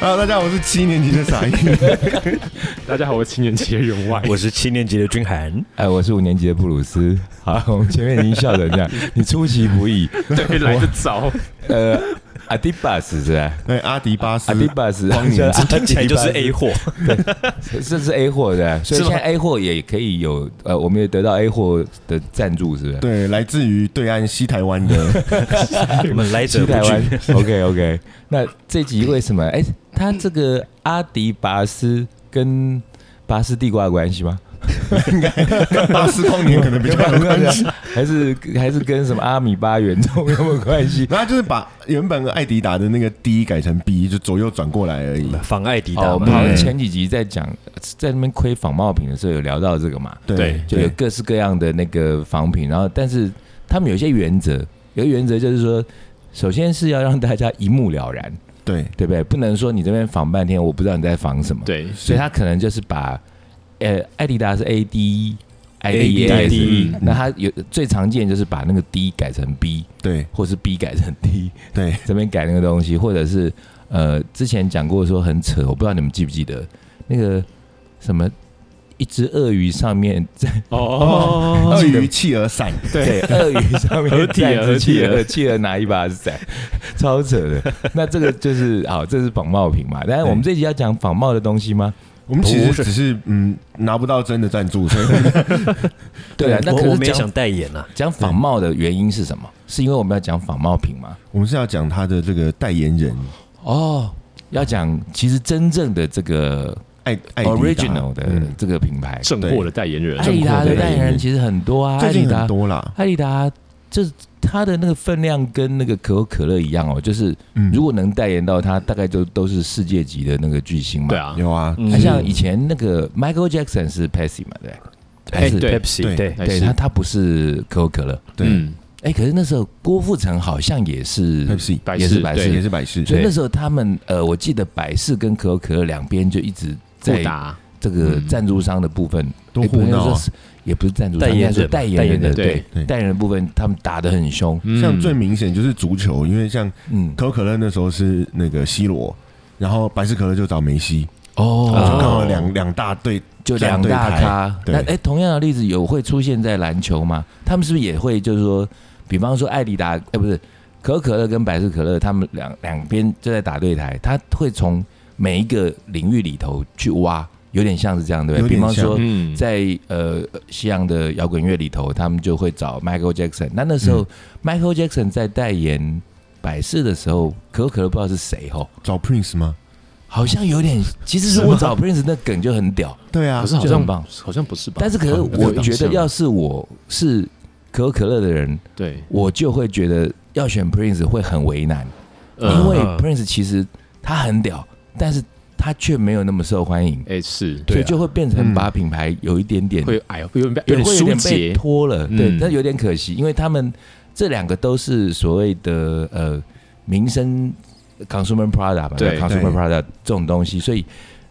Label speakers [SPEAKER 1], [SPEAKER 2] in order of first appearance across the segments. [SPEAKER 1] Hello，大家好，我是七年级的傻鹰。
[SPEAKER 2] 大家好，我是七年级的员外，
[SPEAKER 3] 我是七年级的君 涵，
[SPEAKER 4] 哎，我是五年级的布鲁斯。好， 我们前面已经笑成这样，你出其不意。
[SPEAKER 2] 对，来得早，
[SPEAKER 4] 呃，阿迪巴斯是吧？
[SPEAKER 1] 对，阿迪巴斯，
[SPEAKER 4] 阿迪巴斯，
[SPEAKER 1] 光 年
[SPEAKER 4] 叫阿迪巴斯
[SPEAKER 3] 啊听起来就是 A 货，
[SPEAKER 4] 这是 A 货的，所以
[SPEAKER 3] 是吗
[SPEAKER 4] 现在 A 货也可以有，呃，我们也得到 A 货的赞助，是不是？
[SPEAKER 1] 对，来自于对岸西台湾的，
[SPEAKER 3] 我们来者
[SPEAKER 4] 去
[SPEAKER 3] 不
[SPEAKER 4] 台湾
[SPEAKER 3] 拒。
[SPEAKER 4] ，OK OK。那这集为什么？哎，他这个阿迪巴斯跟拔丝地瓜有关系吗？
[SPEAKER 1] 跟巴斯光年可能比较有关系。
[SPEAKER 4] 还是还是跟什么阿米巴原种有没有关系？
[SPEAKER 1] 然后就是把原本艾迪达的那个 D 改成 B，就左右转过来而已。
[SPEAKER 3] 妨碍抵
[SPEAKER 4] 哦，
[SPEAKER 3] 达
[SPEAKER 4] 我们好
[SPEAKER 3] 嘛，
[SPEAKER 4] 像前几集在讲，在那边亏仿冒品的时候有聊到这个嘛，
[SPEAKER 1] 对
[SPEAKER 3] 对
[SPEAKER 4] 就有各式各样的那个仿品，然后但是他们有一些原则，有一个原则就是说，首先是要让大家一目了然，
[SPEAKER 1] 对
[SPEAKER 4] 对不对？不能说你这边仿半天，我不知道你在仿什 么。，
[SPEAKER 2] 对，
[SPEAKER 4] 所以他可能就是把，呃，艾迪达是 A D。I D
[SPEAKER 3] ADAS
[SPEAKER 4] S，那嗯他有最常见就是把那个 D 改成 B，
[SPEAKER 1] 对
[SPEAKER 4] 或是 B 改成 D，
[SPEAKER 1] 对
[SPEAKER 4] 这边改那个东西，或者是呃，之前讲过说很扯，我不知道你们记不记得那个什么一只鳄鱼上面在
[SPEAKER 2] 哦，
[SPEAKER 1] 鳄鱼企鹅伞，
[SPEAKER 4] 对鳄鱼上 面
[SPEAKER 2] 合体了
[SPEAKER 4] 站着呃企
[SPEAKER 2] 合体
[SPEAKER 4] 鹅，
[SPEAKER 2] 了
[SPEAKER 4] 企鹅拿一把伞， 超扯的。那这个就是好，这是仿冒品嘛？但是我们这集要讲仿冒的东西吗？
[SPEAKER 1] 我们其实只是嗯拿不到真的赞助，所以
[SPEAKER 4] 对啊，那
[SPEAKER 3] 我
[SPEAKER 4] 可
[SPEAKER 3] 我
[SPEAKER 4] 是
[SPEAKER 3] 们也
[SPEAKER 4] 讲
[SPEAKER 3] 想代言啊，
[SPEAKER 4] 讲仿冒的原因是什么？是因为我们要讲仿冒品吗？
[SPEAKER 1] 我们是要讲他的这个代言人
[SPEAKER 4] 哦，要讲其实真正的这个
[SPEAKER 1] 艾艾迪达
[SPEAKER 4] original 的
[SPEAKER 1] 嗯
[SPEAKER 4] 这个品牌，
[SPEAKER 2] 正货的代言人
[SPEAKER 4] 艾，迪达的代言人其实很多啊，艾
[SPEAKER 1] 最
[SPEAKER 4] 迪
[SPEAKER 1] 近
[SPEAKER 4] 达
[SPEAKER 1] 很多啦。
[SPEAKER 4] 艾迪达就是它的那个分量跟那个可口可乐一样哦，就是
[SPEAKER 1] 嗯
[SPEAKER 4] 如果能代言到它，大概就都是世界级的那个巨星嘛。
[SPEAKER 2] 对，啊，
[SPEAKER 1] 有啊，
[SPEAKER 3] 嗯
[SPEAKER 4] 还像以前那个 Michael Jackson 是 Pepsi 嘛，对不对，还
[SPEAKER 3] 哎
[SPEAKER 4] 是
[SPEAKER 2] 对
[SPEAKER 3] Pepsi 对，
[SPEAKER 2] 还
[SPEAKER 4] 对
[SPEAKER 2] 是
[SPEAKER 4] 他他不是可口可乐。
[SPEAKER 1] 对
[SPEAKER 2] 嗯，
[SPEAKER 4] 哎，可是那时候郭富城好像也是
[SPEAKER 1] Pepsi
[SPEAKER 2] 百
[SPEAKER 4] 也
[SPEAKER 2] 事
[SPEAKER 4] 是百
[SPEAKER 2] 对
[SPEAKER 1] 也
[SPEAKER 4] 事，
[SPEAKER 1] 是百事，
[SPEAKER 4] 所以那
[SPEAKER 1] 对
[SPEAKER 4] 时候他们呃，我记得百事跟可口可乐两边就一直
[SPEAKER 2] 不
[SPEAKER 4] 在
[SPEAKER 2] 打，
[SPEAKER 4] 这个
[SPEAKER 2] 嗯
[SPEAKER 4] 赞助商的部分
[SPEAKER 1] 都
[SPEAKER 4] 也不
[SPEAKER 1] 互
[SPEAKER 4] 能
[SPEAKER 1] 闹
[SPEAKER 4] 说
[SPEAKER 1] 啊。
[SPEAKER 4] 是，也不是赞助
[SPEAKER 3] 代
[SPEAKER 4] 商，
[SPEAKER 3] 言
[SPEAKER 4] 应该说
[SPEAKER 3] 人嘛
[SPEAKER 4] 代言人的
[SPEAKER 3] 代
[SPEAKER 2] 言人
[SPEAKER 1] 对
[SPEAKER 4] 对代言人的部分，他们打得很凶，
[SPEAKER 2] 嗯
[SPEAKER 1] 像最明显就是足球，因为像
[SPEAKER 4] 嗯，
[SPEAKER 1] 可口可乐那时候是那个 C 罗，然后百事可乐就找梅西，就
[SPEAKER 4] 哦
[SPEAKER 1] 刚好两两大队
[SPEAKER 4] 就两大咖。
[SPEAKER 1] 对
[SPEAKER 4] 那哎，同样的例子有会出现在篮球吗？他们是不是也会就是说，比方说艾迪达，哎，不是可口可乐跟百事可乐，他们两两边就在打对台，他会从每一个领域里头去挖，有点像是这样，对不
[SPEAKER 1] 有
[SPEAKER 4] 对？
[SPEAKER 1] 点
[SPEAKER 4] 比方
[SPEAKER 1] 像
[SPEAKER 4] 说。
[SPEAKER 2] 嗯，
[SPEAKER 4] 在呃西洋的摇滚乐里头，他们就会找 Michael Jackson。那那时
[SPEAKER 2] 嗯
[SPEAKER 4] 候、Michael Jackson 在代言百事的时候，可口可乐不知道是谁吼，
[SPEAKER 1] 找 Prince 吗？
[SPEAKER 4] 好像有 点。其实如果找 Prince 那梗就很屌，
[SPEAKER 1] 对啊
[SPEAKER 2] 可，是好
[SPEAKER 4] 就
[SPEAKER 2] 像
[SPEAKER 4] 很棒
[SPEAKER 2] 好像不是吧？
[SPEAKER 4] 但是可是
[SPEAKER 2] 好像
[SPEAKER 4] 我
[SPEAKER 2] 不是
[SPEAKER 4] 觉得要是我是可口可乐的人，
[SPEAKER 2] 对，
[SPEAKER 4] 我就会觉得要选 Prince 会很为难，
[SPEAKER 2] 呃
[SPEAKER 4] 因为
[SPEAKER 3] 嗯
[SPEAKER 4] Prince 其实他很屌，但是他却没有那么受欢迎，
[SPEAKER 2] 哎是，
[SPEAKER 4] 所
[SPEAKER 3] 对
[SPEAKER 4] 以
[SPEAKER 3] 啊
[SPEAKER 4] 就会变成把品牌有一点点
[SPEAKER 2] 嗯会哎会有点有
[SPEAKER 4] 对，
[SPEAKER 2] 点
[SPEAKER 4] 会有
[SPEAKER 2] 疏
[SPEAKER 4] 点被
[SPEAKER 2] 解，
[SPEAKER 4] 拖了，对
[SPEAKER 2] 嗯，
[SPEAKER 4] 但有点可惜，因为他们这两个都是所谓的呃民生呃 consumer product 吧，
[SPEAKER 2] 对
[SPEAKER 4] consumer
[SPEAKER 1] 对
[SPEAKER 4] product 这种东西，所以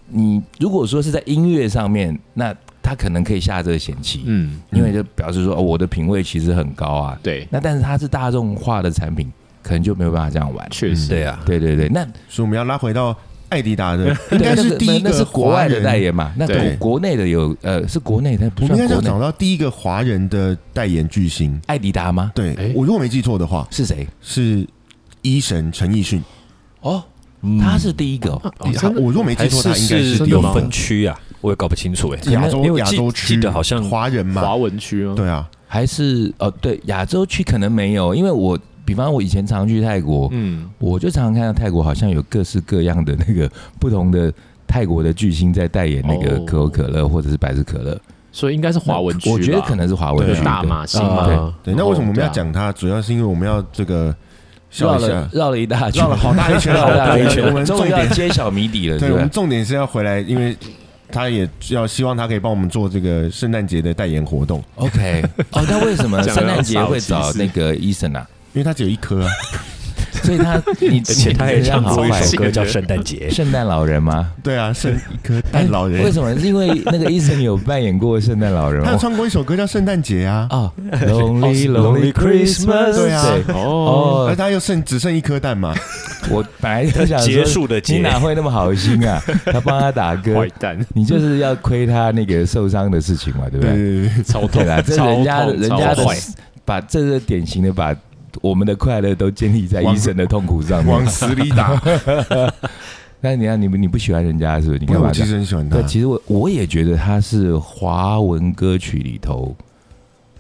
[SPEAKER 4] 你如果说是在音乐上面，那他可能可以下这个险棋，
[SPEAKER 2] 嗯，
[SPEAKER 4] 因为就表示说、哦、我的品味其实很高啊，
[SPEAKER 2] 对，
[SPEAKER 4] 那但是它是大众化的产品，可能就没有办法这样玩。
[SPEAKER 2] 确实，
[SPEAKER 3] 对啊，
[SPEAKER 4] 对对对，那
[SPEAKER 1] 所以我们要拉回到艾迪达的，应
[SPEAKER 4] 对
[SPEAKER 1] 该
[SPEAKER 4] 那
[SPEAKER 1] 是
[SPEAKER 4] 个
[SPEAKER 1] 第一
[SPEAKER 4] 那
[SPEAKER 1] 个
[SPEAKER 4] 那是国外的代
[SPEAKER 1] 言，
[SPEAKER 4] 言嘛？那
[SPEAKER 2] 对
[SPEAKER 4] 国国内的有呃是国内，但
[SPEAKER 1] 我
[SPEAKER 4] 不
[SPEAKER 1] 们
[SPEAKER 4] 算
[SPEAKER 1] 应该
[SPEAKER 4] 国
[SPEAKER 1] 要
[SPEAKER 4] 内
[SPEAKER 1] 找。到第一个华人的代言巨星。
[SPEAKER 4] 艾迪达吗？
[SPEAKER 1] 对
[SPEAKER 2] 哎
[SPEAKER 1] 我如果没记错的话，
[SPEAKER 4] 是谁？
[SPEAKER 1] 是一神陈奕迅。
[SPEAKER 4] 哦，他是第一个哦、
[SPEAKER 2] 哦
[SPEAKER 1] 他
[SPEAKER 2] 真的
[SPEAKER 1] 我如果没记
[SPEAKER 3] 还
[SPEAKER 1] 错，他应该
[SPEAKER 3] 是
[SPEAKER 1] 第一
[SPEAKER 3] 有
[SPEAKER 1] 个
[SPEAKER 3] 分区啊，我也搞不清楚哎，
[SPEAKER 1] 亚
[SPEAKER 3] 因为
[SPEAKER 1] 洲
[SPEAKER 3] 我
[SPEAKER 1] 亚
[SPEAKER 3] 记
[SPEAKER 1] 洲
[SPEAKER 3] 记
[SPEAKER 1] 区
[SPEAKER 3] 得好像
[SPEAKER 1] 华人嘛
[SPEAKER 2] 华，文区吗？
[SPEAKER 1] 对啊，
[SPEAKER 4] 还是哦，对，亚洲区可能没有，因为我比方我以前常去泰国，
[SPEAKER 2] 嗯，
[SPEAKER 4] 我就常常看到泰国好像有各式各样的那个不同的泰国的巨星在代言那个
[SPEAKER 2] 哦
[SPEAKER 4] 可口可乐或者是百事可乐，
[SPEAKER 2] 所以应该是华文区吧，
[SPEAKER 4] 我觉得可能啊是华文
[SPEAKER 1] 对
[SPEAKER 2] 就
[SPEAKER 4] 区
[SPEAKER 2] 大马星嘛，
[SPEAKER 1] 对。那为什么我们要
[SPEAKER 2] 对啊
[SPEAKER 1] 讲他？主要是因为我们要这个笑
[SPEAKER 4] 绕
[SPEAKER 1] 一下
[SPEAKER 4] 了，绕了一大圈，
[SPEAKER 1] 绕了好大一圈，
[SPEAKER 4] 绕了
[SPEAKER 1] 好
[SPEAKER 4] 大
[SPEAKER 1] 大一
[SPEAKER 4] 圈
[SPEAKER 1] 圈。我们
[SPEAKER 4] 终
[SPEAKER 1] 重
[SPEAKER 4] 于要
[SPEAKER 1] 点
[SPEAKER 4] 揭晓谜底了，
[SPEAKER 1] 对，
[SPEAKER 4] 对不
[SPEAKER 1] 我们
[SPEAKER 4] 对？
[SPEAKER 1] 重点是要回来，因为他也要希望他可以帮我们做这个圣诞节的代言活动，
[SPEAKER 4] OK，哦，那为什么
[SPEAKER 2] 讲得
[SPEAKER 4] 圣
[SPEAKER 2] 好
[SPEAKER 4] 诞节会
[SPEAKER 2] 少
[SPEAKER 4] 找
[SPEAKER 2] 其实
[SPEAKER 4] 那个医生啊？
[SPEAKER 1] 因为他只有一颗啊。
[SPEAKER 4] 所以他你
[SPEAKER 3] 而且他也
[SPEAKER 4] 这样
[SPEAKER 3] 唱
[SPEAKER 4] 好
[SPEAKER 3] 过一
[SPEAKER 4] 买
[SPEAKER 3] 首歌叫《圣诞 节》，
[SPEAKER 4] 圣诞老人吗？
[SPEAKER 1] 对啊，圣一颗 蛋老
[SPEAKER 4] 为
[SPEAKER 1] 人，
[SPEAKER 4] 什么？是因为那个医生有扮演过圣诞老人
[SPEAKER 1] 他
[SPEAKER 4] 吗
[SPEAKER 1] 有？唱过一首歌叫《圣诞节》啊，
[SPEAKER 4] 哦，Lonely Lonely
[SPEAKER 3] Lonely Christmas
[SPEAKER 4] Christmas，
[SPEAKER 1] 对啊
[SPEAKER 2] 哦，
[SPEAKER 1] 而
[SPEAKER 4] 哦，
[SPEAKER 1] 他又剩只剩一颗蛋嘛，
[SPEAKER 4] 我本来就想
[SPEAKER 3] 结
[SPEAKER 4] 啊说，
[SPEAKER 3] 束的
[SPEAKER 4] 你
[SPEAKER 3] 结，
[SPEAKER 4] 哪会那么好心啊？他帮他打歌
[SPEAKER 2] 坏， 蛋，
[SPEAKER 4] 你就是要亏他那个受伤的事情嘛，
[SPEAKER 1] 对
[SPEAKER 4] 对不
[SPEAKER 1] 对
[SPEAKER 4] 对？
[SPEAKER 1] 对对，
[SPEAKER 2] 超
[SPEAKER 4] 对
[SPEAKER 2] 痛
[SPEAKER 4] 啦，，这人家
[SPEAKER 2] 超痛
[SPEAKER 4] 人家的
[SPEAKER 2] 超坏
[SPEAKER 4] 把这是典型的把我们的快乐都建立在医生的痛苦上
[SPEAKER 1] 往
[SPEAKER 4] 面。
[SPEAKER 1] 死里打。
[SPEAKER 4] 那你看，你不你不喜欢人家是不是？你
[SPEAKER 1] 因为
[SPEAKER 4] 干嘛
[SPEAKER 1] 我
[SPEAKER 4] 这
[SPEAKER 1] 其
[SPEAKER 4] 样？
[SPEAKER 1] 实很喜欢他
[SPEAKER 4] 对，，其实我我也觉得他是华文歌曲里头，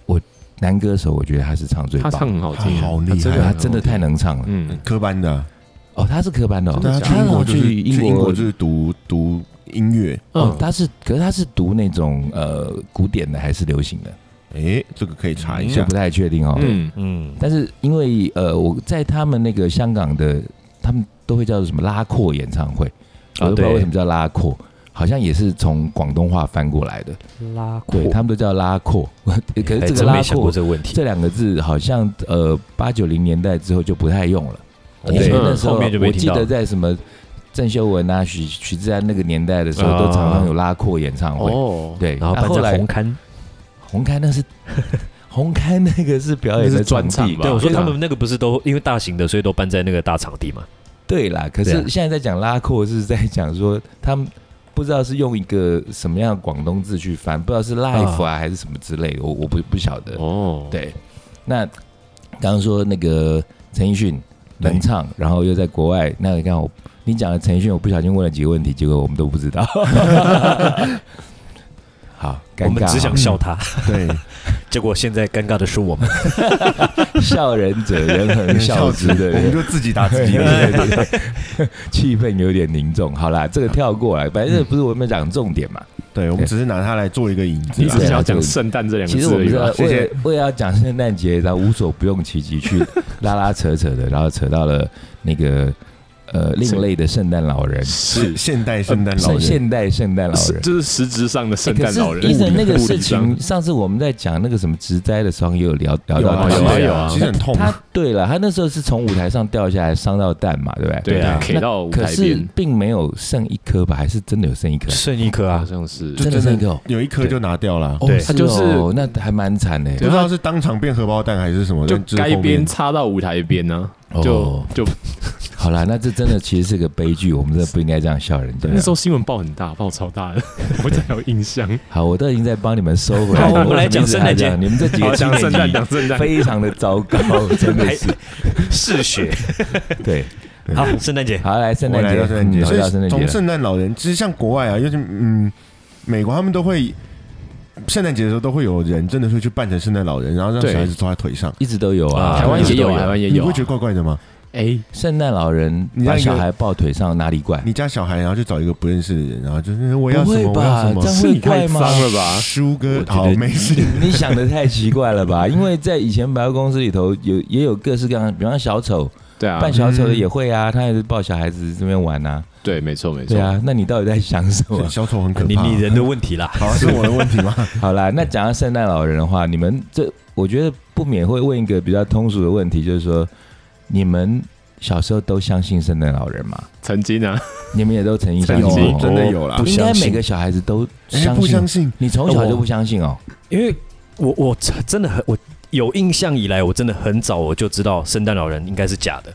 [SPEAKER 4] 我男歌手，我觉得他是唱最
[SPEAKER 2] 他
[SPEAKER 4] 棒，
[SPEAKER 2] 唱很好听，啊
[SPEAKER 1] 他好厉害
[SPEAKER 2] 真
[SPEAKER 4] 对
[SPEAKER 2] 的
[SPEAKER 4] 啊他
[SPEAKER 2] 很好
[SPEAKER 4] 真的
[SPEAKER 2] 听
[SPEAKER 4] 太，能唱了。
[SPEAKER 2] 嗯，
[SPEAKER 1] 科班的啊，
[SPEAKER 4] 哦，他是科班的、哦，
[SPEAKER 1] 对啊，
[SPEAKER 2] 真的假
[SPEAKER 1] 去
[SPEAKER 2] 的
[SPEAKER 1] 英国就是
[SPEAKER 4] 去英
[SPEAKER 1] 去
[SPEAKER 4] 国
[SPEAKER 1] 英国就是读读音乐，
[SPEAKER 4] 哦
[SPEAKER 2] 嗯，，
[SPEAKER 4] 他是，可是他是读那种呃古典的还是流行的，
[SPEAKER 1] 诶，这个可以查一
[SPEAKER 4] 就
[SPEAKER 1] 下
[SPEAKER 4] 不，太确定哦。
[SPEAKER 2] 嗯，
[SPEAKER 3] 嗯，
[SPEAKER 4] 但是因为呃我在他们那个香港的，他们都会叫做什么拉阔演唱会，我
[SPEAKER 3] 啊
[SPEAKER 4] 都不知道
[SPEAKER 3] 对
[SPEAKER 4] 为什么叫拉阔，好像也是从广东话翻过来的，
[SPEAKER 3] 拉
[SPEAKER 4] 对他们都叫拉阔， 可是
[SPEAKER 3] 哎
[SPEAKER 4] 这个
[SPEAKER 3] 真
[SPEAKER 4] 拉
[SPEAKER 3] 没想过
[SPEAKER 4] 阔
[SPEAKER 3] 这个问题，
[SPEAKER 4] 这两个字好像呃八九零年代之后就不太用了。以前
[SPEAKER 2] 对
[SPEAKER 4] 那时候，
[SPEAKER 3] 哦后面就没
[SPEAKER 4] 我记
[SPEAKER 3] 听到
[SPEAKER 4] 得
[SPEAKER 3] 了。
[SPEAKER 4] 在什么郑秀文啊、许许志安那个年代的时候，都常常有拉阔演唱会。
[SPEAKER 2] 哦，
[SPEAKER 4] 对，
[SPEAKER 3] 然后
[SPEAKER 4] 那
[SPEAKER 3] 搬
[SPEAKER 4] 啊后
[SPEAKER 3] 在
[SPEAKER 4] 来
[SPEAKER 3] 红磡，
[SPEAKER 4] 红开那是 红开那个是表演
[SPEAKER 2] 那
[SPEAKER 4] 的
[SPEAKER 2] 是专
[SPEAKER 4] 场地
[SPEAKER 2] 场吧
[SPEAKER 3] 对我说
[SPEAKER 2] 对
[SPEAKER 3] 他
[SPEAKER 2] 啊
[SPEAKER 3] 们那个不是都因为大型的，所以都搬在那个大场地嘛。
[SPEAKER 4] 对啦，可
[SPEAKER 3] 对啊
[SPEAKER 4] 是现在在讲拉阔是在讲说他们不知道是用一个什么样的广东字去翻，不知道是 life 啊还是什么之类的，我我不不晓得。
[SPEAKER 2] 哦，
[SPEAKER 4] 对，那刚刚说那个陈奕迅
[SPEAKER 1] 对
[SPEAKER 4] 能唱，然后又在国外，那你看我你讲的陈奕迅，我不小心问了几个问题，结果我们都不知 道。好，尴尬啊
[SPEAKER 3] 我们只想笑他，
[SPEAKER 1] 对，
[SPEAKER 3] 结果现在尴尬的是我们。
[SPEAKER 4] 哦笑人者人恒笑之的
[SPEAKER 1] 我们
[SPEAKER 4] 人。
[SPEAKER 1] 就自己打自
[SPEAKER 4] 对啊
[SPEAKER 1] 己
[SPEAKER 4] 对
[SPEAKER 1] 脸。
[SPEAKER 4] 对对对，气氛有点凝重。好啦，这个跳过来，反正这不是我们讲重点嘛。
[SPEAKER 1] 对，我们只是拿它来做一个引子啊
[SPEAKER 2] 你
[SPEAKER 1] 啦
[SPEAKER 2] 只。是想要讲“圣诞”这两个
[SPEAKER 4] 其实
[SPEAKER 2] 字
[SPEAKER 4] 我
[SPEAKER 2] 而
[SPEAKER 4] 们
[SPEAKER 2] 已
[SPEAKER 4] 是
[SPEAKER 2] 吧？
[SPEAKER 1] 谢
[SPEAKER 4] 为
[SPEAKER 1] 谢
[SPEAKER 4] 了为了要讲圣诞节，然后无所不用其极去拉拉扯扯的，然后扯到了那个呃另类的圣诞老人，
[SPEAKER 1] 是现代圣诞老
[SPEAKER 4] 圣
[SPEAKER 1] 人，
[SPEAKER 4] 哦现代圣诞老
[SPEAKER 2] 是
[SPEAKER 4] 人。
[SPEAKER 2] 就是实质上的圣
[SPEAKER 4] 哎可
[SPEAKER 2] 诞
[SPEAKER 4] 是
[SPEAKER 2] 老人。
[SPEAKER 4] 医生那个
[SPEAKER 2] 物理
[SPEAKER 4] 事
[SPEAKER 2] 物理
[SPEAKER 4] 情，
[SPEAKER 2] 上
[SPEAKER 4] 上次我们在讲那个什么植栽的时候，也有聊聊
[SPEAKER 1] 有
[SPEAKER 4] 到
[SPEAKER 1] 啊
[SPEAKER 4] 这
[SPEAKER 2] 有
[SPEAKER 4] 个
[SPEAKER 2] 啊
[SPEAKER 4] 事
[SPEAKER 2] 有啊
[SPEAKER 1] 其实很痛。
[SPEAKER 4] 他对了，他那时候是从舞台上掉下来，伤到蛋嘛，对不对？
[SPEAKER 2] 对
[SPEAKER 1] 对啊
[SPEAKER 2] 啊，给到舞
[SPEAKER 4] 可
[SPEAKER 2] 台
[SPEAKER 4] 是
[SPEAKER 2] 边，
[SPEAKER 4] 并没有剩一颗吧？还 是真的有剩一颗？
[SPEAKER 3] 剩一颗
[SPEAKER 2] 好
[SPEAKER 3] 啊，
[SPEAKER 2] 像是
[SPEAKER 1] 就
[SPEAKER 4] 真的
[SPEAKER 1] 真
[SPEAKER 4] 剩一
[SPEAKER 1] 的
[SPEAKER 4] 颗哦。
[SPEAKER 1] 有一颗就拿掉了，
[SPEAKER 4] 哦
[SPEAKER 3] 对
[SPEAKER 4] 是
[SPEAKER 2] 他就是
[SPEAKER 4] 哦那还蛮惨的。
[SPEAKER 1] 不知道是当场变荷包蛋还是什么，
[SPEAKER 2] 就
[SPEAKER 1] 但是
[SPEAKER 2] 该
[SPEAKER 1] 后
[SPEAKER 2] 边
[SPEAKER 1] 面
[SPEAKER 2] 插到舞台边呢，就
[SPEAKER 4] 哦，
[SPEAKER 2] 就
[SPEAKER 4] 好啦，那这真的其实是个悲剧，我们真的不应该这样笑人家
[SPEAKER 2] 那。时候新闻报很大，报超大的， 我才有印象。
[SPEAKER 4] 好，我都已经在帮你们收回来。
[SPEAKER 3] 好我们来讲
[SPEAKER 4] 一直还
[SPEAKER 3] 圣诞节
[SPEAKER 4] 讲你们这几
[SPEAKER 2] 好，
[SPEAKER 4] 个青
[SPEAKER 2] 讲圣诞，
[SPEAKER 4] 年
[SPEAKER 2] 讲圣
[SPEAKER 4] 级
[SPEAKER 2] 诞，
[SPEAKER 4] 非常的 糟糕，真的是
[SPEAKER 3] 嗜血。
[SPEAKER 4] 对。
[SPEAKER 3] 嗯好，圣诞节
[SPEAKER 4] 好，来圣
[SPEAKER 1] 我
[SPEAKER 4] 诞
[SPEAKER 1] 来
[SPEAKER 4] 节，
[SPEAKER 1] 到圣诞节，
[SPEAKER 4] 嗯
[SPEAKER 1] 所
[SPEAKER 4] 回到圣
[SPEAKER 1] 以
[SPEAKER 4] 诞节
[SPEAKER 1] 从
[SPEAKER 4] 了。
[SPEAKER 1] 圣诞老人，其实像国外啊，尤其嗯，美国他们都会圣诞节的时候都会有人真的会去扮成圣诞老人，然后让
[SPEAKER 2] 对
[SPEAKER 1] 小孩子坐在腿上，
[SPEAKER 4] 一直都有啊，
[SPEAKER 3] 啊
[SPEAKER 2] 台湾也有，
[SPEAKER 4] 一直都
[SPEAKER 2] 台湾也
[SPEAKER 1] 你
[SPEAKER 2] 有
[SPEAKER 1] 不
[SPEAKER 2] 啊
[SPEAKER 1] 会。觉得怪怪的吗？
[SPEAKER 2] 哎，
[SPEAKER 4] 圣诞老人
[SPEAKER 1] 你让
[SPEAKER 4] 把
[SPEAKER 1] 一个
[SPEAKER 4] 小孩抱腿上哪里怪？
[SPEAKER 1] 你家小孩然后去找一个不认识的人，然后就是我要
[SPEAKER 4] 不
[SPEAKER 1] 什
[SPEAKER 4] 会
[SPEAKER 1] 么我要
[SPEAKER 4] 吧
[SPEAKER 1] 什？么
[SPEAKER 4] 这，样
[SPEAKER 2] 是
[SPEAKER 4] 会
[SPEAKER 2] 你太
[SPEAKER 4] 怪
[SPEAKER 2] 脏
[SPEAKER 4] 吗？
[SPEAKER 2] 了吧？
[SPEAKER 1] 叔哥
[SPEAKER 4] 我觉得
[SPEAKER 1] 好没事，？
[SPEAKER 4] 你想的太奇怪了吧？因为在以前百货公司里头有也有各式各样的，比方小丑
[SPEAKER 2] 对啊，
[SPEAKER 4] 扮小丑的也会啊，他也是抱小孩子这边玩啊，
[SPEAKER 2] 对，没错没错
[SPEAKER 4] 对。啊。那你到底在想什么
[SPEAKER 1] 小丑很可
[SPEAKER 3] 你
[SPEAKER 1] 怕。
[SPEAKER 3] 你人的问题啦，
[SPEAKER 1] 好啊是我的问题吗？
[SPEAKER 4] 好啦，那讲到圣诞老人的话，你们这我觉得不免会问一个比较通俗的问题，就是说你们小时候都相信圣诞老人吗？
[SPEAKER 2] 曾经啊，
[SPEAKER 4] 你们也都曾经相
[SPEAKER 2] 曾
[SPEAKER 4] 信
[SPEAKER 2] 经哦啊
[SPEAKER 4] 过
[SPEAKER 1] 有真的有啦
[SPEAKER 3] 不，
[SPEAKER 4] 应
[SPEAKER 3] 相
[SPEAKER 4] 该
[SPEAKER 3] 信
[SPEAKER 4] 每个小孩子都
[SPEAKER 1] 哎
[SPEAKER 4] 相
[SPEAKER 1] 不
[SPEAKER 4] 信
[SPEAKER 1] 相。信，
[SPEAKER 4] 你从小就不相信哦？
[SPEAKER 3] 因为我我真的很我有印象以来，我真的很早我就知道圣诞老人应该是假的。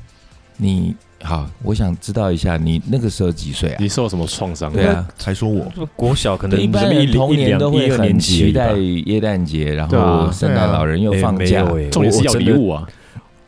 [SPEAKER 4] 你好，我想知道一下，你那个时候几岁啊？
[SPEAKER 2] 你受什么创伤？
[SPEAKER 4] 对啊，
[SPEAKER 1] 才说我
[SPEAKER 3] 国小可能
[SPEAKER 4] 一般
[SPEAKER 3] 什么
[SPEAKER 4] 人
[SPEAKER 3] 一
[SPEAKER 4] 童
[SPEAKER 3] 一
[SPEAKER 4] 年
[SPEAKER 3] 两
[SPEAKER 4] 都
[SPEAKER 3] 一
[SPEAKER 4] 会
[SPEAKER 3] 二
[SPEAKER 4] 很
[SPEAKER 3] 年级
[SPEAKER 4] 期待
[SPEAKER 3] 而已吧
[SPEAKER 4] 耶诞节，然
[SPEAKER 2] 对啊
[SPEAKER 4] 后圣诞老人又
[SPEAKER 3] 哎
[SPEAKER 4] 放
[SPEAKER 3] 没
[SPEAKER 4] 假
[SPEAKER 3] 有，哎
[SPEAKER 2] 重点是要礼，
[SPEAKER 3] 我我真的
[SPEAKER 2] 物啊，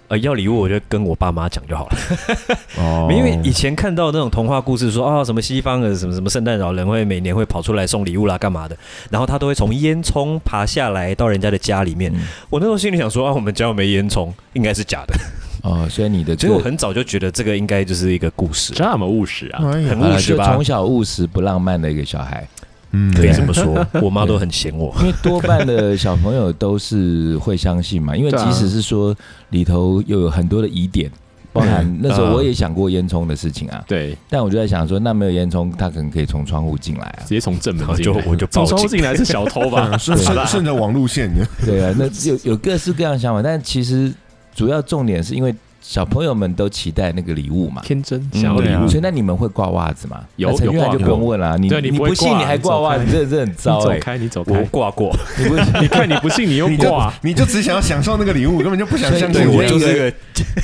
[SPEAKER 3] 呃，要礼物我就跟我爸妈讲就好 了。
[SPEAKER 1] 哦
[SPEAKER 3] 因为以前看到那种童话故事说啊，什么西方的什么什么圣诞老人会每年会跑出来送礼物啦，干嘛的，然后他都会从烟囱爬下来到人家的家里面。
[SPEAKER 4] 嗯
[SPEAKER 3] 我那时候心里想说啊，我们家又没烟囱，应该是假的。
[SPEAKER 4] 哦，所以你的
[SPEAKER 3] 所以我
[SPEAKER 4] 就
[SPEAKER 3] 很早就觉得这个应该就是一个故事，
[SPEAKER 2] 这么务实啊！
[SPEAKER 1] 哎呀
[SPEAKER 3] 很
[SPEAKER 4] 呃
[SPEAKER 3] 务实
[SPEAKER 4] 就
[SPEAKER 3] 吧
[SPEAKER 4] 从？小务实不浪漫的一个小孩，
[SPEAKER 1] 嗯
[SPEAKER 3] 可以
[SPEAKER 4] 对
[SPEAKER 3] 这么说，我妈都很嫌我。
[SPEAKER 4] 因为多半的小朋友都是会相信嘛，因为
[SPEAKER 2] 对啊
[SPEAKER 4] 即使是说里头又有很多的疑点，包含那时候
[SPEAKER 3] 嗯
[SPEAKER 4] 我也想过烟囱的事情啊，
[SPEAKER 2] 对，
[SPEAKER 4] 但我就在想说，那没有烟囱，他可能可以从窗户进来啊
[SPEAKER 2] 直。接从正门
[SPEAKER 3] 我
[SPEAKER 2] 进
[SPEAKER 3] 就
[SPEAKER 2] 来，
[SPEAKER 3] 我就
[SPEAKER 2] 从
[SPEAKER 3] 报
[SPEAKER 2] 窗户
[SPEAKER 3] 警。
[SPEAKER 2] 进来是小 偷吧？
[SPEAKER 1] 顺
[SPEAKER 2] 好
[SPEAKER 1] 顺
[SPEAKER 2] 啦
[SPEAKER 1] 顺着网路线，
[SPEAKER 4] 对啊，那有有各式各样的想法，但其实主要重点是因为小朋友们都期待那个礼物嘛。
[SPEAKER 2] 天真想要
[SPEAKER 4] 嗯
[SPEAKER 2] 礼物
[SPEAKER 4] 所以那你们会挂袜子吗？
[SPEAKER 2] 有
[SPEAKER 4] 那陈俊
[SPEAKER 2] 有
[SPEAKER 4] 涵
[SPEAKER 2] 挂
[SPEAKER 4] 就不用问了啊，你
[SPEAKER 2] 对你不会
[SPEAKER 4] 不信
[SPEAKER 2] 挂
[SPEAKER 4] 你还挂袜子，
[SPEAKER 2] 你
[SPEAKER 4] 这这很
[SPEAKER 2] 你
[SPEAKER 4] 糟
[SPEAKER 2] 走
[SPEAKER 4] 哎。
[SPEAKER 2] 开，你走
[SPEAKER 3] 我
[SPEAKER 2] 开，
[SPEAKER 3] 挂过，
[SPEAKER 4] 你不是
[SPEAKER 2] 你看你不信，你又
[SPEAKER 1] 你就
[SPEAKER 2] 挂，
[SPEAKER 1] 你就只想要享受那个礼物，根本就不想
[SPEAKER 4] 所以
[SPEAKER 1] 相
[SPEAKER 4] 对
[SPEAKER 1] 信
[SPEAKER 4] 我
[SPEAKER 1] 我，
[SPEAKER 4] 就
[SPEAKER 1] 真
[SPEAKER 4] 是
[SPEAKER 1] 的
[SPEAKER 3] 个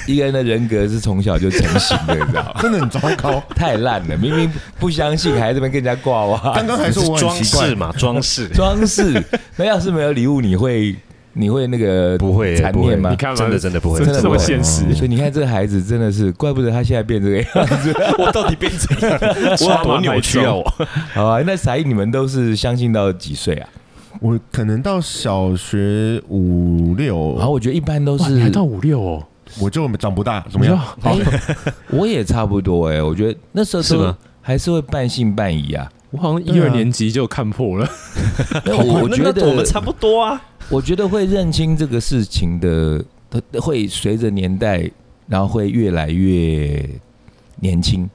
[SPEAKER 4] 一个人的人格是从小就成型的，你知道吗？
[SPEAKER 1] 真的很糟糕。
[SPEAKER 4] 太烂了，明明不相信，还在那边跟人家 挂袜
[SPEAKER 1] 刚刚还说我
[SPEAKER 3] 装
[SPEAKER 1] 很奇怪
[SPEAKER 3] 饰，嘛，装饰
[SPEAKER 4] 装饰。那要是没有礼物，你会你会那个
[SPEAKER 3] 不会
[SPEAKER 4] 残念吗
[SPEAKER 2] 你？看嘛，
[SPEAKER 3] 真的真的不会
[SPEAKER 2] 这
[SPEAKER 4] 真的
[SPEAKER 2] 这
[SPEAKER 4] 不
[SPEAKER 2] 么
[SPEAKER 4] 会
[SPEAKER 2] 现实，
[SPEAKER 4] 所以你看这个孩子真的是，怪不得他现在变这个样。
[SPEAKER 3] 我到底变怎样？
[SPEAKER 2] 我
[SPEAKER 3] 我多扭曲啊！我
[SPEAKER 4] 好啊，那才艺你们都是相信到几岁啊？
[SPEAKER 1] 我可能到小学五六
[SPEAKER 4] 然，后我觉得一般都
[SPEAKER 2] 哇，你还
[SPEAKER 4] 是哦
[SPEAKER 2] 到五六哦，
[SPEAKER 1] 我就长不大，怎么样？
[SPEAKER 2] 你知道？好
[SPEAKER 4] 我也差不多哎、我觉得那时候
[SPEAKER 3] 是
[SPEAKER 4] 都
[SPEAKER 3] 吗
[SPEAKER 4] 还是会半信半 疑啊。
[SPEAKER 2] 我好像一
[SPEAKER 4] 对啊
[SPEAKER 2] 二年级就看破了，
[SPEAKER 4] 没有我我
[SPEAKER 3] 那
[SPEAKER 4] 觉
[SPEAKER 3] 那我们
[SPEAKER 4] 得，
[SPEAKER 3] 差不多啊。
[SPEAKER 4] 我觉得会认清这个事情的，它会随着年代，然后会越来越年轻。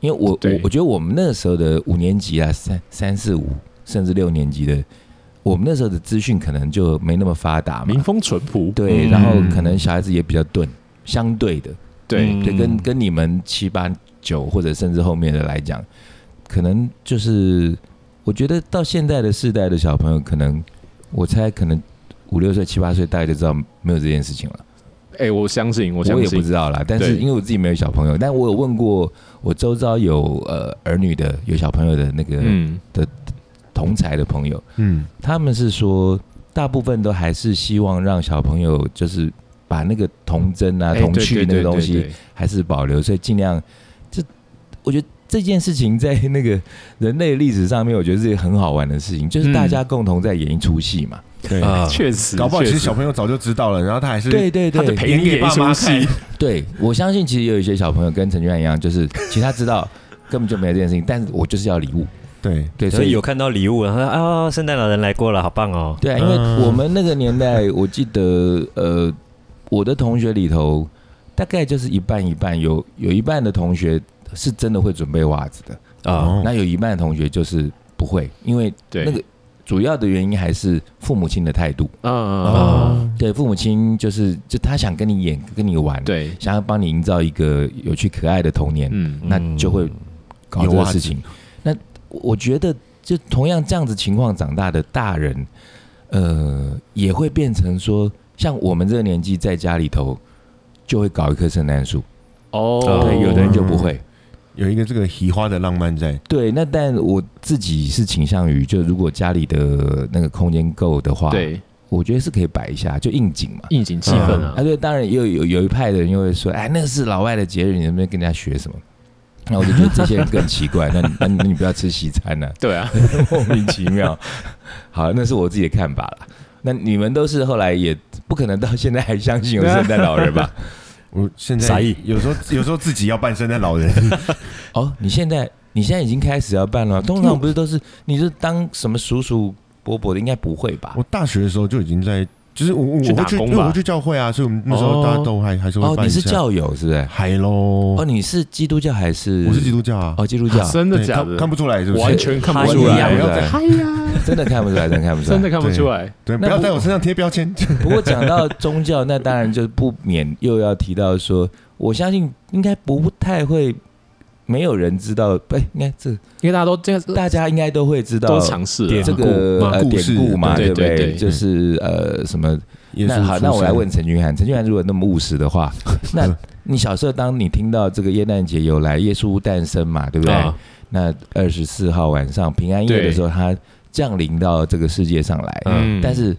[SPEAKER 4] 因为我我
[SPEAKER 2] 对
[SPEAKER 4] 我觉得我们那时候的五年级啊，三三四五甚至六年级的，我们那时候的资讯可能就没那么发达嘛
[SPEAKER 2] 民，风淳朴，
[SPEAKER 4] 对，
[SPEAKER 3] 嗯
[SPEAKER 4] 然后可能小孩子也比较钝，相对的，
[SPEAKER 2] 对
[SPEAKER 3] 嗯
[SPEAKER 4] 对，跟跟你们七八九或者甚至后面的来讲，可能就是我觉得到现在的世代的小朋友，可能我猜可能五六岁、七八岁大概就知道没有这件事情了。
[SPEAKER 2] 哎，我相信，我
[SPEAKER 4] 我
[SPEAKER 2] 相
[SPEAKER 4] 也不
[SPEAKER 2] 信，
[SPEAKER 4] 知道啦，但是
[SPEAKER 2] 对
[SPEAKER 4] 因为我自己没有小朋友，但我有问过我周遭有呃儿女的有小朋友的那个
[SPEAKER 2] 嗯，
[SPEAKER 4] 同才的朋友，
[SPEAKER 1] 嗯，
[SPEAKER 4] 他们是说大部分都还是希望让小朋友就是把那个童真啊、
[SPEAKER 2] 哎
[SPEAKER 4] 童
[SPEAKER 2] 对
[SPEAKER 4] 趣
[SPEAKER 2] 对
[SPEAKER 4] 那个
[SPEAKER 2] 对
[SPEAKER 4] 东
[SPEAKER 2] 对
[SPEAKER 4] 西。
[SPEAKER 2] 对
[SPEAKER 4] 还是保留，所以尽量这，我觉得这件事情在那个人类历史上面，我觉得是一个很好玩的事情，就是
[SPEAKER 1] 嗯
[SPEAKER 4] 大家共同在演一出戏嘛。
[SPEAKER 1] 对，
[SPEAKER 3] 啊
[SPEAKER 2] 确实，
[SPEAKER 1] 搞不好其
[SPEAKER 2] 确
[SPEAKER 1] 实
[SPEAKER 2] 实
[SPEAKER 1] 小朋友早就知道了，然后他还是
[SPEAKER 4] 对对
[SPEAKER 2] 他的
[SPEAKER 4] 对，
[SPEAKER 2] 陪你演一出戏，
[SPEAKER 4] 对我相信其实也有一些小朋友跟陈俊安一样，就是其实他知道根本就没有这件事情，但是我就是要礼物，
[SPEAKER 1] 对，
[SPEAKER 4] 对，
[SPEAKER 3] 所
[SPEAKER 4] 所
[SPEAKER 3] 以
[SPEAKER 4] 以
[SPEAKER 3] 有。看到礼物，然后啊，圣诞老人来过了，好棒哦。
[SPEAKER 4] 对啊，因
[SPEAKER 1] 嗯
[SPEAKER 4] 为我们那个年代，我记得，呃，我的同学里头，大概就是一半一半，有有一半的同学是真的会准备袜子的，
[SPEAKER 3] 啊，
[SPEAKER 1] 哦
[SPEAKER 4] 那有一半的同学就是不会，因为
[SPEAKER 2] 对
[SPEAKER 4] 那个主要的原因还是父母亲的态度。啊
[SPEAKER 2] 嗯嗯嗯
[SPEAKER 1] 哦，
[SPEAKER 4] 对，父母亲就是就他想跟你演，跟你玩，，
[SPEAKER 2] 对，
[SPEAKER 4] 想要帮你营造一个有趣可爱的童年，
[SPEAKER 2] 嗯，啊
[SPEAKER 4] 那就会搞这
[SPEAKER 1] 有
[SPEAKER 4] 个
[SPEAKER 1] 袜
[SPEAKER 4] 事
[SPEAKER 1] 子
[SPEAKER 4] 情。那我我觉得，就同样这样子情况长大的大人，呃，也会变成说，像我们这个年纪，在家里头就会搞一棵圣诞树，
[SPEAKER 2] 哦，
[SPEAKER 4] 对，有的人就不
[SPEAKER 1] 嗯
[SPEAKER 4] 会。
[SPEAKER 1] 有一个这个移花的浪漫在，
[SPEAKER 4] 对，那但我自己是倾向于，就如果家里的那个空间够的话，，
[SPEAKER 2] 对
[SPEAKER 4] 我觉得是可以摆一下，就应景嘛。
[SPEAKER 2] 应景气氛啊
[SPEAKER 4] 啊，，对，当然也有有有一派的人又会说，哎，那是老外的节日，你能不能跟人家学什么？那我就觉得这些人更奇怪， 那你那你那你不要吃西餐呢、
[SPEAKER 2] 对啊，
[SPEAKER 4] 莫名其妙。好，那是我自己的看法啦。那你们都是后来也不可能到现在还相信有圣诞老人 吧？
[SPEAKER 1] 我现
[SPEAKER 3] 啥
[SPEAKER 1] 在
[SPEAKER 3] 意
[SPEAKER 1] 有时候有时候自己要扮圣诞老人，
[SPEAKER 4] 哦，你现在你现在已经开始要办了，通常不是都是你是当什么叔叔伯伯的，应该不会吧？
[SPEAKER 1] 我大学的时候就已经在，就是我我我
[SPEAKER 2] 去
[SPEAKER 1] 会
[SPEAKER 2] 打
[SPEAKER 1] 去，
[SPEAKER 2] 工
[SPEAKER 1] 因
[SPEAKER 2] 吧
[SPEAKER 1] 为我会去教会啊，所以我们那时候
[SPEAKER 2] 哦
[SPEAKER 1] 大家都还还是会
[SPEAKER 4] 哦，
[SPEAKER 1] 办
[SPEAKER 4] 你
[SPEAKER 1] 一
[SPEAKER 4] 是
[SPEAKER 1] 下
[SPEAKER 4] 教友是不是？
[SPEAKER 1] 嗨喽
[SPEAKER 4] 哦，，你是基督教还是？
[SPEAKER 1] 我是基督教啊，
[SPEAKER 4] 哦，基督教，
[SPEAKER 2] 真的
[SPEAKER 1] 对
[SPEAKER 2] 假
[SPEAKER 1] 看
[SPEAKER 2] 的？
[SPEAKER 1] 看不出来是不是？
[SPEAKER 2] 完全看
[SPEAKER 3] 嗨
[SPEAKER 2] 不
[SPEAKER 4] 哎
[SPEAKER 2] 出
[SPEAKER 4] 呀
[SPEAKER 1] 不
[SPEAKER 2] 来，啊
[SPEAKER 1] 要再嗨呀，
[SPEAKER 4] 真的看不出来，真的看不出来，
[SPEAKER 2] 真的看不出来。
[SPEAKER 1] 对，不
[SPEAKER 4] 那
[SPEAKER 1] 要
[SPEAKER 4] 不
[SPEAKER 1] 在我身上贴标签，
[SPEAKER 4] 不过讲到宗教，那当然就不免又要提到说，我相信应该不太会，没有人知道，不，应该这
[SPEAKER 2] 因为大家都这样，
[SPEAKER 4] 大家应该都会知道
[SPEAKER 2] 呃都尝试了
[SPEAKER 3] 点
[SPEAKER 4] 这
[SPEAKER 1] 故
[SPEAKER 4] 个呃
[SPEAKER 1] 故
[SPEAKER 4] 典
[SPEAKER 1] 事
[SPEAKER 4] 故嘛，
[SPEAKER 2] 对
[SPEAKER 4] 不对？
[SPEAKER 2] 对对对
[SPEAKER 4] 就是呃什么？
[SPEAKER 1] 耶
[SPEAKER 4] 那
[SPEAKER 1] 稣
[SPEAKER 4] 好，
[SPEAKER 1] 出
[SPEAKER 4] 那我来
[SPEAKER 1] 生
[SPEAKER 4] 问陈俊涵，陈俊涵如果那么务实的话，那你小时候当你听到这个耶诞节有来，耶稣诞生嘛，对不对？
[SPEAKER 2] 啊
[SPEAKER 4] 那二十四号晚上平安夜的时候，他降临到这个世界上来，
[SPEAKER 3] 嗯
[SPEAKER 4] 但是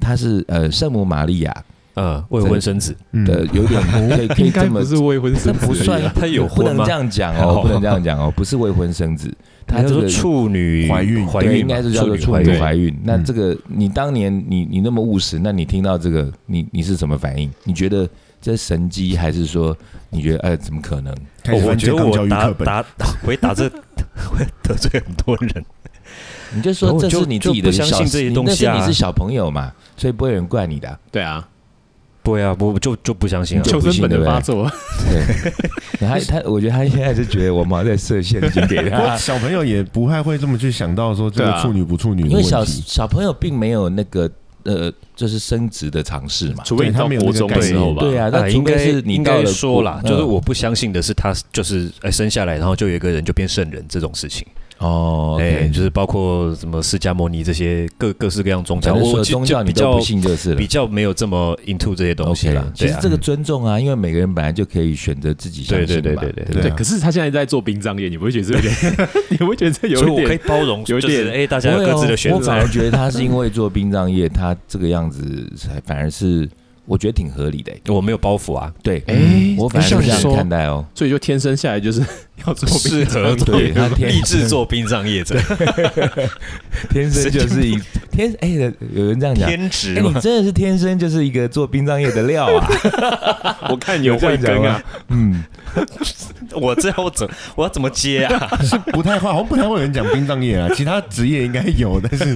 [SPEAKER 4] 他是呃圣母玛利亚
[SPEAKER 3] 嗯，未婚生子，
[SPEAKER 1] 嗯
[SPEAKER 4] 的，有 点可以可以
[SPEAKER 2] 应该
[SPEAKER 4] 这
[SPEAKER 2] 不
[SPEAKER 4] 么，
[SPEAKER 2] 是未婚
[SPEAKER 4] 这
[SPEAKER 2] 生子，
[SPEAKER 4] 不算
[SPEAKER 2] 啊，
[SPEAKER 3] 他有
[SPEAKER 4] 不
[SPEAKER 3] 婚
[SPEAKER 4] 能
[SPEAKER 3] 吗
[SPEAKER 4] 这？样讲哦，不能这样讲哦，不是未婚生子，他
[SPEAKER 3] 他
[SPEAKER 4] 这
[SPEAKER 3] 说
[SPEAKER 4] 个
[SPEAKER 3] 处女
[SPEAKER 1] 怀孕
[SPEAKER 3] 怀
[SPEAKER 4] 对
[SPEAKER 3] 孕
[SPEAKER 4] 应该是叫做处
[SPEAKER 3] 怀
[SPEAKER 4] 女
[SPEAKER 2] 孕
[SPEAKER 4] 怀孕。那
[SPEAKER 1] 嗯
[SPEAKER 4] 这个你当年你你那么务实，那你听到这个你你是什么反应？你觉得这是神机，还是说你觉得呃怎么可能？
[SPEAKER 1] 开始
[SPEAKER 3] 哦我
[SPEAKER 1] 翻
[SPEAKER 3] 觉
[SPEAKER 1] 健
[SPEAKER 3] 得
[SPEAKER 1] 康教
[SPEAKER 3] 我
[SPEAKER 1] 育
[SPEAKER 3] 答
[SPEAKER 1] 课本，
[SPEAKER 3] 答回答这 会得罪很多人。
[SPEAKER 4] 你就说
[SPEAKER 3] 我
[SPEAKER 4] 这
[SPEAKER 3] 就是
[SPEAKER 4] 你自己的
[SPEAKER 3] 就不
[SPEAKER 4] 小，
[SPEAKER 3] 相信这些
[SPEAKER 4] 你
[SPEAKER 3] 东西啊
[SPEAKER 4] 那是你是小朋友嘛，所以不会有人怪你的啊。
[SPEAKER 2] 对啊，
[SPEAKER 3] 对啊，我我就就不相信啊。
[SPEAKER 4] 就
[SPEAKER 2] 求生本能发作，
[SPEAKER 4] 对，他他，我觉得他现在是觉得我们好像在设陷阱给
[SPEAKER 1] 不过，
[SPEAKER 4] 他
[SPEAKER 1] 小朋友也不太会这么去想到说这
[SPEAKER 2] 对
[SPEAKER 1] 个
[SPEAKER 2] 啊
[SPEAKER 1] 处女不处女的
[SPEAKER 4] 因为
[SPEAKER 1] 问
[SPEAKER 4] 小
[SPEAKER 1] 题，
[SPEAKER 4] 小朋友并没有那个呃，就是升职的尝试嘛。
[SPEAKER 2] 除非
[SPEAKER 1] 对
[SPEAKER 2] 你
[SPEAKER 1] 他
[SPEAKER 2] 到
[SPEAKER 1] 没有那
[SPEAKER 2] 国
[SPEAKER 1] 个
[SPEAKER 2] 中
[SPEAKER 1] 概
[SPEAKER 2] 的时
[SPEAKER 1] 念
[SPEAKER 2] 候吧。
[SPEAKER 4] 对啊，那
[SPEAKER 3] 呃
[SPEAKER 4] 除
[SPEAKER 3] 应
[SPEAKER 4] 非
[SPEAKER 3] 该
[SPEAKER 4] 是你
[SPEAKER 3] 应
[SPEAKER 4] 到
[SPEAKER 3] 该
[SPEAKER 4] 了
[SPEAKER 3] 说啦，
[SPEAKER 4] 国
[SPEAKER 3] 就是
[SPEAKER 4] 嗯
[SPEAKER 3] 我不相信的是他就是哎生下来，然后就有一个人就变圣人这种事情。
[SPEAKER 4] 哦，
[SPEAKER 3] 哎，
[SPEAKER 4] 对，
[SPEAKER 3] 就是包括什么释迦牟尼这些各各式各样宗教，
[SPEAKER 4] 反正所
[SPEAKER 3] 我
[SPEAKER 4] 有
[SPEAKER 3] 就
[SPEAKER 4] 宗
[SPEAKER 3] 就
[SPEAKER 4] 教你
[SPEAKER 3] 比
[SPEAKER 4] 都
[SPEAKER 3] 较
[SPEAKER 4] 不信就是了
[SPEAKER 3] 比。较没有这么 into 这些东西
[SPEAKER 4] OK
[SPEAKER 3] 啦
[SPEAKER 4] 啦，。其
[SPEAKER 3] 对
[SPEAKER 4] 实
[SPEAKER 3] 啊，
[SPEAKER 4] 这个尊重啊，因为每个人本来就可以选择自己相
[SPEAKER 3] 对
[SPEAKER 4] 信
[SPEAKER 3] 对
[SPEAKER 4] 嘛。
[SPEAKER 3] 对对对
[SPEAKER 1] 对
[SPEAKER 2] 对，
[SPEAKER 1] 啊
[SPEAKER 2] 可是他现在在做殡葬业，你不会觉得这有点，你不会觉得这有
[SPEAKER 3] 所
[SPEAKER 2] 一
[SPEAKER 3] 以我可以
[SPEAKER 2] 点
[SPEAKER 3] 包容，
[SPEAKER 2] 有
[SPEAKER 3] 就
[SPEAKER 2] 一
[SPEAKER 3] 是
[SPEAKER 2] 点
[SPEAKER 3] 哎大
[SPEAKER 4] 大
[SPEAKER 3] 家有各自的选
[SPEAKER 4] 我反而
[SPEAKER 3] 择。
[SPEAKER 4] 觉得他是因为做殡葬业，他这个样子才反而是我觉得挺合理的欸。
[SPEAKER 3] 我没有包袱啊，
[SPEAKER 4] 对，嗯
[SPEAKER 2] 哎
[SPEAKER 4] 我反而是这
[SPEAKER 2] 像你
[SPEAKER 4] 样
[SPEAKER 2] 说
[SPEAKER 4] 看待哦。
[SPEAKER 2] 所以就天生下来就是要做
[SPEAKER 3] 适
[SPEAKER 2] 殡葬
[SPEAKER 3] 合做
[SPEAKER 4] 对他天
[SPEAKER 3] 立志做殡葬业者，
[SPEAKER 4] 天生就是一天哎，有人这样讲，
[SPEAKER 3] 天职
[SPEAKER 4] 哎，你
[SPEAKER 3] 嘛。
[SPEAKER 4] 真的是天生就是一个做殡葬业的料啊！
[SPEAKER 2] 我看有慧
[SPEAKER 4] 有这
[SPEAKER 2] 根
[SPEAKER 4] 样讲吗
[SPEAKER 2] 啊，
[SPEAKER 4] 嗯，
[SPEAKER 3] 我这要怎我要怎么接啊？
[SPEAKER 1] 不太会，好像不太会有人讲殡葬业啊，其他职业应该有，但是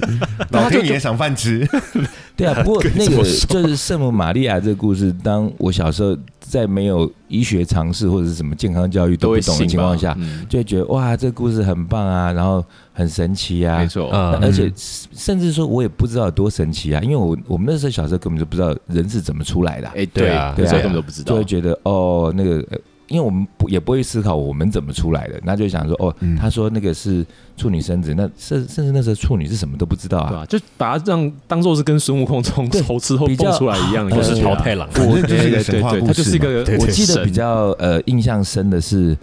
[SPEAKER 1] 老天爷赏饭吃，
[SPEAKER 4] 对 啊。不过那
[SPEAKER 3] 这
[SPEAKER 4] 个
[SPEAKER 3] 么说
[SPEAKER 4] 就是圣母玛利亚这个故事，当我小时候在没有医学常识或者是什么健康教育都
[SPEAKER 2] 都
[SPEAKER 4] 不
[SPEAKER 2] 会
[SPEAKER 4] 懂
[SPEAKER 2] 信
[SPEAKER 4] 的情
[SPEAKER 2] 吧
[SPEAKER 4] 况下，
[SPEAKER 2] 嗯
[SPEAKER 4] 就会觉得哇，这个故事很棒啊，然后很神奇啊
[SPEAKER 2] 没。错，
[SPEAKER 4] 那
[SPEAKER 3] 嗯
[SPEAKER 4] 而且甚至说，我也不知道有多神奇啊，因为我我们那时候小时候根本就不知道人是怎么出来的啊、
[SPEAKER 2] 哎，
[SPEAKER 3] 对
[SPEAKER 2] 对
[SPEAKER 3] 啊
[SPEAKER 2] 那时
[SPEAKER 4] 对
[SPEAKER 2] 候
[SPEAKER 4] 啊
[SPEAKER 2] 根本都不知
[SPEAKER 4] 就
[SPEAKER 2] 道
[SPEAKER 4] 会，觉得哦，那个，呃因为我们不也不会思考我们怎么出来的，那就想说哦，
[SPEAKER 1] 嗯
[SPEAKER 4] 他说那个是处女生子，那甚甚至那时候处女是什么都不知道
[SPEAKER 2] 对
[SPEAKER 4] 啊，
[SPEAKER 2] 吧？就把它让当做是跟孙悟空从
[SPEAKER 4] 对
[SPEAKER 2] 猴子后
[SPEAKER 4] 比较
[SPEAKER 2] 蹦出来一样，
[SPEAKER 4] 呃
[SPEAKER 3] 我是
[SPEAKER 2] 淘
[SPEAKER 3] 淘
[SPEAKER 2] 汰。
[SPEAKER 3] 汰郎，
[SPEAKER 1] 反正就是一个
[SPEAKER 2] 对
[SPEAKER 1] 神话
[SPEAKER 2] 对对啊
[SPEAKER 1] 故
[SPEAKER 2] 它
[SPEAKER 1] 事，
[SPEAKER 2] 就是一个
[SPEAKER 3] 对对
[SPEAKER 4] 我记得
[SPEAKER 2] 神
[SPEAKER 4] 比较呃印象深的是，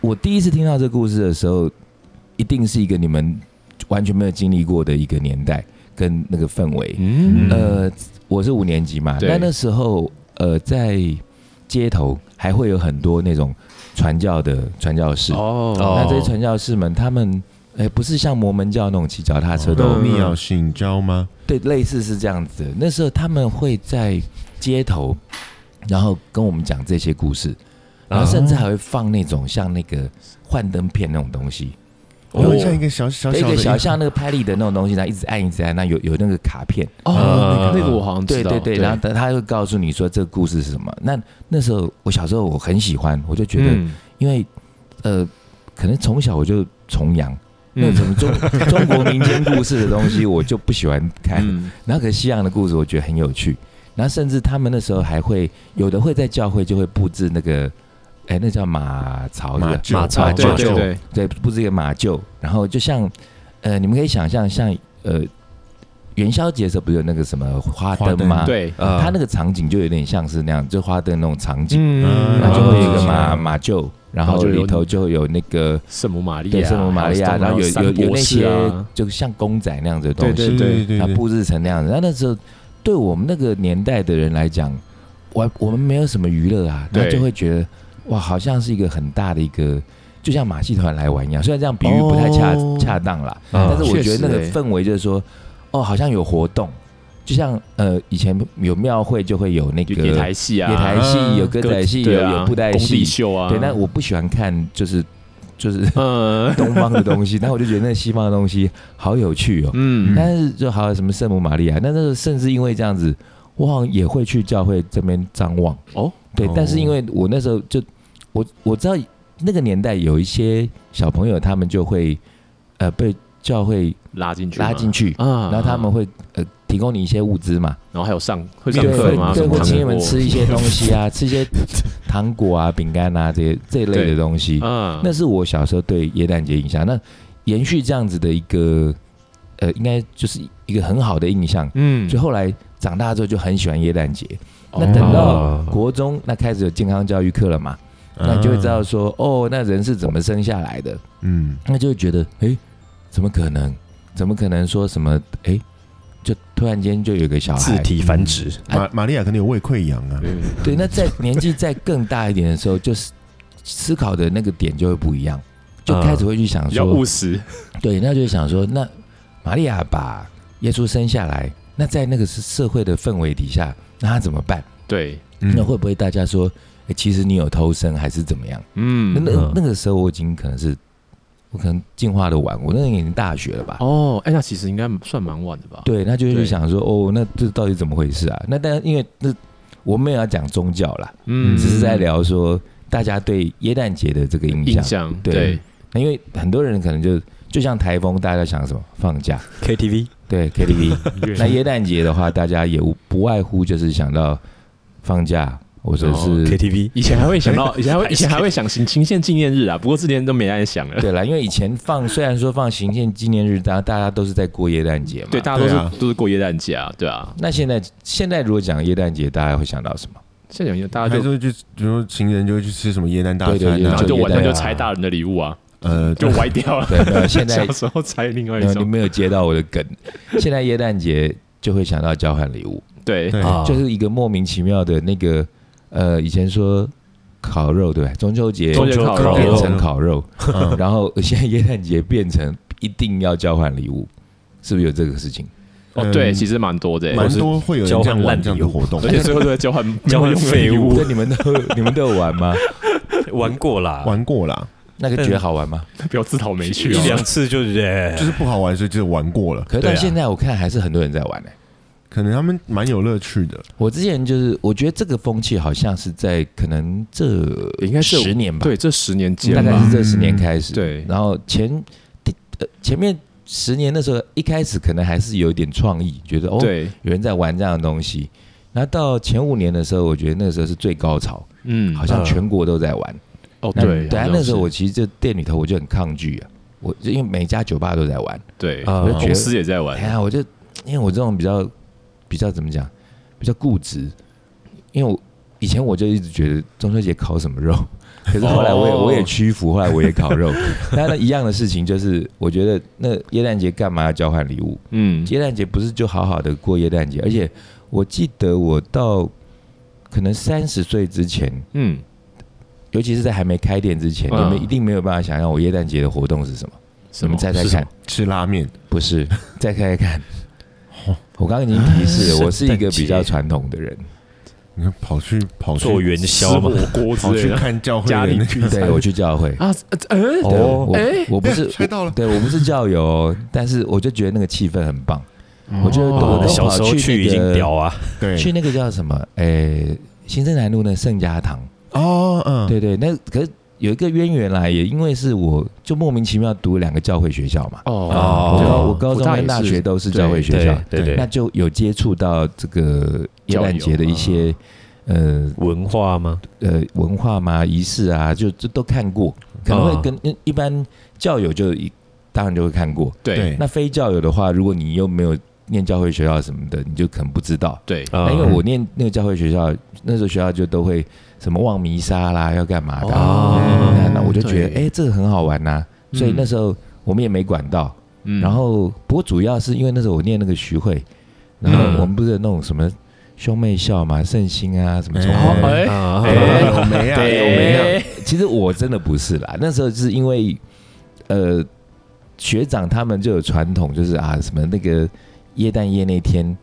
[SPEAKER 4] 我第一次听到这故事的时候，一定是一个你们完全没有经历过的一个年代跟那个氛围。
[SPEAKER 2] 嗯
[SPEAKER 4] 呃，我是五年级嘛，
[SPEAKER 2] 对
[SPEAKER 4] 那那时候呃在街头还会有很多那种传教的传教士，
[SPEAKER 2] 哦
[SPEAKER 4] 那这些传教士们他们。哎，不是像摩门教那种骑脚踏车的，
[SPEAKER 2] 嗯
[SPEAKER 1] 你要信教吗？
[SPEAKER 4] 对，类似是这样子的。那时候他们会在街头，然后跟我们讲这些故事，
[SPEAKER 2] 啊
[SPEAKER 4] 然后甚至还会放那种像那个幻灯片那种东西，
[SPEAKER 1] 我们哦像一个小小
[SPEAKER 4] 对一
[SPEAKER 1] 小
[SPEAKER 4] 个
[SPEAKER 1] 的
[SPEAKER 4] 小像那个拍立得那种东西，然后一直按一直按，那有有那个卡片，
[SPEAKER 2] 哦，那
[SPEAKER 3] 呃
[SPEAKER 2] 个那个我好像
[SPEAKER 4] 对
[SPEAKER 2] 知道，
[SPEAKER 4] 对对，然后他他会告诉你说这个故事是什么。那那时候我小时候我很喜欢，我就觉得，
[SPEAKER 2] 嗯
[SPEAKER 4] 因为呃，可能从小我就崇洋。那
[SPEAKER 2] 嗯
[SPEAKER 4] 什么中中 国民间故事的东西，我就不喜欢看。
[SPEAKER 2] 嗯
[SPEAKER 4] 然后可是西洋的故事我觉得很有趣，然后甚至他们那时候还会有的会在教会就会布置那个，哎，那叫马槽
[SPEAKER 1] 马
[SPEAKER 4] 的，
[SPEAKER 1] 厩
[SPEAKER 3] 马槽
[SPEAKER 2] 啊，对
[SPEAKER 3] 马
[SPEAKER 2] 对
[SPEAKER 3] 厩
[SPEAKER 2] 对，
[SPEAKER 4] 对，布置一个马厩，然后就像呃，你们可以想象像呃元宵节的时候不是有那个什么花
[SPEAKER 1] 花
[SPEAKER 4] 灯
[SPEAKER 1] 灯
[SPEAKER 4] 吗？，
[SPEAKER 2] 对，
[SPEAKER 3] 呃
[SPEAKER 4] 它那个场景就有点像是那样，就花灯那种场景，
[SPEAKER 1] 嗯
[SPEAKER 4] 那就会有一个
[SPEAKER 1] 哦
[SPEAKER 4] 马马厩，然后
[SPEAKER 2] 就有
[SPEAKER 4] 里头就会有那个。
[SPEAKER 2] 圣母玛利
[SPEAKER 4] 对，
[SPEAKER 2] 亚，
[SPEAKER 4] 圣母玛利亚，然后有有有那些就像公仔那样子的东西，
[SPEAKER 2] 对对
[SPEAKER 1] 对
[SPEAKER 4] 它
[SPEAKER 1] 对，
[SPEAKER 4] 布置成那样子。那那时候对我们那个年代的人来讲，我我们没有什么娱乐啊，
[SPEAKER 2] 对
[SPEAKER 4] 那就会觉得哇，好像是一个很大的一个，就像马戏团来玩一样。虽然这样比喻不太恰、
[SPEAKER 1] 哦
[SPEAKER 4] 恰当啦，
[SPEAKER 3] 嗯
[SPEAKER 4] 但是我觉
[SPEAKER 2] 确实
[SPEAKER 4] 得那个
[SPEAKER 2] 欸
[SPEAKER 4] 氛围就是说，哦，好像有活动，就像呃以前有庙会就会有那个
[SPEAKER 2] 有野台戏啊，
[SPEAKER 4] 野台戏，
[SPEAKER 1] 啊
[SPEAKER 4] 有歌仔戏，有
[SPEAKER 2] 对啊
[SPEAKER 4] 有布袋
[SPEAKER 2] 工地
[SPEAKER 4] 戏。
[SPEAKER 2] 秀啊，
[SPEAKER 4] 对，那我不喜欢看，就是就是
[SPEAKER 2] 嗯
[SPEAKER 4] 东方的东西，然后我就觉得那西方的东西好有趣哦。
[SPEAKER 2] 嗯
[SPEAKER 4] 但是就还有什么圣母玛利亚，那那时候甚至因为这样子，我好像也会去教会这边张望。
[SPEAKER 2] 哦，
[SPEAKER 4] 对，
[SPEAKER 1] 哦
[SPEAKER 4] 但是因为我那时候就我我知道那个年代有一些小朋友，他们就会呃被教会
[SPEAKER 2] 拉进去吗，
[SPEAKER 4] 拉进去，
[SPEAKER 2] 啊，
[SPEAKER 4] 然后他们会呃提供你一些物资嘛，
[SPEAKER 2] 然后还有上会
[SPEAKER 4] 对
[SPEAKER 2] 上课吗？
[SPEAKER 4] 对，
[SPEAKER 2] 什么
[SPEAKER 4] 会
[SPEAKER 2] 糖
[SPEAKER 4] 请你们
[SPEAKER 2] 果
[SPEAKER 4] 吃一些东西啊，吃一些糖果啊、饼干啊这些这一类的
[SPEAKER 2] 对
[SPEAKER 4] 东西。
[SPEAKER 2] 啊，
[SPEAKER 4] 那是我小时候对耶诞节印象。那延续这样子的一个，呃，应该就是一个很好的印象。
[SPEAKER 2] 嗯
[SPEAKER 4] 就后来长大之后就很喜欢耶诞节。那
[SPEAKER 2] 哦
[SPEAKER 4] 等到国中，那开始有健康教育课了嘛，
[SPEAKER 2] 嗯
[SPEAKER 4] 那你就会知道
[SPEAKER 1] 啊，
[SPEAKER 4] 说，哦，那人是怎么生下来的？
[SPEAKER 1] 嗯，
[SPEAKER 4] 那就会觉得，诶，怎么可能？怎么可能说什么？诶，就突然间就有个小
[SPEAKER 3] 自
[SPEAKER 4] 孩。
[SPEAKER 3] 体繁殖，
[SPEAKER 1] 玛玛利亚可能有胃溃疡啊，
[SPEAKER 2] 嗯
[SPEAKER 4] 对，那在年纪再更大一点的时候，就是思考的那个点就会不一样，就开始会去想
[SPEAKER 2] 比
[SPEAKER 4] 说，
[SPEAKER 2] 较务实，
[SPEAKER 4] 对，那就想说，那玛利亚把耶稣生下来，那在那个是社会的氛围底下，那他怎么办？
[SPEAKER 2] 对，
[SPEAKER 1] 嗯
[SPEAKER 4] 那会不会大家说，诶其实你有偷生还是怎么样？
[SPEAKER 2] 嗯
[SPEAKER 4] 那那
[SPEAKER 3] 嗯
[SPEAKER 4] 那个时候我已经可能是，我可能进化的晚，我那已经大学了吧？
[SPEAKER 2] 哦，哎，那其实应该算蛮晚的吧？
[SPEAKER 4] 对，那就会去
[SPEAKER 2] 对
[SPEAKER 4] 想说，哦，那这到底怎么回事啊？那但因为那我们也要讲宗教啦，
[SPEAKER 2] 嗯
[SPEAKER 4] 只是在聊说大家对耶诞节的这个印
[SPEAKER 2] 印
[SPEAKER 4] 象。
[SPEAKER 2] 象，
[SPEAKER 4] 对
[SPEAKER 2] 对，
[SPEAKER 4] 那因为很多人可能就就像台风，大家想什么放假，
[SPEAKER 3] KTV
[SPEAKER 4] 对 KTV。
[SPEAKER 2] 音乐
[SPEAKER 4] 那耶诞节的话，大家也无不外乎就是想到放假，或者
[SPEAKER 3] 嗯哦
[SPEAKER 4] 是
[SPEAKER 3] KTV
[SPEAKER 2] 以前还会想到，以前还 会以前还会想行行宪纪念日啊，不过这年都没爱想了。
[SPEAKER 4] 对啊啦，因为以前放虽然说放行宪纪念日，大家大家都是在过耶诞节嘛。
[SPEAKER 2] 对，大家都
[SPEAKER 1] 对啊
[SPEAKER 2] 是都是过耶诞节啊，对啊。
[SPEAKER 4] 那现在现在如果讲耶诞节，大家会想到什么？
[SPEAKER 2] 现在有大家
[SPEAKER 1] 还
[SPEAKER 2] 就
[SPEAKER 1] 啊就就比如说情人就会去吃什么椰蛋大
[SPEAKER 4] 对
[SPEAKER 1] 餐
[SPEAKER 4] 对
[SPEAKER 2] 然后
[SPEAKER 1] 啊，
[SPEAKER 2] 就
[SPEAKER 4] 就
[SPEAKER 2] 晚上
[SPEAKER 4] 耶诞啊嗯
[SPEAKER 2] 就拆大人的礼物啊，
[SPEAKER 1] 呃，
[SPEAKER 2] 就歪掉了。
[SPEAKER 4] 对，没有现在
[SPEAKER 2] 小时候拆另外
[SPEAKER 4] 没有
[SPEAKER 2] 一
[SPEAKER 4] 你
[SPEAKER 2] 种，
[SPEAKER 4] 没有接到我的梗。现在耶诞节就会想到交换礼物，
[SPEAKER 2] 对
[SPEAKER 1] 对
[SPEAKER 3] 啊，
[SPEAKER 4] 就是一个莫名其妙的那个呃，以前说烤肉对吧？中秋节
[SPEAKER 2] 中秋烤肉
[SPEAKER 4] 变成烤肉，
[SPEAKER 1] 嗯
[SPEAKER 4] 然后现在耶诞节变成一定要交换礼物，是不是有这个事情？嗯
[SPEAKER 2] 哦，对，其实蛮多的欸，
[SPEAKER 1] 蛮多会有人这样玩这样的活动
[SPEAKER 2] 而，且最后都在交 换
[SPEAKER 3] 交换
[SPEAKER 2] 没有用的礼
[SPEAKER 3] 废物
[SPEAKER 2] 物，
[SPEAKER 4] 那你们都你们都有玩 吗？
[SPEAKER 3] 玩过啦，
[SPEAKER 1] 玩过啦，
[SPEAKER 4] 那个觉得好玩吗？
[SPEAKER 2] 不要自讨没趣
[SPEAKER 3] 一
[SPEAKER 2] 哦。
[SPEAKER 3] 两次就哎
[SPEAKER 1] 就是不好玩，所以就玩过了。
[SPEAKER 4] 可是
[SPEAKER 3] 对
[SPEAKER 4] 到
[SPEAKER 3] 啊
[SPEAKER 4] 现在我看还是很多人在
[SPEAKER 2] 啊
[SPEAKER 4] 玩呢、欸
[SPEAKER 1] 可能他们蛮有乐趣的，
[SPEAKER 4] 我之前就是我觉得这个风气好像是在可能这
[SPEAKER 2] 应该是
[SPEAKER 4] 十年吧，
[SPEAKER 2] 对，这十年间
[SPEAKER 4] 大概
[SPEAKER 2] 吧嗯
[SPEAKER 4] 是，这十年开始。
[SPEAKER 2] 对
[SPEAKER 4] 然后前第呃前面十年的时候，一开始可能还是有一点创意，觉得哦
[SPEAKER 2] 对，
[SPEAKER 4] 有人在玩这样的东西。然后到前五年的时候，我觉得那个时候是最高潮，
[SPEAKER 2] 嗯，
[SPEAKER 4] 好像
[SPEAKER 3] 嗯
[SPEAKER 4] 全国都在玩。
[SPEAKER 2] 哦，
[SPEAKER 4] 那
[SPEAKER 2] 对，
[SPEAKER 4] 对啊
[SPEAKER 2] 好，像
[SPEAKER 4] 那时候
[SPEAKER 2] 是
[SPEAKER 4] 我其实就店里头我就很抗拒啊，我就因为每家酒吧都在玩，
[SPEAKER 2] 对，
[SPEAKER 3] 啊
[SPEAKER 4] 我就觉
[SPEAKER 2] 公
[SPEAKER 4] 得
[SPEAKER 2] 司也在玩
[SPEAKER 4] 哎，呀，我就因为我这种比较比较怎么讲，比较固执，因为我以前我就一直觉得中秋节烤什么肉， 可是后来我也、
[SPEAKER 2] 哦
[SPEAKER 4] 我也屈服，后来我也烤 肉。但那一样的事情就是，我觉得那耶诞节干嘛要交换礼物？
[SPEAKER 2] 嗯，
[SPEAKER 4] 耶诞节不是就好好的过耶诞节？而且我记得我到可能三十岁之前，
[SPEAKER 2] 嗯，
[SPEAKER 4] 尤其是在还没开店之前，
[SPEAKER 2] 嗯
[SPEAKER 4] 你们一定没有办法想象我耶诞节的活动是什么。
[SPEAKER 2] 什
[SPEAKER 4] 你
[SPEAKER 2] 么
[SPEAKER 4] 们猜猜
[SPEAKER 1] 是什
[SPEAKER 4] 看
[SPEAKER 1] 么？吃拉面，
[SPEAKER 4] 不是， 再看一看。
[SPEAKER 2] 哦
[SPEAKER 4] 我刚刚已经提示 了，我是一个比较传统的人，
[SPEAKER 1] 你看跑去跑去
[SPEAKER 3] 做元宵嘛
[SPEAKER 2] 吃，火锅之
[SPEAKER 1] 跑
[SPEAKER 2] 类
[SPEAKER 1] 去
[SPEAKER 2] 的
[SPEAKER 1] 看教会
[SPEAKER 2] 家
[SPEAKER 1] 的
[SPEAKER 2] 里
[SPEAKER 1] 那
[SPEAKER 2] 聚
[SPEAKER 1] 个
[SPEAKER 2] 餐
[SPEAKER 4] 对我去教会。
[SPEAKER 2] 啊，呃，
[SPEAKER 4] 对
[SPEAKER 3] 哦
[SPEAKER 4] 我
[SPEAKER 2] 哎
[SPEAKER 4] 我不是
[SPEAKER 1] 猜 到了
[SPEAKER 4] 对我不是教友哦，但是我就觉得那个气氛很棒。
[SPEAKER 2] 呃
[SPEAKER 4] 我觉得
[SPEAKER 3] 我
[SPEAKER 4] 我
[SPEAKER 3] 的
[SPEAKER 4] 都
[SPEAKER 3] 小时候
[SPEAKER 4] 跑
[SPEAKER 3] 去
[SPEAKER 4] 去
[SPEAKER 3] 已
[SPEAKER 4] 那
[SPEAKER 3] 经
[SPEAKER 4] 个
[SPEAKER 3] 屌啊，
[SPEAKER 1] 对
[SPEAKER 4] 去那个叫什么？诶，新生南路那盛家堂。
[SPEAKER 1] 哦嗯
[SPEAKER 4] 对对，那可是有一个渊源啦，也因为是我就莫名其妙读两个教会学校嘛。
[SPEAKER 2] 哦，
[SPEAKER 4] 我高
[SPEAKER 3] 哦
[SPEAKER 4] 我高中
[SPEAKER 2] 大也
[SPEAKER 4] 跟大
[SPEAKER 2] 是
[SPEAKER 4] 学都是教会学
[SPEAKER 3] 对
[SPEAKER 4] 校，
[SPEAKER 3] 对
[SPEAKER 1] 对
[SPEAKER 4] 那
[SPEAKER 3] 对，
[SPEAKER 4] 就有接触到这个耶
[SPEAKER 2] 教
[SPEAKER 4] 诞
[SPEAKER 2] 友啊
[SPEAKER 4] 节的一些呃
[SPEAKER 3] 文化吗？
[SPEAKER 4] 呃文化嘛、仪式啊，就这都看过，可能
[SPEAKER 2] 嗯
[SPEAKER 4] 会跟、一般教友就一当然就会看过。
[SPEAKER 2] 对
[SPEAKER 1] 对
[SPEAKER 4] 那非教友的话，如果你又没有念教会学校什么的，你就可能不知道。
[SPEAKER 2] 对，
[SPEAKER 4] 哎那
[SPEAKER 3] 啊
[SPEAKER 4] 因为我念那个教会学校，那时候学校就都会什么望弥撒啦，要干嘛的啊、
[SPEAKER 1] 哦
[SPEAKER 4] 那那我就觉得，哎、
[SPEAKER 2] 对
[SPEAKER 4] 这个很好玩呐、所以
[SPEAKER 2] 嗯
[SPEAKER 4] 那时候我们也没管到，
[SPEAKER 2] 嗯
[SPEAKER 4] 然后不过主要是因为那时候我念那个徐汇，
[SPEAKER 2] 嗯
[SPEAKER 4] 然后我们不是有那种什么兄妹校嘛，圣心啊什么崇
[SPEAKER 2] 哦哎
[SPEAKER 4] 拜，
[SPEAKER 3] 啊
[SPEAKER 2] 哎
[SPEAKER 1] 有没啊有没啊，
[SPEAKER 2] 对，
[SPEAKER 4] 其实我真的不是啦，那时候是因为呃学长他们就有传统，就是啊什么那个耶诞夜那天。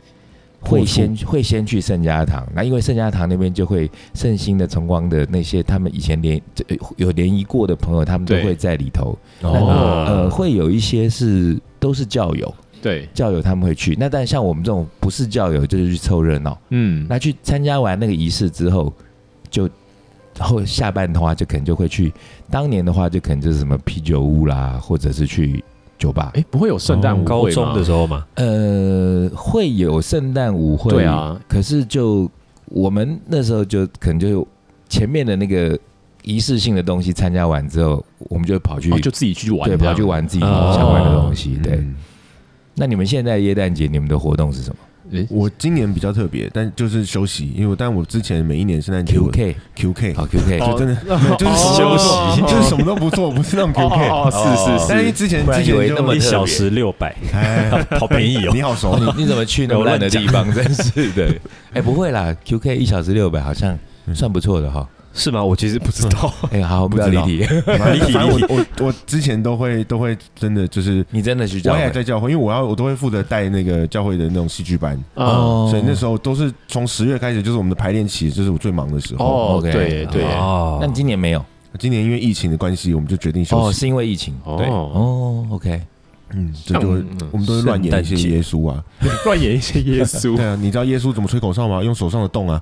[SPEAKER 4] 会先会先去圣家堂，那因为圣家堂那边就会圣心的、崇光的那些，他们以前联就呃有联谊过的朋友，他们都
[SPEAKER 2] 对
[SPEAKER 4] 会在里头。那
[SPEAKER 2] 哦
[SPEAKER 4] 呃，会有一些是都是教友，
[SPEAKER 2] 对，
[SPEAKER 4] 教友他们会去。那但像我们这种不是教友，就是去凑热闹。
[SPEAKER 2] 嗯，
[SPEAKER 4] 那去参加完那个仪式之后，就然后下半的话，就可能就会去当年的话，就可能就是什么啤酒屋啦，或者是去酒吧。
[SPEAKER 2] 哎，不会有圣诞舞会吗
[SPEAKER 3] 高中的时候嘛，
[SPEAKER 4] 呃，会有圣诞舞会，
[SPEAKER 2] 对。啊，
[SPEAKER 4] 可是就我们那时候就可能就前面的那个仪式性的东西参加完之后，我们就跑去、
[SPEAKER 2] 哦就自己去玩
[SPEAKER 4] 对
[SPEAKER 2] 这样，
[SPEAKER 4] 跑去玩自己
[SPEAKER 3] 哦
[SPEAKER 4] 想玩的东西。
[SPEAKER 1] 嗯
[SPEAKER 4] 对，那你们现在耶诞节你们的活动是什么
[SPEAKER 2] 诶，
[SPEAKER 1] 我今年比较特别，但就是休息，因为我但我之前每一年圣诞节我
[SPEAKER 4] ？QK
[SPEAKER 1] QK
[SPEAKER 4] 好 QK，
[SPEAKER 1] 就真的
[SPEAKER 2] 哦
[SPEAKER 1] 就是什么都做
[SPEAKER 2] 哦
[SPEAKER 1] 就是什么都不做，不是那种
[SPEAKER 2] 哦
[SPEAKER 1] QK。
[SPEAKER 2] 哦哦，是是
[SPEAKER 1] 但是
[SPEAKER 2] 是，
[SPEAKER 1] 之前
[SPEAKER 4] 不然
[SPEAKER 1] 之
[SPEAKER 4] 以为
[SPEAKER 1] 前
[SPEAKER 4] 那么
[SPEAKER 1] 就
[SPEAKER 3] 一 小时六百，
[SPEAKER 1] 哎，
[SPEAKER 3] 好便 宜哦。
[SPEAKER 1] 你好熟，
[SPEAKER 4] 哦，你你怎么去那么烂的地方？真是的。哎、不会啦，QK 一小时六百，好像
[SPEAKER 1] 嗯
[SPEAKER 4] 算不错的哈。
[SPEAKER 3] 是吗？我其实不知道，啊
[SPEAKER 4] 哎、好，我们不要离题。
[SPEAKER 1] 反
[SPEAKER 3] 理
[SPEAKER 1] 正反正我我我之前都会都会真的就是，
[SPEAKER 4] 你真的去教
[SPEAKER 1] 我
[SPEAKER 4] 会
[SPEAKER 1] 也在教会，因为我要我都会负责带那个教会的那种戏剧班，
[SPEAKER 2] 哦
[SPEAKER 1] 所以那时候都是从十月开始，就是我们的排练期，就是我最忙的时候。
[SPEAKER 2] 哦，
[SPEAKER 4] OK
[SPEAKER 2] 对对，
[SPEAKER 3] 哦
[SPEAKER 4] 那你今年没有？
[SPEAKER 1] 今年因为疫情的关系，我们就决定休
[SPEAKER 4] 哦，
[SPEAKER 1] 息。
[SPEAKER 4] 是因为疫情。
[SPEAKER 2] 哦，
[SPEAKER 4] 哦，OK，
[SPEAKER 1] 嗯，这就
[SPEAKER 2] 像嗯
[SPEAKER 1] 我们都会乱演一些
[SPEAKER 3] 圣诞节
[SPEAKER 1] 耶稣啊，
[SPEAKER 2] 乱演一些耶稣
[SPEAKER 1] 对，啊，你知道耶稣怎么吹口哨吗？用手上的洞啊，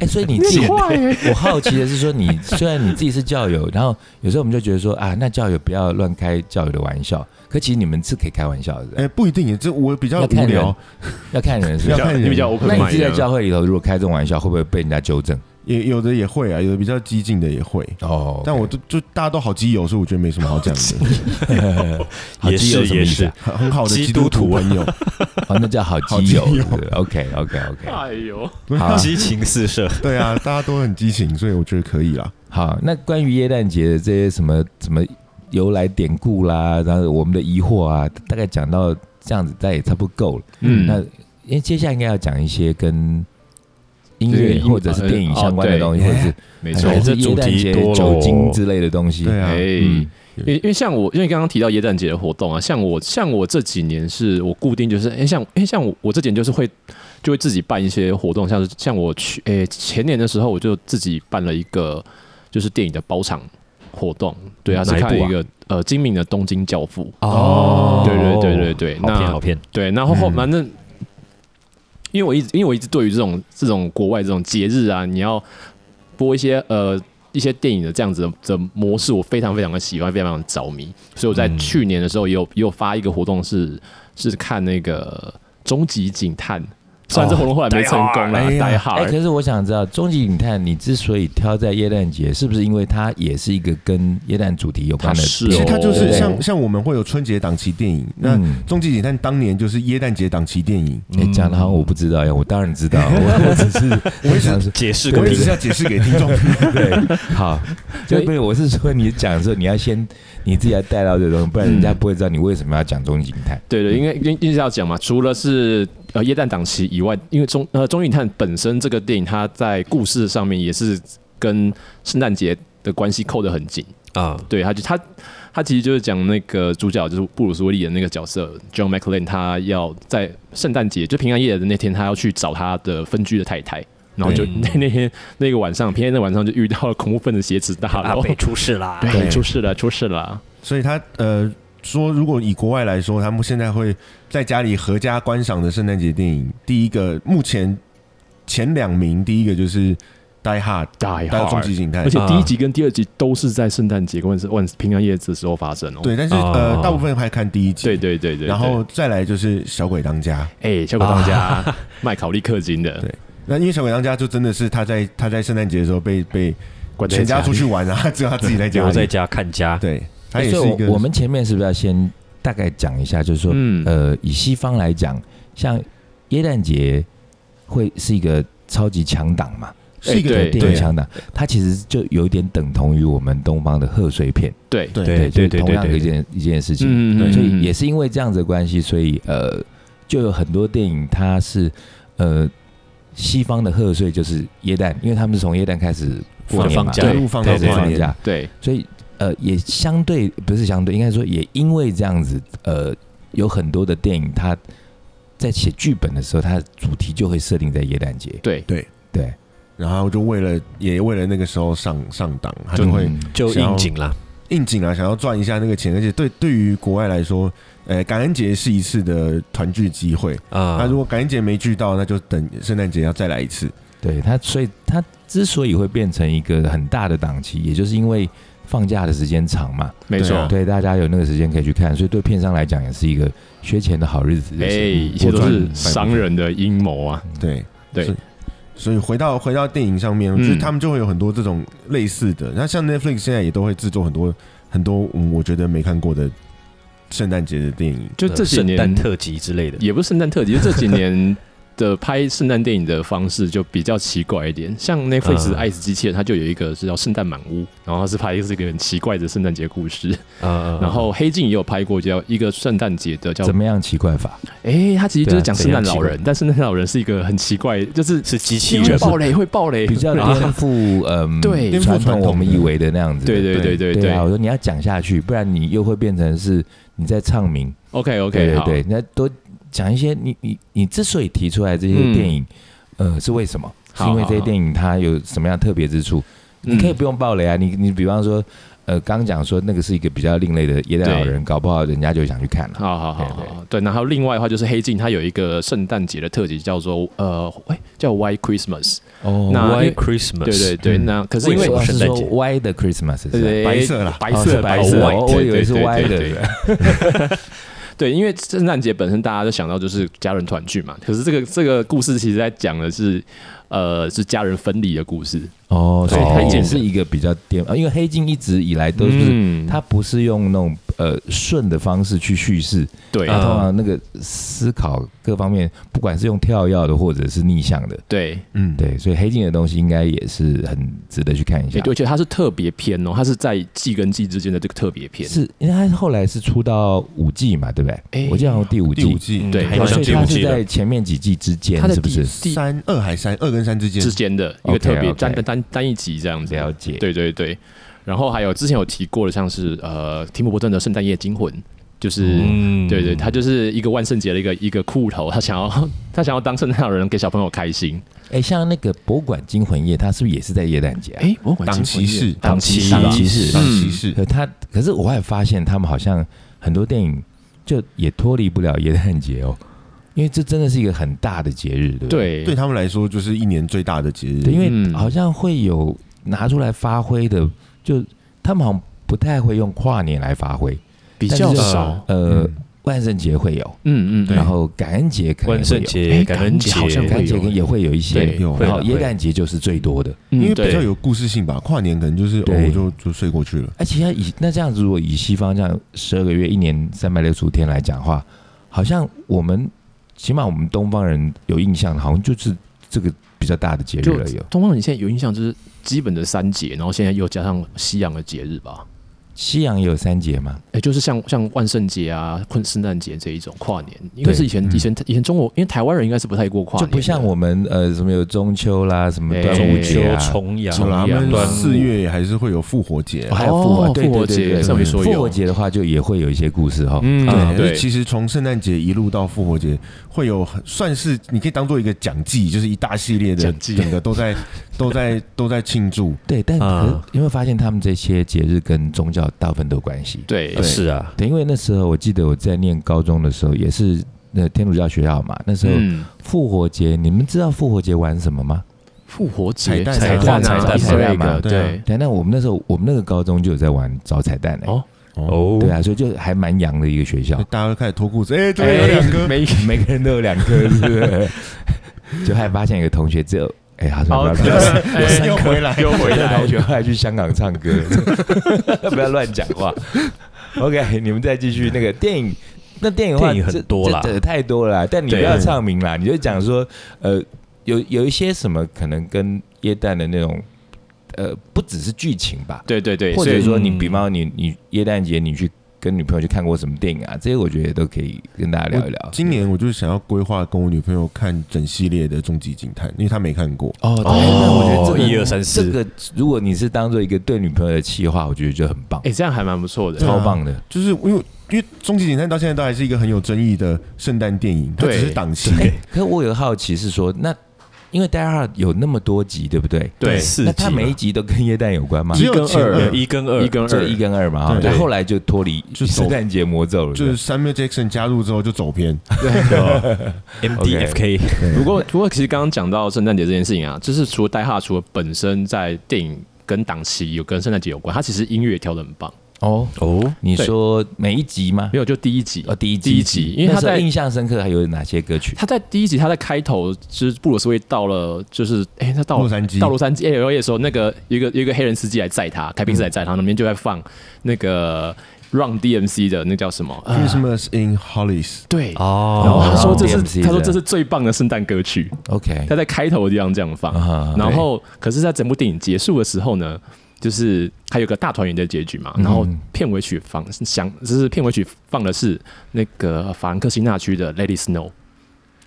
[SPEAKER 4] 哎，所以你自己，我好奇的是说你，虽然你自己是教友，然后有时候我们就觉得说啊，那教友不要乱开教友的玩笑，可其实你们是可以开玩笑的，
[SPEAKER 1] 哎，不一定，这我比较
[SPEAKER 4] 要
[SPEAKER 1] 无
[SPEAKER 4] 看
[SPEAKER 1] 聊
[SPEAKER 4] 人，要看人是
[SPEAKER 1] 要
[SPEAKER 4] 吧。
[SPEAKER 1] 看人
[SPEAKER 2] 你比较 open
[SPEAKER 4] 那
[SPEAKER 2] mind 啊
[SPEAKER 4] 你自己在
[SPEAKER 2] 的
[SPEAKER 4] 教会里头，如果开这种玩笑，会不会被人家纠正？
[SPEAKER 1] 也有的也会啊，有的比较激进的也会。
[SPEAKER 4] 哦
[SPEAKER 1] 但我就就大家都好基友，所以我觉得没什么好讲的。
[SPEAKER 4] 好
[SPEAKER 3] 也
[SPEAKER 4] 基
[SPEAKER 3] 是
[SPEAKER 4] 友什么
[SPEAKER 3] 也
[SPEAKER 4] 意思
[SPEAKER 3] 是
[SPEAKER 4] 啊，
[SPEAKER 1] 很很好的
[SPEAKER 3] 基
[SPEAKER 1] 基督
[SPEAKER 3] 督
[SPEAKER 1] 徒
[SPEAKER 3] 徒啊
[SPEAKER 1] 朋友，
[SPEAKER 4] 哦，那叫好基友。OK OK OK，
[SPEAKER 2] 哎呦，
[SPEAKER 4] 好
[SPEAKER 3] 激情四射，
[SPEAKER 1] 对啊，大家都很激情，所以我觉得可以啦。
[SPEAKER 4] 好。那关于耶诞节的这些什么什么由来典故啦，然后我们的疑惑啊，大概讲到这样子，大概也差不多够了。
[SPEAKER 2] 嗯，
[SPEAKER 4] 那因为接下来应该要讲一些跟音
[SPEAKER 2] 这个
[SPEAKER 4] 乐
[SPEAKER 2] 音
[SPEAKER 4] 或者是电影相关的东西，
[SPEAKER 1] 哦
[SPEAKER 4] 或
[SPEAKER 1] 对
[SPEAKER 4] 者是
[SPEAKER 2] 没
[SPEAKER 4] 或
[SPEAKER 2] 错
[SPEAKER 4] 者，
[SPEAKER 3] 这
[SPEAKER 4] 是耶
[SPEAKER 3] 主
[SPEAKER 4] 诞
[SPEAKER 3] 题
[SPEAKER 4] 节
[SPEAKER 3] 多咯
[SPEAKER 4] 酒精之类的东西。
[SPEAKER 1] 对啊，
[SPEAKER 2] 哎，
[SPEAKER 4] 嗯
[SPEAKER 2] 因为因为像我，因为刚刚提到耶诞节的活动啊，像我像我这几年是我固定就是，哎、像哎、诶像我我这几年就是会就会自己办一些活动，像是像我去哎、前年的时候我就自己办了一个就是电影的包场活动，对啊，是
[SPEAKER 3] 哪一部啊
[SPEAKER 2] 看一个、呃精明的《东京教父》
[SPEAKER 3] 哦
[SPEAKER 2] 对对对对对
[SPEAKER 3] 好
[SPEAKER 2] 那
[SPEAKER 3] 骗好骗，
[SPEAKER 2] 对，然后后
[SPEAKER 4] 嗯
[SPEAKER 2] 反正、因为我一直因为我一直对于这种这种国外这种节日啊，你要播一些呃一些电影的这样子的的模式，我非常非常的喜欢，非常非常着迷。所以我在
[SPEAKER 4] 嗯
[SPEAKER 2] 去年的时候也有也有发一个活动是是看那个《终极警探》，虽然这活动后来没成功啦，
[SPEAKER 1] Die Hard，哎
[SPEAKER 2] 大
[SPEAKER 1] 呀
[SPEAKER 2] 好
[SPEAKER 4] 哎、可是我想知道，《终极警探》你之所以挑在耶诞节，是不是因为它也是一个跟耶诞主题有关的
[SPEAKER 2] 它
[SPEAKER 4] 片？
[SPEAKER 2] 是哦
[SPEAKER 1] 其实它就是
[SPEAKER 4] 对
[SPEAKER 1] 像像我们会有春节档期电影，那《
[SPEAKER 4] 嗯
[SPEAKER 1] 终极警探》当年就是耶诞节档期电影。
[SPEAKER 4] 哎讲的好像我不知道呀，我当然知道，我我只
[SPEAKER 1] 我
[SPEAKER 4] 是
[SPEAKER 1] 一直
[SPEAKER 4] 嗯想说
[SPEAKER 3] 解释个
[SPEAKER 1] 我也
[SPEAKER 3] 屁
[SPEAKER 1] 只是，要解释给听众，
[SPEAKER 4] 对，好，就
[SPEAKER 2] 对
[SPEAKER 4] 不是我是说你讲的时候，你要先你自己要带到这个东西，不然人家不会知道你为什么要讲《终极警探》
[SPEAKER 2] 对对，因为因为是要讲嘛，除了是呃耶诞档期以外，因为中呃《中影探》本身这个电影，它在故事上面也是跟圣诞节的关系扣得很紧。
[SPEAKER 3] 啊，
[SPEAKER 2] 对，他就他他其实就是讲那个主角就是布鲁斯威利演的那个角色 John McClane，他要在圣诞节就平安夜的那天，他要去找他的分居的太太。然后就
[SPEAKER 4] 对
[SPEAKER 2] 那那天那个晚上，平安夜的晚上就遇到了恐怖分子挟持大
[SPEAKER 3] 阿
[SPEAKER 2] 佬，
[SPEAKER 3] 北出事啦，
[SPEAKER 2] 对，出事了，出事了。
[SPEAKER 1] 所以他呃说，如果以国外来说，他们现在会在家里合家观赏的圣诞节电影，第一个目前前两名，第一个就是《Die Hard》，
[SPEAKER 2] Die
[SPEAKER 1] 还有《终
[SPEAKER 2] Hard
[SPEAKER 1] 极警探
[SPEAKER 2] 而》且
[SPEAKER 3] 啊
[SPEAKER 2] 第一集跟第二集都是在圣诞节跟万圣万平安夜的时候发生哦。
[SPEAKER 1] 对，但是
[SPEAKER 3] 哦
[SPEAKER 1] 呃，大部分还看第一集，
[SPEAKER 2] 对对对对，
[SPEAKER 1] 然后再来就是《小鬼当家》。
[SPEAKER 2] 对哎，小狗当家 卖考利克金的，
[SPEAKER 1] 对那因为小鬼当家就真的是他在他在圣诞节的时候被被
[SPEAKER 2] 关在
[SPEAKER 1] 全家
[SPEAKER 2] 里
[SPEAKER 1] 出去玩啊，只有他自己在家
[SPEAKER 3] 留
[SPEAKER 1] 里。
[SPEAKER 3] 在家看家，
[SPEAKER 1] 对，他
[SPEAKER 4] 哎
[SPEAKER 1] 也
[SPEAKER 4] 所
[SPEAKER 1] 是
[SPEAKER 4] 以
[SPEAKER 1] 一个
[SPEAKER 4] 我我们前面是不是要先大概讲一下，就是说，
[SPEAKER 2] 嗯
[SPEAKER 4] 呃，以西方来讲，像耶诞节会是一个超级强档嘛，
[SPEAKER 1] 是一个
[SPEAKER 2] 哎对
[SPEAKER 4] 电影
[SPEAKER 1] 对
[SPEAKER 4] 强档，它其实就有一点等同于我们东方的贺岁片，
[SPEAKER 2] 对
[SPEAKER 1] 对
[SPEAKER 3] 对
[SPEAKER 4] 就
[SPEAKER 3] 对
[SPEAKER 4] 是
[SPEAKER 3] 对
[SPEAKER 4] 同样的
[SPEAKER 3] 对
[SPEAKER 4] 一件一件事情，
[SPEAKER 2] 嗯
[SPEAKER 4] 所以也是因为这样子的关系，所以呃，就有很多电影它是呃。西方的贺岁就是耶诞，因为他们是从耶诞开始过年嘛，
[SPEAKER 3] 放假
[SPEAKER 1] 对路放到
[SPEAKER 4] 对
[SPEAKER 3] 对
[SPEAKER 1] 跨
[SPEAKER 4] 放
[SPEAKER 1] 年，
[SPEAKER 4] 假，
[SPEAKER 2] 对
[SPEAKER 4] 所以呃，也相对不是相对，应该说也因为这样子，呃，有很多的电影它在写剧本的时候，它的主题就会设定在耶诞节。
[SPEAKER 2] 对
[SPEAKER 4] 对，
[SPEAKER 1] 然后就为了也为了那个时候上上档，他就会
[SPEAKER 4] 嗯
[SPEAKER 3] 就应景啦，
[SPEAKER 1] 应景啊，想要赚一下那个钱。而且对对于国外来说，呃，感恩节是一次的团聚机会。那
[SPEAKER 3] 啊
[SPEAKER 1] 如，果感恩节没聚到，那就等圣诞节要再来一次。
[SPEAKER 4] 对它，所以它之所以会变成一个很大的档期，也就是因为放假的时间长嘛，
[SPEAKER 2] 没
[SPEAKER 1] 对
[SPEAKER 2] 错
[SPEAKER 1] 啊，
[SPEAKER 4] 对大家有那个时间可以去看，所以对片商来讲也是一个缺钱的好日子。
[SPEAKER 2] 哎，一
[SPEAKER 4] 我
[SPEAKER 2] 切都
[SPEAKER 4] 赚
[SPEAKER 2] 是
[SPEAKER 4] 百分之
[SPEAKER 2] 商人的阴谋啊。
[SPEAKER 1] 对
[SPEAKER 2] 对
[SPEAKER 1] 所以所以回到回到电影上面，
[SPEAKER 2] 嗯
[SPEAKER 1] 就是他们就会有很多这种类似的。那像 Netflix 现在也都会制作很多很多嗯我觉得没看过的圣诞节的电影。
[SPEAKER 2] 就这几
[SPEAKER 3] 圣诞
[SPEAKER 2] 年
[SPEAKER 3] 特辑之类的，
[SPEAKER 2] 也不是圣诞特辑，就这几年的拍圣诞电影的方式就比较奇怪一点。像 Netflix
[SPEAKER 3] 嗯
[SPEAKER 2] 的《爱死机器人》，它就有一个是叫《圣诞满屋》，然后它是拍一个是一个很奇怪的圣诞节故事。
[SPEAKER 3] 啊，
[SPEAKER 2] 然后黑镜也有拍过叫一个圣诞节的叫
[SPEAKER 4] 怎么样奇怪法？
[SPEAKER 2] 哎，它其实就是讲圣诞老
[SPEAKER 3] 对啊怎样
[SPEAKER 2] 人，但圣诞老人是一个很奇怪，就是
[SPEAKER 3] 是机器
[SPEAKER 2] 因为
[SPEAKER 3] 人，
[SPEAKER 2] 暴雷会暴雷，啊
[SPEAKER 4] 比较
[SPEAKER 2] 然后
[SPEAKER 4] 颠覆嗯，
[SPEAKER 2] 哎对
[SPEAKER 1] 颠覆
[SPEAKER 4] 传
[SPEAKER 1] 传
[SPEAKER 4] 统
[SPEAKER 1] 统
[SPEAKER 4] 我们以为的那样子的。
[SPEAKER 2] 对对对对
[SPEAKER 4] 对啊，我说你要讲下去，不然你又会变成是你在唱名。
[SPEAKER 2] OK
[SPEAKER 4] 对
[SPEAKER 2] OK 好，
[SPEAKER 4] 对对，那多讲一些你你你之所以提出来这些
[SPEAKER 2] 嗯
[SPEAKER 4] 电影，呃，是为什么？是
[SPEAKER 2] 好
[SPEAKER 4] 因为这些
[SPEAKER 2] 好
[SPEAKER 4] 电影它有什么样的特别之处？
[SPEAKER 2] 嗯
[SPEAKER 4] 你可以不用爆雷啊，你你比方说，呃，刚讲说那个是一个比较另类的耶诞老人，搞不好人家就想去看了。
[SPEAKER 2] 好好好
[SPEAKER 4] 对
[SPEAKER 2] 好，对。然后另外的话就是黑镜，它有一个圣诞节的特辑，叫做呃，哎、叫 Why Christmas？
[SPEAKER 4] 哦
[SPEAKER 2] 那因
[SPEAKER 3] Why
[SPEAKER 2] 为
[SPEAKER 3] Christmas？
[SPEAKER 2] 对对对，
[SPEAKER 4] 嗯
[SPEAKER 2] 那可是因
[SPEAKER 4] 为
[SPEAKER 2] 为
[SPEAKER 4] 什么是
[SPEAKER 3] 圣诞
[SPEAKER 4] 说
[SPEAKER 3] 节 Why
[SPEAKER 4] Why 的 Christmas？是不
[SPEAKER 2] 对
[SPEAKER 4] 是
[SPEAKER 2] 对
[SPEAKER 1] 白色啦
[SPEAKER 2] 啊白
[SPEAKER 4] 哦
[SPEAKER 2] 色
[SPEAKER 4] 是白色，
[SPEAKER 2] 白
[SPEAKER 4] 哦
[SPEAKER 2] 对
[SPEAKER 4] 我以为是
[SPEAKER 2] 对对
[SPEAKER 4] Y
[SPEAKER 2] 对
[SPEAKER 4] 的
[SPEAKER 2] 对对。对，因为圣诞节本身大家都想到就是家人团聚嘛，可是这个这个故事其实在讲的是，呃，是家人分离的故事。
[SPEAKER 4] 哦，所以
[SPEAKER 2] 哦
[SPEAKER 4] 它也是一个比较颠，呃因为黑镜一直以来都是
[SPEAKER 2] 嗯
[SPEAKER 4] 它不是用那种呃顺的方式去叙事，
[SPEAKER 2] 对、
[SPEAKER 4] 它
[SPEAKER 3] 啊
[SPEAKER 4] 通常那个思考各方面，不管是用跳跃的或者是啊逆向的，
[SPEAKER 2] 对，
[SPEAKER 1] 嗯，
[SPEAKER 4] 对，所以黑镜的东西应该也是很值得去看一下
[SPEAKER 2] 对。而且它是特别篇哦，它是在季跟季之间的这个特别篇。
[SPEAKER 4] 是，因为它后来是出到五季嘛，对不对
[SPEAKER 2] 哎？
[SPEAKER 4] 我记得好像第五
[SPEAKER 1] 第
[SPEAKER 4] 季
[SPEAKER 1] 五，季
[SPEAKER 3] 嗯
[SPEAKER 2] 对
[SPEAKER 3] 好像
[SPEAKER 4] 所以
[SPEAKER 3] 第
[SPEAKER 4] 它
[SPEAKER 3] 五
[SPEAKER 4] 是
[SPEAKER 3] 季了
[SPEAKER 4] 在。前面几季之间
[SPEAKER 2] 它，的
[SPEAKER 4] 是不
[SPEAKER 2] 第
[SPEAKER 4] 是？
[SPEAKER 2] 第
[SPEAKER 1] 三二还三二跟三之间
[SPEAKER 2] 之，间的一个
[SPEAKER 4] OK，
[SPEAKER 2] 特别
[SPEAKER 4] OK
[SPEAKER 2] 单单单单一集这样子。
[SPEAKER 4] 了解，
[SPEAKER 2] 对对对，然后还有之前有提过的，像是呃提姆伯顿的《圣诞夜惊魂》，就是。
[SPEAKER 3] 嗯
[SPEAKER 2] 对对，他就是一个万圣节的一个一个骷头，他想要 他想要当圣诞老人给小朋友开心。
[SPEAKER 4] 哎，像那个博物馆惊魂夜，它是不是也是在耶诞节啊？
[SPEAKER 2] 哎，我
[SPEAKER 1] 党骑士，
[SPEAKER 2] 党骑士，
[SPEAKER 4] 党骑士
[SPEAKER 1] 党
[SPEAKER 2] 嗯
[SPEAKER 1] 骑士，
[SPEAKER 4] 可他可是我还发现，他们好像很多电影就也脱离不了耶诞节哦，因为这真的是一个很大的节日，对不对？
[SPEAKER 2] 对
[SPEAKER 1] 对他们来说就是一年最大的节日。
[SPEAKER 4] 因
[SPEAKER 2] 嗯
[SPEAKER 4] 为好像会有拿出来发挥的，就他们好像不太会用跨年来发挥，
[SPEAKER 2] 比
[SPEAKER 4] 但
[SPEAKER 2] 较
[SPEAKER 4] 是
[SPEAKER 2] 少。
[SPEAKER 4] 呃，
[SPEAKER 1] 嗯
[SPEAKER 4] 万圣节会有，
[SPEAKER 2] 嗯嗯，
[SPEAKER 4] 然后感恩节可能会有
[SPEAKER 3] 万圣，
[SPEAKER 2] 哎
[SPEAKER 3] 节、感恩节
[SPEAKER 2] 感恩节好像
[SPEAKER 4] 感
[SPEAKER 2] 会
[SPEAKER 4] 恩节也会有一些
[SPEAKER 2] 对，
[SPEAKER 1] 有
[SPEAKER 3] 会
[SPEAKER 4] 然
[SPEAKER 3] 啦
[SPEAKER 4] 后
[SPEAKER 3] 会
[SPEAKER 4] 耶诞节就是最多的。
[SPEAKER 2] 嗯
[SPEAKER 1] 因为比
[SPEAKER 2] 对
[SPEAKER 1] 较有故事性吧，跨年可能就是哦
[SPEAKER 4] 对
[SPEAKER 1] 就就睡过去了。
[SPEAKER 4] 而且要以那这样子，如果以西方这样十二个月、一年三百六十五天来讲的话，好像我们起码我们东方人有印象，好像就是这个比较大的节日
[SPEAKER 2] 就
[SPEAKER 4] 了。有
[SPEAKER 2] 东方，你现在有印象就是基本的三节，然后现在又加上西洋的节日吧？
[SPEAKER 4] 西洋也有三节嘛，
[SPEAKER 2] 哎，就是像像万圣节啊、困圣诞节这一种跨年，应该
[SPEAKER 4] 对
[SPEAKER 2] 是以前
[SPEAKER 1] 嗯
[SPEAKER 2] 以前以前中国，因为台湾人应该是不太过跨
[SPEAKER 4] 就
[SPEAKER 2] 年的，
[SPEAKER 4] 不像我们呃什么有中秋啦，什么
[SPEAKER 2] 哎
[SPEAKER 4] 端午
[SPEAKER 3] 中
[SPEAKER 4] 节
[SPEAKER 3] 秋、
[SPEAKER 4] 啊。
[SPEAKER 3] 重阳、
[SPEAKER 1] 有啦，他
[SPEAKER 2] 端
[SPEAKER 1] 们
[SPEAKER 2] 午
[SPEAKER 1] 四月还是会有复活节啊。
[SPEAKER 4] 哦还有复活
[SPEAKER 2] 哦
[SPEAKER 4] 对对
[SPEAKER 2] 复活
[SPEAKER 4] 对
[SPEAKER 2] 节
[SPEAKER 4] 对对
[SPEAKER 2] 上面说有
[SPEAKER 4] 复活节的话，就也会有一些故事哈。
[SPEAKER 2] 嗯
[SPEAKER 3] 啊
[SPEAKER 1] 对，就
[SPEAKER 2] 对
[SPEAKER 1] 是其实从圣诞节一路到复活节，会有很算是你可以当做一个讲季，就是一大系列的，
[SPEAKER 2] 讲季嗯
[SPEAKER 1] 整个都在 都在都在庆祝。
[SPEAKER 4] 对，但
[SPEAKER 3] 啊
[SPEAKER 4] 可是你会发现他们这些节日跟宗教大部分都有关系。
[SPEAKER 2] 对
[SPEAKER 1] 对
[SPEAKER 3] 是啊，
[SPEAKER 4] 对，因为那时候我记得我在念高中的时候，也是那天主教学校嘛，那时候
[SPEAKER 2] 嗯，
[SPEAKER 4] 复活节，你们知道复活节玩什么吗？
[SPEAKER 2] 复活
[SPEAKER 1] 彩
[SPEAKER 2] 节
[SPEAKER 1] 蛋
[SPEAKER 2] 彩
[SPEAKER 1] 啊
[SPEAKER 2] 蛋
[SPEAKER 4] 彩
[SPEAKER 2] 啊，Easter
[SPEAKER 4] 蛋彩蛋
[SPEAKER 2] egg，
[SPEAKER 4] 嘛
[SPEAKER 1] 对啊
[SPEAKER 2] 对
[SPEAKER 4] 对，那我们那时候，我们那个高中就有在玩找彩蛋嘞、
[SPEAKER 2] 哦
[SPEAKER 3] 哦，
[SPEAKER 4] 对啊，所以就还蛮洋的一个学校，
[SPEAKER 1] 大家都开始脱裤子，哎，这边有两个，
[SPEAKER 4] 每 每个人都有两颗，是不是？就还发现有个同学只有，哎、好像不要乱讲，
[SPEAKER 2] 哎
[SPEAKER 1] 哎又回来，又回
[SPEAKER 4] 有一个同 学后来去香港唱歌， 不要乱讲话。OK，你们再继续那个电影。那电影的话，
[SPEAKER 3] 电影很多啦
[SPEAKER 4] 这这这太多了啦。但你不
[SPEAKER 3] 对
[SPEAKER 4] 要唱名啦，你就讲说，呃，有有一些什么可能跟耶诞的那种，呃，不只是剧情吧，
[SPEAKER 2] 对对对，
[SPEAKER 4] 或
[SPEAKER 2] 所
[SPEAKER 4] 者
[SPEAKER 2] 以
[SPEAKER 4] 说你
[SPEAKER 3] 嗯
[SPEAKER 4] 比方你你耶诞节你去跟女朋友去看过什么电影啊，这些我觉得都可以跟大家聊一聊。
[SPEAKER 1] 今年我就是想要规划跟我女朋友看整系列的《终极警探》，因为她没看过。
[SPEAKER 4] 哦，
[SPEAKER 3] 哦
[SPEAKER 4] 那我觉得这个
[SPEAKER 3] 一二三四
[SPEAKER 4] 这个如果你是当做一个对女朋友的气话，我觉得就很棒，
[SPEAKER 2] 哎，这样还蛮不错的，
[SPEAKER 1] 对啊
[SPEAKER 4] 超棒的。
[SPEAKER 1] 就是因为因为《终极警探》到现在都还是一个很有争议的圣诞电影，它
[SPEAKER 2] 对
[SPEAKER 1] 只是档期。
[SPEAKER 4] 哎，可是我有个好奇是说，那因为《Die Hard》有那么多集，对不对？
[SPEAKER 2] 对
[SPEAKER 3] 四
[SPEAKER 4] 那
[SPEAKER 3] 季
[SPEAKER 4] 它每一
[SPEAKER 3] 嘛，
[SPEAKER 4] 集都跟耶诞有关吗
[SPEAKER 1] 只？有
[SPEAKER 2] 一跟
[SPEAKER 1] 前
[SPEAKER 2] 二
[SPEAKER 1] 二
[SPEAKER 3] 有一跟二
[SPEAKER 2] 一，跟
[SPEAKER 4] 就
[SPEAKER 2] 二
[SPEAKER 4] 一跟二嘛，哈
[SPEAKER 1] 对
[SPEAKER 4] 然后后来就脱离
[SPEAKER 1] 就走
[SPEAKER 4] 圣诞节魔咒了。
[SPEAKER 1] 就是 Samuel Jackson 加入之后就走偏，
[SPEAKER 3] MDFK
[SPEAKER 2] 不过，不过，其实刚刚讲到圣诞节这件事情啊，就是除了戴哈，除了本身在电影跟档期有跟圣诞节有关，他其实音乐也调的很棒。
[SPEAKER 4] 哦，
[SPEAKER 3] 哦，
[SPEAKER 4] 你
[SPEAKER 2] 对
[SPEAKER 4] 说每一集吗
[SPEAKER 2] 没？有，就第一集，
[SPEAKER 4] 哦，第一集，
[SPEAKER 2] 第一集，因为
[SPEAKER 4] 那
[SPEAKER 2] 他
[SPEAKER 4] 时候
[SPEAKER 2] 在
[SPEAKER 4] 印象深刻还有哪些歌曲？
[SPEAKER 2] 他在第一集，他在开头就是布鲁斯威到了，就是哎、他到
[SPEAKER 1] 洛杉矶
[SPEAKER 2] 到洛杉矶 L A 的时候，那个有一个有一个黑人司机来载他，开宾士来载他，那边就在放那个 Run D M C 的那叫什么？呃
[SPEAKER 4] 啊
[SPEAKER 1] Christmas in Hollis，
[SPEAKER 2] 对。
[SPEAKER 3] 哦，
[SPEAKER 2] 然后他说这
[SPEAKER 4] 哦
[SPEAKER 2] 是
[SPEAKER 4] ，DMC
[SPEAKER 2] 他说这
[SPEAKER 4] 的
[SPEAKER 2] 是最棒的圣诞歌曲，
[SPEAKER 4] OK，
[SPEAKER 2] 他在开头的地方这样放
[SPEAKER 4] 啊哈，
[SPEAKER 2] 然后可是，在整部电影结束的时候呢，就是还有个大团圆的结局嘛，然后
[SPEAKER 4] 嗯
[SPEAKER 2] 片尾曲放想就是片尾曲放的是那个法兰克辛纳区的《Let It Snow》，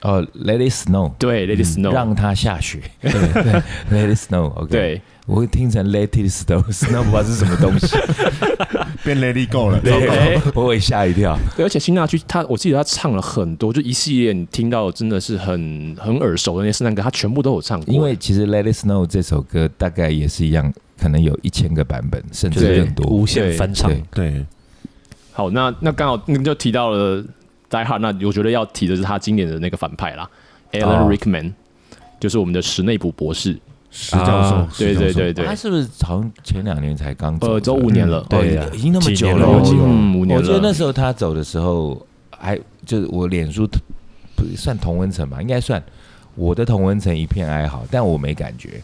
[SPEAKER 4] 哦，Let It Snow，
[SPEAKER 2] 对，《Let It Snow》
[SPEAKER 4] 让它下雪。对对，Let It Snow，OK。
[SPEAKER 2] 对，
[SPEAKER 4] 我会听成 Let It Snow，Snow 不知道是什么东 西，
[SPEAKER 1] 变 Lady Go 了。
[SPEAKER 2] 对哎
[SPEAKER 4] 我会吓一跳。
[SPEAKER 2] 对，而且辛纳区他我记得他唱了很多，就一系列你听到真的是很很耳熟的那些圣诞歌，他全部都有唱过，
[SPEAKER 4] 因为其实 Let It Snow 这首歌大概也是一样，可能有一千个版本，甚至
[SPEAKER 2] 对
[SPEAKER 4] 更多。
[SPEAKER 3] 无限翻唱，
[SPEAKER 4] 对
[SPEAKER 1] 对，
[SPEAKER 2] 好，那那刚好你就提到了 Die Hard，那我觉得要提的是他经典的那个反派啦，Alan
[SPEAKER 3] 哦
[SPEAKER 2] Rickman，、就是我们的史内普博士。
[SPEAKER 1] 石教授
[SPEAKER 3] 啊，
[SPEAKER 1] 石
[SPEAKER 2] 对
[SPEAKER 1] 教
[SPEAKER 2] 对
[SPEAKER 1] 授
[SPEAKER 2] 对对
[SPEAKER 4] 他，是不是好像前两年才刚走？
[SPEAKER 2] 呃，走五年了，
[SPEAKER 4] 哦，
[SPEAKER 3] 对啊
[SPEAKER 4] 已经那么久
[SPEAKER 3] 有
[SPEAKER 4] 了哦
[SPEAKER 3] 几。年
[SPEAKER 2] 嗯，五年
[SPEAKER 4] 我觉得那
[SPEAKER 2] 了。
[SPEAKER 4] 时候他走的时候，还就是我脸书不算同温层吧，应该算我的同温层一片哀嚎，但我没感觉，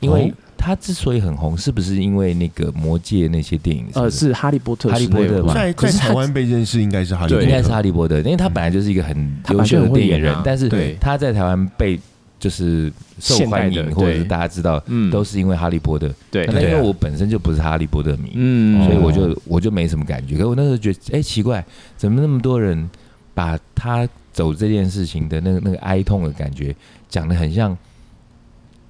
[SPEAKER 4] 因为
[SPEAKER 2] 哦
[SPEAKER 4] 他之所以很红，是不是因为那个《魔戒》那些电影？
[SPEAKER 2] 呃，
[SPEAKER 4] 不
[SPEAKER 2] 是哈利波特，
[SPEAKER 4] 哈利波特
[SPEAKER 2] 史内普
[SPEAKER 4] 吧
[SPEAKER 1] 在
[SPEAKER 4] 可
[SPEAKER 1] 在
[SPEAKER 4] 是他
[SPEAKER 1] 台湾被认识应该是哈利波
[SPEAKER 2] 对嗯
[SPEAKER 1] 特，
[SPEAKER 4] 应该是哈利波特，因为他本来就是一个很
[SPEAKER 2] 他本
[SPEAKER 4] 优
[SPEAKER 2] 来就
[SPEAKER 4] 秀
[SPEAKER 2] 很
[SPEAKER 4] 的
[SPEAKER 2] 会
[SPEAKER 4] 电
[SPEAKER 2] 演
[SPEAKER 4] 影人
[SPEAKER 2] 啊，
[SPEAKER 4] 但
[SPEAKER 2] 对
[SPEAKER 4] 是他在台湾被就是受
[SPEAKER 2] 现代
[SPEAKER 4] 欢
[SPEAKER 2] 的
[SPEAKER 4] 迎，或者是
[SPEAKER 2] 对
[SPEAKER 4] 大家知道，
[SPEAKER 2] 嗯，
[SPEAKER 4] 都是因为哈利波特。
[SPEAKER 2] 对
[SPEAKER 4] 那，但因为
[SPEAKER 3] 对啊
[SPEAKER 4] 我本身就不是哈利波特迷，
[SPEAKER 2] 嗯，
[SPEAKER 4] 所以我就我就没什么感觉。可我那时候觉得，哎、奇怪，怎么那么多人把他走这件事情的那个那个哀痛的感觉讲的很像，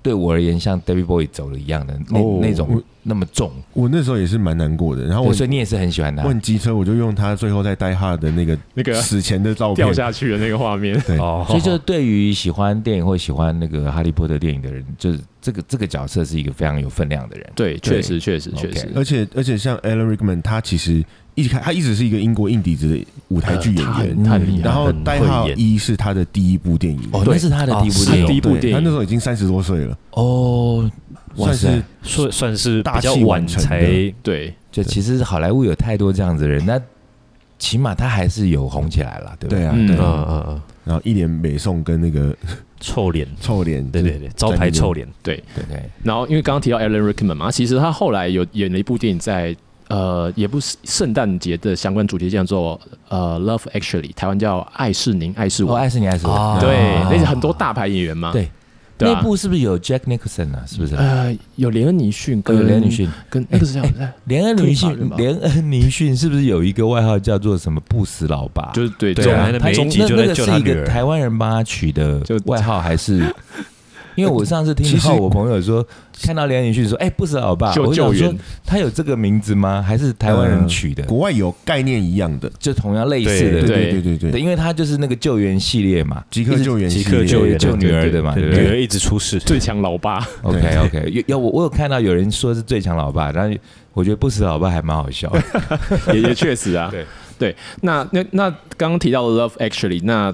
[SPEAKER 4] 对我而言像 David Bowie 走了一样的那、
[SPEAKER 2] 哦
[SPEAKER 4] 那种
[SPEAKER 1] 我
[SPEAKER 4] 那么重。
[SPEAKER 1] 我那时候也是蛮难过的。然后我
[SPEAKER 4] 对所以你也啊是很喜欢他
[SPEAKER 1] 我，很机车，我就用他最后在带哈的那个
[SPEAKER 2] 那个
[SPEAKER 1] 死前的照片
[SPEAKER 2] 掉，下去的那个画面，
[SPEAKER 1] 对
[SPEAKER 3] 哦，
[SPEAKER 4] 所以就对于喜欢电影或喜欢那个哈利波特电影的人，就是这个这个角色是一个非常有分量的人。
[SPEAKER 2] 对，确实，确实，
[SPEAKER 4] OK
[SPEAKER 2] 确实，
[SPEAKER 1] 而且而且像 Alan Rickman，他其实一开他一直是一个英国硬底子的舞台剧演
[SPEAKER 2] 呃他
[SPEAKER 1] 员，嗯
[SPEAKER 2] 很他很厉害，
[SPEAKER 1] 然后
[SPEAKER 3] 很
[SPEAKER 1] 代
[SPEAKER 3] 会
[SPEAKER 1] 号
[SPEAKER 3] 演
[SPEAKER 1] 一是他的第一部电影，
[SPEAKER 4] 哦，
[SPEAKER 2] 对
[SPEAKER 4] 那是他的第一部
[SPEAKER 3] 哦
[SPEAKER 2] 他
[SPEAKER 4] 电影，
[SPEAKER 2] 第一部
[SPEAKER 1] 对
[SPEAKER 2] 电
[SPEAKER 1] 他那时
[SPEAKER 2] 影，
[SPEAKER 1] 候已经三十多岁了，
[SPEAKER 4] 哦，哇
[SPEAKER 1] 算
[SPEAKER 4] 塞
[SPEAKER 1] 是
[SPEAKER 3] 算算是
[SPEAKER 1] 大
[SPEAKER 3] 比
[SPEAKER 1] 器
[SPEAKER 3] 较晚
[SPEAKER 1] 晚成的
[SPEAKER 3] 才
[SPEAKER 2] 对，
[SPEAKER 4] 就其实好莱坞有太多这样子的人，那起码他还是有红起来了，对不
[SPEAKER 1] 对
[SPEAKER 4] 对？
[SPEAKER 1] 啊，
[SPEAKER 2] 嗯
[SPEAKER 1] 对
[SPEAKER 3] 嗯
[SPEAKER 1] 啊。
[SPEAKER 3] 嗯嗯，
[SPEAKER 1] 然后一脸美颂跟那个
[SPEAKER 3] 臭脸，
[SPEAKER 1] 臭脸，
[SPEAKER 3] 对对对，招牌臭脸，
[SPEAKER 4] 对对，
[SPEAKER 2] 然后因为刚刚提到 Alan Rickman 嘛，其实他后来有演了一部电影在。呃，也不是圣诞节的相关主题叫做呃《Love Actually》，台湾叫《爱是您，爱是
[SPEAKER 4] 我
[SPEAKER 2] 我》
[SPEAKER 4] 哦爱是你，爱是我。
[SPEAKER 2] 对，那是很多大牌演员嘛。
[SPEAKER 4] 对
[SPEAKER 2] 对啊
[SPEAKER 4] 那部是不是有 Jack Nicholson 啊？是不是？
[SPEAKER 2] 呃，有连恩尼逊
[SPEAKER 4] 哦
[SPEAKER 2] 跟
[SPEAKER 4] 有连恩尼，逊，哎
[SPEAKER 2] 跟那个是叫
[SPEAKER 4] 连恩尼
[SPEAKER 2] 对
[SPEAKER 4] 逊
[SPEAKER 2] 吧，
[SPEAKER 4] 连恩尼逊是不是有一个外号叫做什么不死老爸？
[SPEAKER 2] 就是对
[SPEAKER 3] 对
[SPEAKER 2] 这
[SPEAKER 3] 啊
[SPEAKER 2] 种
[SPEAKER 3] 那
[SPEAKER 4] 他
[SPEAKER 3] 每一
[SPEAKER 4] 从
[SPEAKER 3] 集
[SPEAKER 4] 那
[SPEAKER 3] 就
[SPEAKER 4] 那
[SPEAKER 3] 在
[SPEAKER 4] 个
[SPEAKER 3] 救
[SPEAKER 4] 是
[SPEAKER 3] 他
[SPEAKER 4] 一
[SPEAKER 3] 女
[SPEAKER 4] 个
[SPEAKER 3] 儿
[SPEAKER 4] 台湾人帮他取的
[SPEAKER 2] 就
[SPEAKER 4] 外号，还是？因为我上次听
[SPEAKER 1] 其实
[SPEAKER 4] 到我朋友说，看到连恩尼逊说：“哎，不死老爸。”
[SPEAKER 2] 救
[SPEAKER 4] 我
[SPEAKER 2] 救
[SPEAKER 4] 想说
[SPEAKER 2] 援，
[SPEAKER 4] 他有这个名字吗？还是台湾人
[SPEAKER 1] 嗯
[SPEAKER 4] 取的？
[SPEAKER 1] 国外有概念一样的，
[SPEAKER 4] 就同样类似
[SPEAKER 3] 对
[SPEAKER 4] 的
[SPEAKER 1] 对对对对
[SPEAKER 4] 对，
[SPEAKER 1] 对，
[SPEAKER 4] 因为他就是那个救援系列嘛，
[SPEAKER 1] 即刻救援
[SPEAKER 3] 即
[SPEAKER 1] 系
[SPEAKER 3] 刻
[SPEAKER 1] 列，
[SPEAKER 3] 救援
[SPEAKER 4] 救女儿的嘛，对不
[SPEAKER 3] 女
[SPEAKER 4] 对
[SPEAKER 3] 儿一直出事，
[SPEAKER 2] 最强老爸，
[SPEAKER 4] ？OK OK，有有我我有看到有人说是最强老爸，然后我觉得不死老爸还蛮好笑的。
[SPEAKER 2] 也也确实啊。
[SPEAKER 4] 对
[SPEAKER 2] 对，那那那刚刚提到的《Love Actually》，那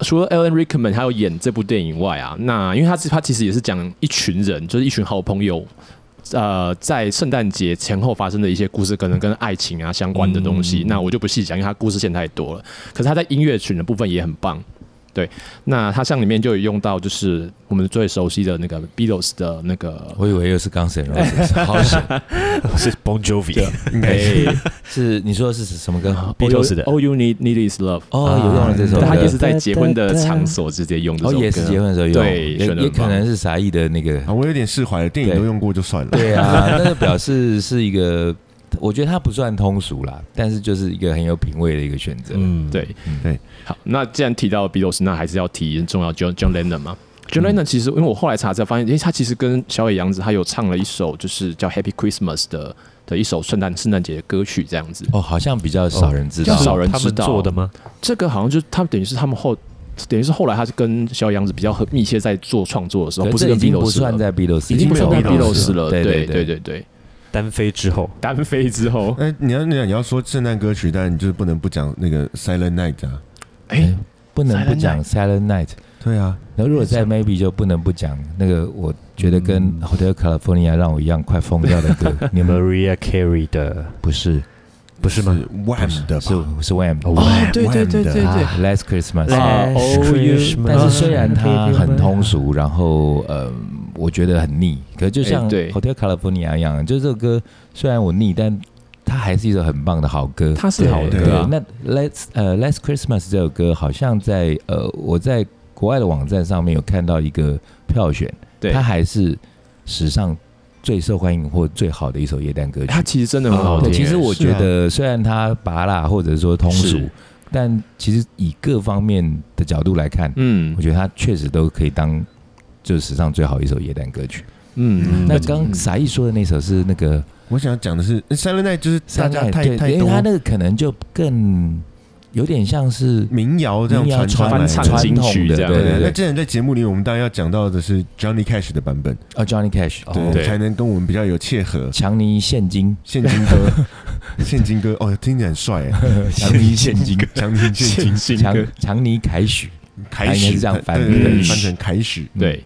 [SPEAKER 2] 除了 Alan Rickman 还有演这部电影外啊，那因为他是他其实也是讲一群人，就是一群好朋友。呃，在圣诞节前后发生的一些故事，可能跟爱情啊相关的东西，那我就不细讲，因为他故事线太多了。可是他在音乐群的部分也很棒，对。那他像里面就有用到，就是我们最熟悉的那个 Beatles 的那个
[SPEAKER 4] 我以为又是钢神 Roses，好 险！
[SPEAKER 3] 是 Bon Jovi，
[SPEAKER 1] 应该是
[SPEAKER 4] 是你说的是什么歌？
[SPEAKER 3] Beatles 的
[SPEAKER 2] 哦 All You Need Need Is Love，
[SPEAKER 4] 哦，有用了这首
[SPEAKER 2] 对
[SPEAKER 4] 歌，
[SPEAKER 2] 他也是在结婚的场所直接用这
[SPEAKER 4] 哦，
[SPEAKER 2] 首歌，啊
[SPEAKER 4] 也是结婚的时候用，
[SPEAKER 2] 对
[SPEAKER 4] 也
[SPEAKER 2] 选得
[SPEAKER 4] 也
[SPEAKER 2] 很棒哦
[SPEAKER 4] 可能是傻义的那个
[SPEAKER 1] 啊，我有点释怀了，电影
[SPEAKER 4] 对
[SPEAKER 1] 都用过就算了。
[SPEAKER 4] 对啊， 那个表示是一个，我觉得它不算通俗啦，但是就是一个很有品味的一个选择。
[SPEAKER 3] 嗯，
[SPEAKER 2] 对
[SPEAKER 4] 嗯
[SPEAKER 1] 对。
[SPEAKER 2] 好，那既然提到 Beatles，那还是要提很重要 John John Lennon 嘛。John
[SPEAKER 4] 嗯
[SPEAKER 2] Lennon 其实，因为我后来查才发现，诶，他其实跟小野洋子他有唱了一首就是叫 Happy Christmas 的的一首圣诞圣诞节的歌曲这样子。
[SPEAKER 4] 哦，好像比较少人知
[SPEAKER 2] 比较
[SPEAKER 4] 道，
[SPEAKER 2] 哦少人
[SPEAKER 3] 他
[SPEAKER 2] 知
[SPEAKER 3] 们
[SPEAKER 2] 道
[SPEAKER 3] 做的吗？
[SPEAKER 2] 这个好像就是他们等于是他们后。等于是后来，他是跟小野洋子比较合密切在做创作的时候，
[SPEAKER 4] 可
[SPEAKER 2] 不是
[SPEAKER 4] 这
[SPEAKER 2] 跟
[SPEAKER 4] 已经不
[SPEAKER 2] Beatles
[SPEAKER 4] 算
[SPEAKER 2] 了，
[SPEAKER 4] 在 Beatles，
[SPEAKER 2] 已经不算在
[SPEAKER 1] 没有
[SPEAKER 2] Beatles 了。
[SPEAKER 4] 对
[SPEAKER 2] 对
[SPEAKER 4] 对
[SPEAKER 2] 对对对，
[SPEAKER 3] 单飞之后，
[SPEAKER 2] 单飞之后，
[SPEAKER 1] 那哎你要你要你要说圣诞歌曲，但你就是不能不讲那个 Silent Night 啊。
[SPEAKER 2] 哎，
[SPEAKER 4] 不能不讲 Silent Night。
[SPEAKER 1] 对啊，
[SPEAKER 4] 然后如果在 Maybe 就不能不讲那个，我觉得跟
[SPEAKER 2] 嗯
[SPEAKER 4] Hotel California 让我一样快疯掉的 歌，你们
[SPEAKER 3] Maria Carey 的
[SPEAKER 4] 不是
[SPEAKER 3] 不是吗？
[SPEAKER 1] ？Wham 的吧
[SPEAKER 4] 是是 Wham
[SPEAKER 3] 哦
[SPEAKER 2] 哦，对对对对对，
[SPEAKER 4] 啊，Last Christmas
[SPEAKER 2] 啊 Oh, you-
[SPEAKER 4] 但是虽然它很通俗，然后呃，我觉得很腻，可就
[SPEAKER 2] 嗯
[SPEAKER 4] 像
[SPEAKER 2] 哎对
[SPEAKER 4] Hotel California 一样，就这首歌虽然我腻，但它还是一首很棒的好歌。
[SPEAKER 2] 他是好
[SPEAKER 1] 对
[SPEAKER 2] 歌啊，
[SPEAKER 4] 那 Let's 呃 Last Christmas 这首歌好像在呃我在国外的网站上面有看到一个票选，
[SPEAKER 2] 对
[SPEAKER 4] 它还是史上最受欢迎或最好的一首夜单歌曲
[SPEAKER 2] 他。其实真的很好
[SPEAKER 4] 对，
[SPEAKER 2] 听。
[SPEAKER 4] 其实我
[SPEAKER 1] 是啊
[SPEAKER 4] 觉得虽然它拔辣或者说通俗
[SPEAKER 2] 是，
[SPEAKER 4] 但其实以各方面的角度来看，
[SPEAKER 2] 嗯
[SPEAKER 4] 我觉得它确实都可以当就是史上最好一首夜单歌曲。
[SPEAKER 2] 嗯，
[SPEAKER 4] 那刚傻义说的那首是那个
[SPEAKER 1] 哎我想讲的是 Silent Night，就是大家
[SPEAKER 4] 山奈
[SPEAKER 1] 啊太
[SPEAKER 4] 对
[SPEAKER 1] 太
[SPEAKER 4] 因为
[SPEAKER 1] 多
[SPEAKER 4] 他那个可能就更有点像是
[SPEAKER 1] 民谣这样
[SPEAKER 4] 民谣
[SPEAKER 1] 传
[SPEAKER 4] 传
[SPEAKER 1] 来
[SPEAKER 2] 翻
[SPEAKER 1] 的
[SPEAKER 2] 唱
[SPEAKER 4] 传
[SPEAKER 2] 金
[SPEAKER 4] 统
[SPEAKER 2] 曲
[SPEAKER 4] 的
[SPEAKER 2] 这样
[SPEAKER 1] 对
[SPEAKER 2] 子
[SPEAKER 4] 对
[SPEAKER 1] 对，那既然在节目里，我们当然要讲到的是 Johnny Cash 的版本，
[SPEAKER 4] 哦，Johnny Cash，
[SPEAKER 3] 哦
[SPEAKER 1] 对，
[SPEAKER 2] 对
[SPEAKER 1] 才能跟我们比较有切合。
[SPEAKER 4] 强尼现金，
[SPEAKER 1] 现金哥，现金哥，哦，听起来很帅哎，
[SPEAKER 4] 强尼现金，
[SPEAKER 1] 强尼现金
[SPEAKER 2] 金
[SPEAKER 4] 强强尼凯许，
[SPEAKER 1] 凯
[SPEAKER 4] 应该
[SPEAKER 1] 始
[SPEAKER 4] 是这样翻
[SPEAKER 1] 对对对
[SPEAKER 2] 嗯
[SPEAKER 1] 翻成凯始，
[SPEAKER 2] 对。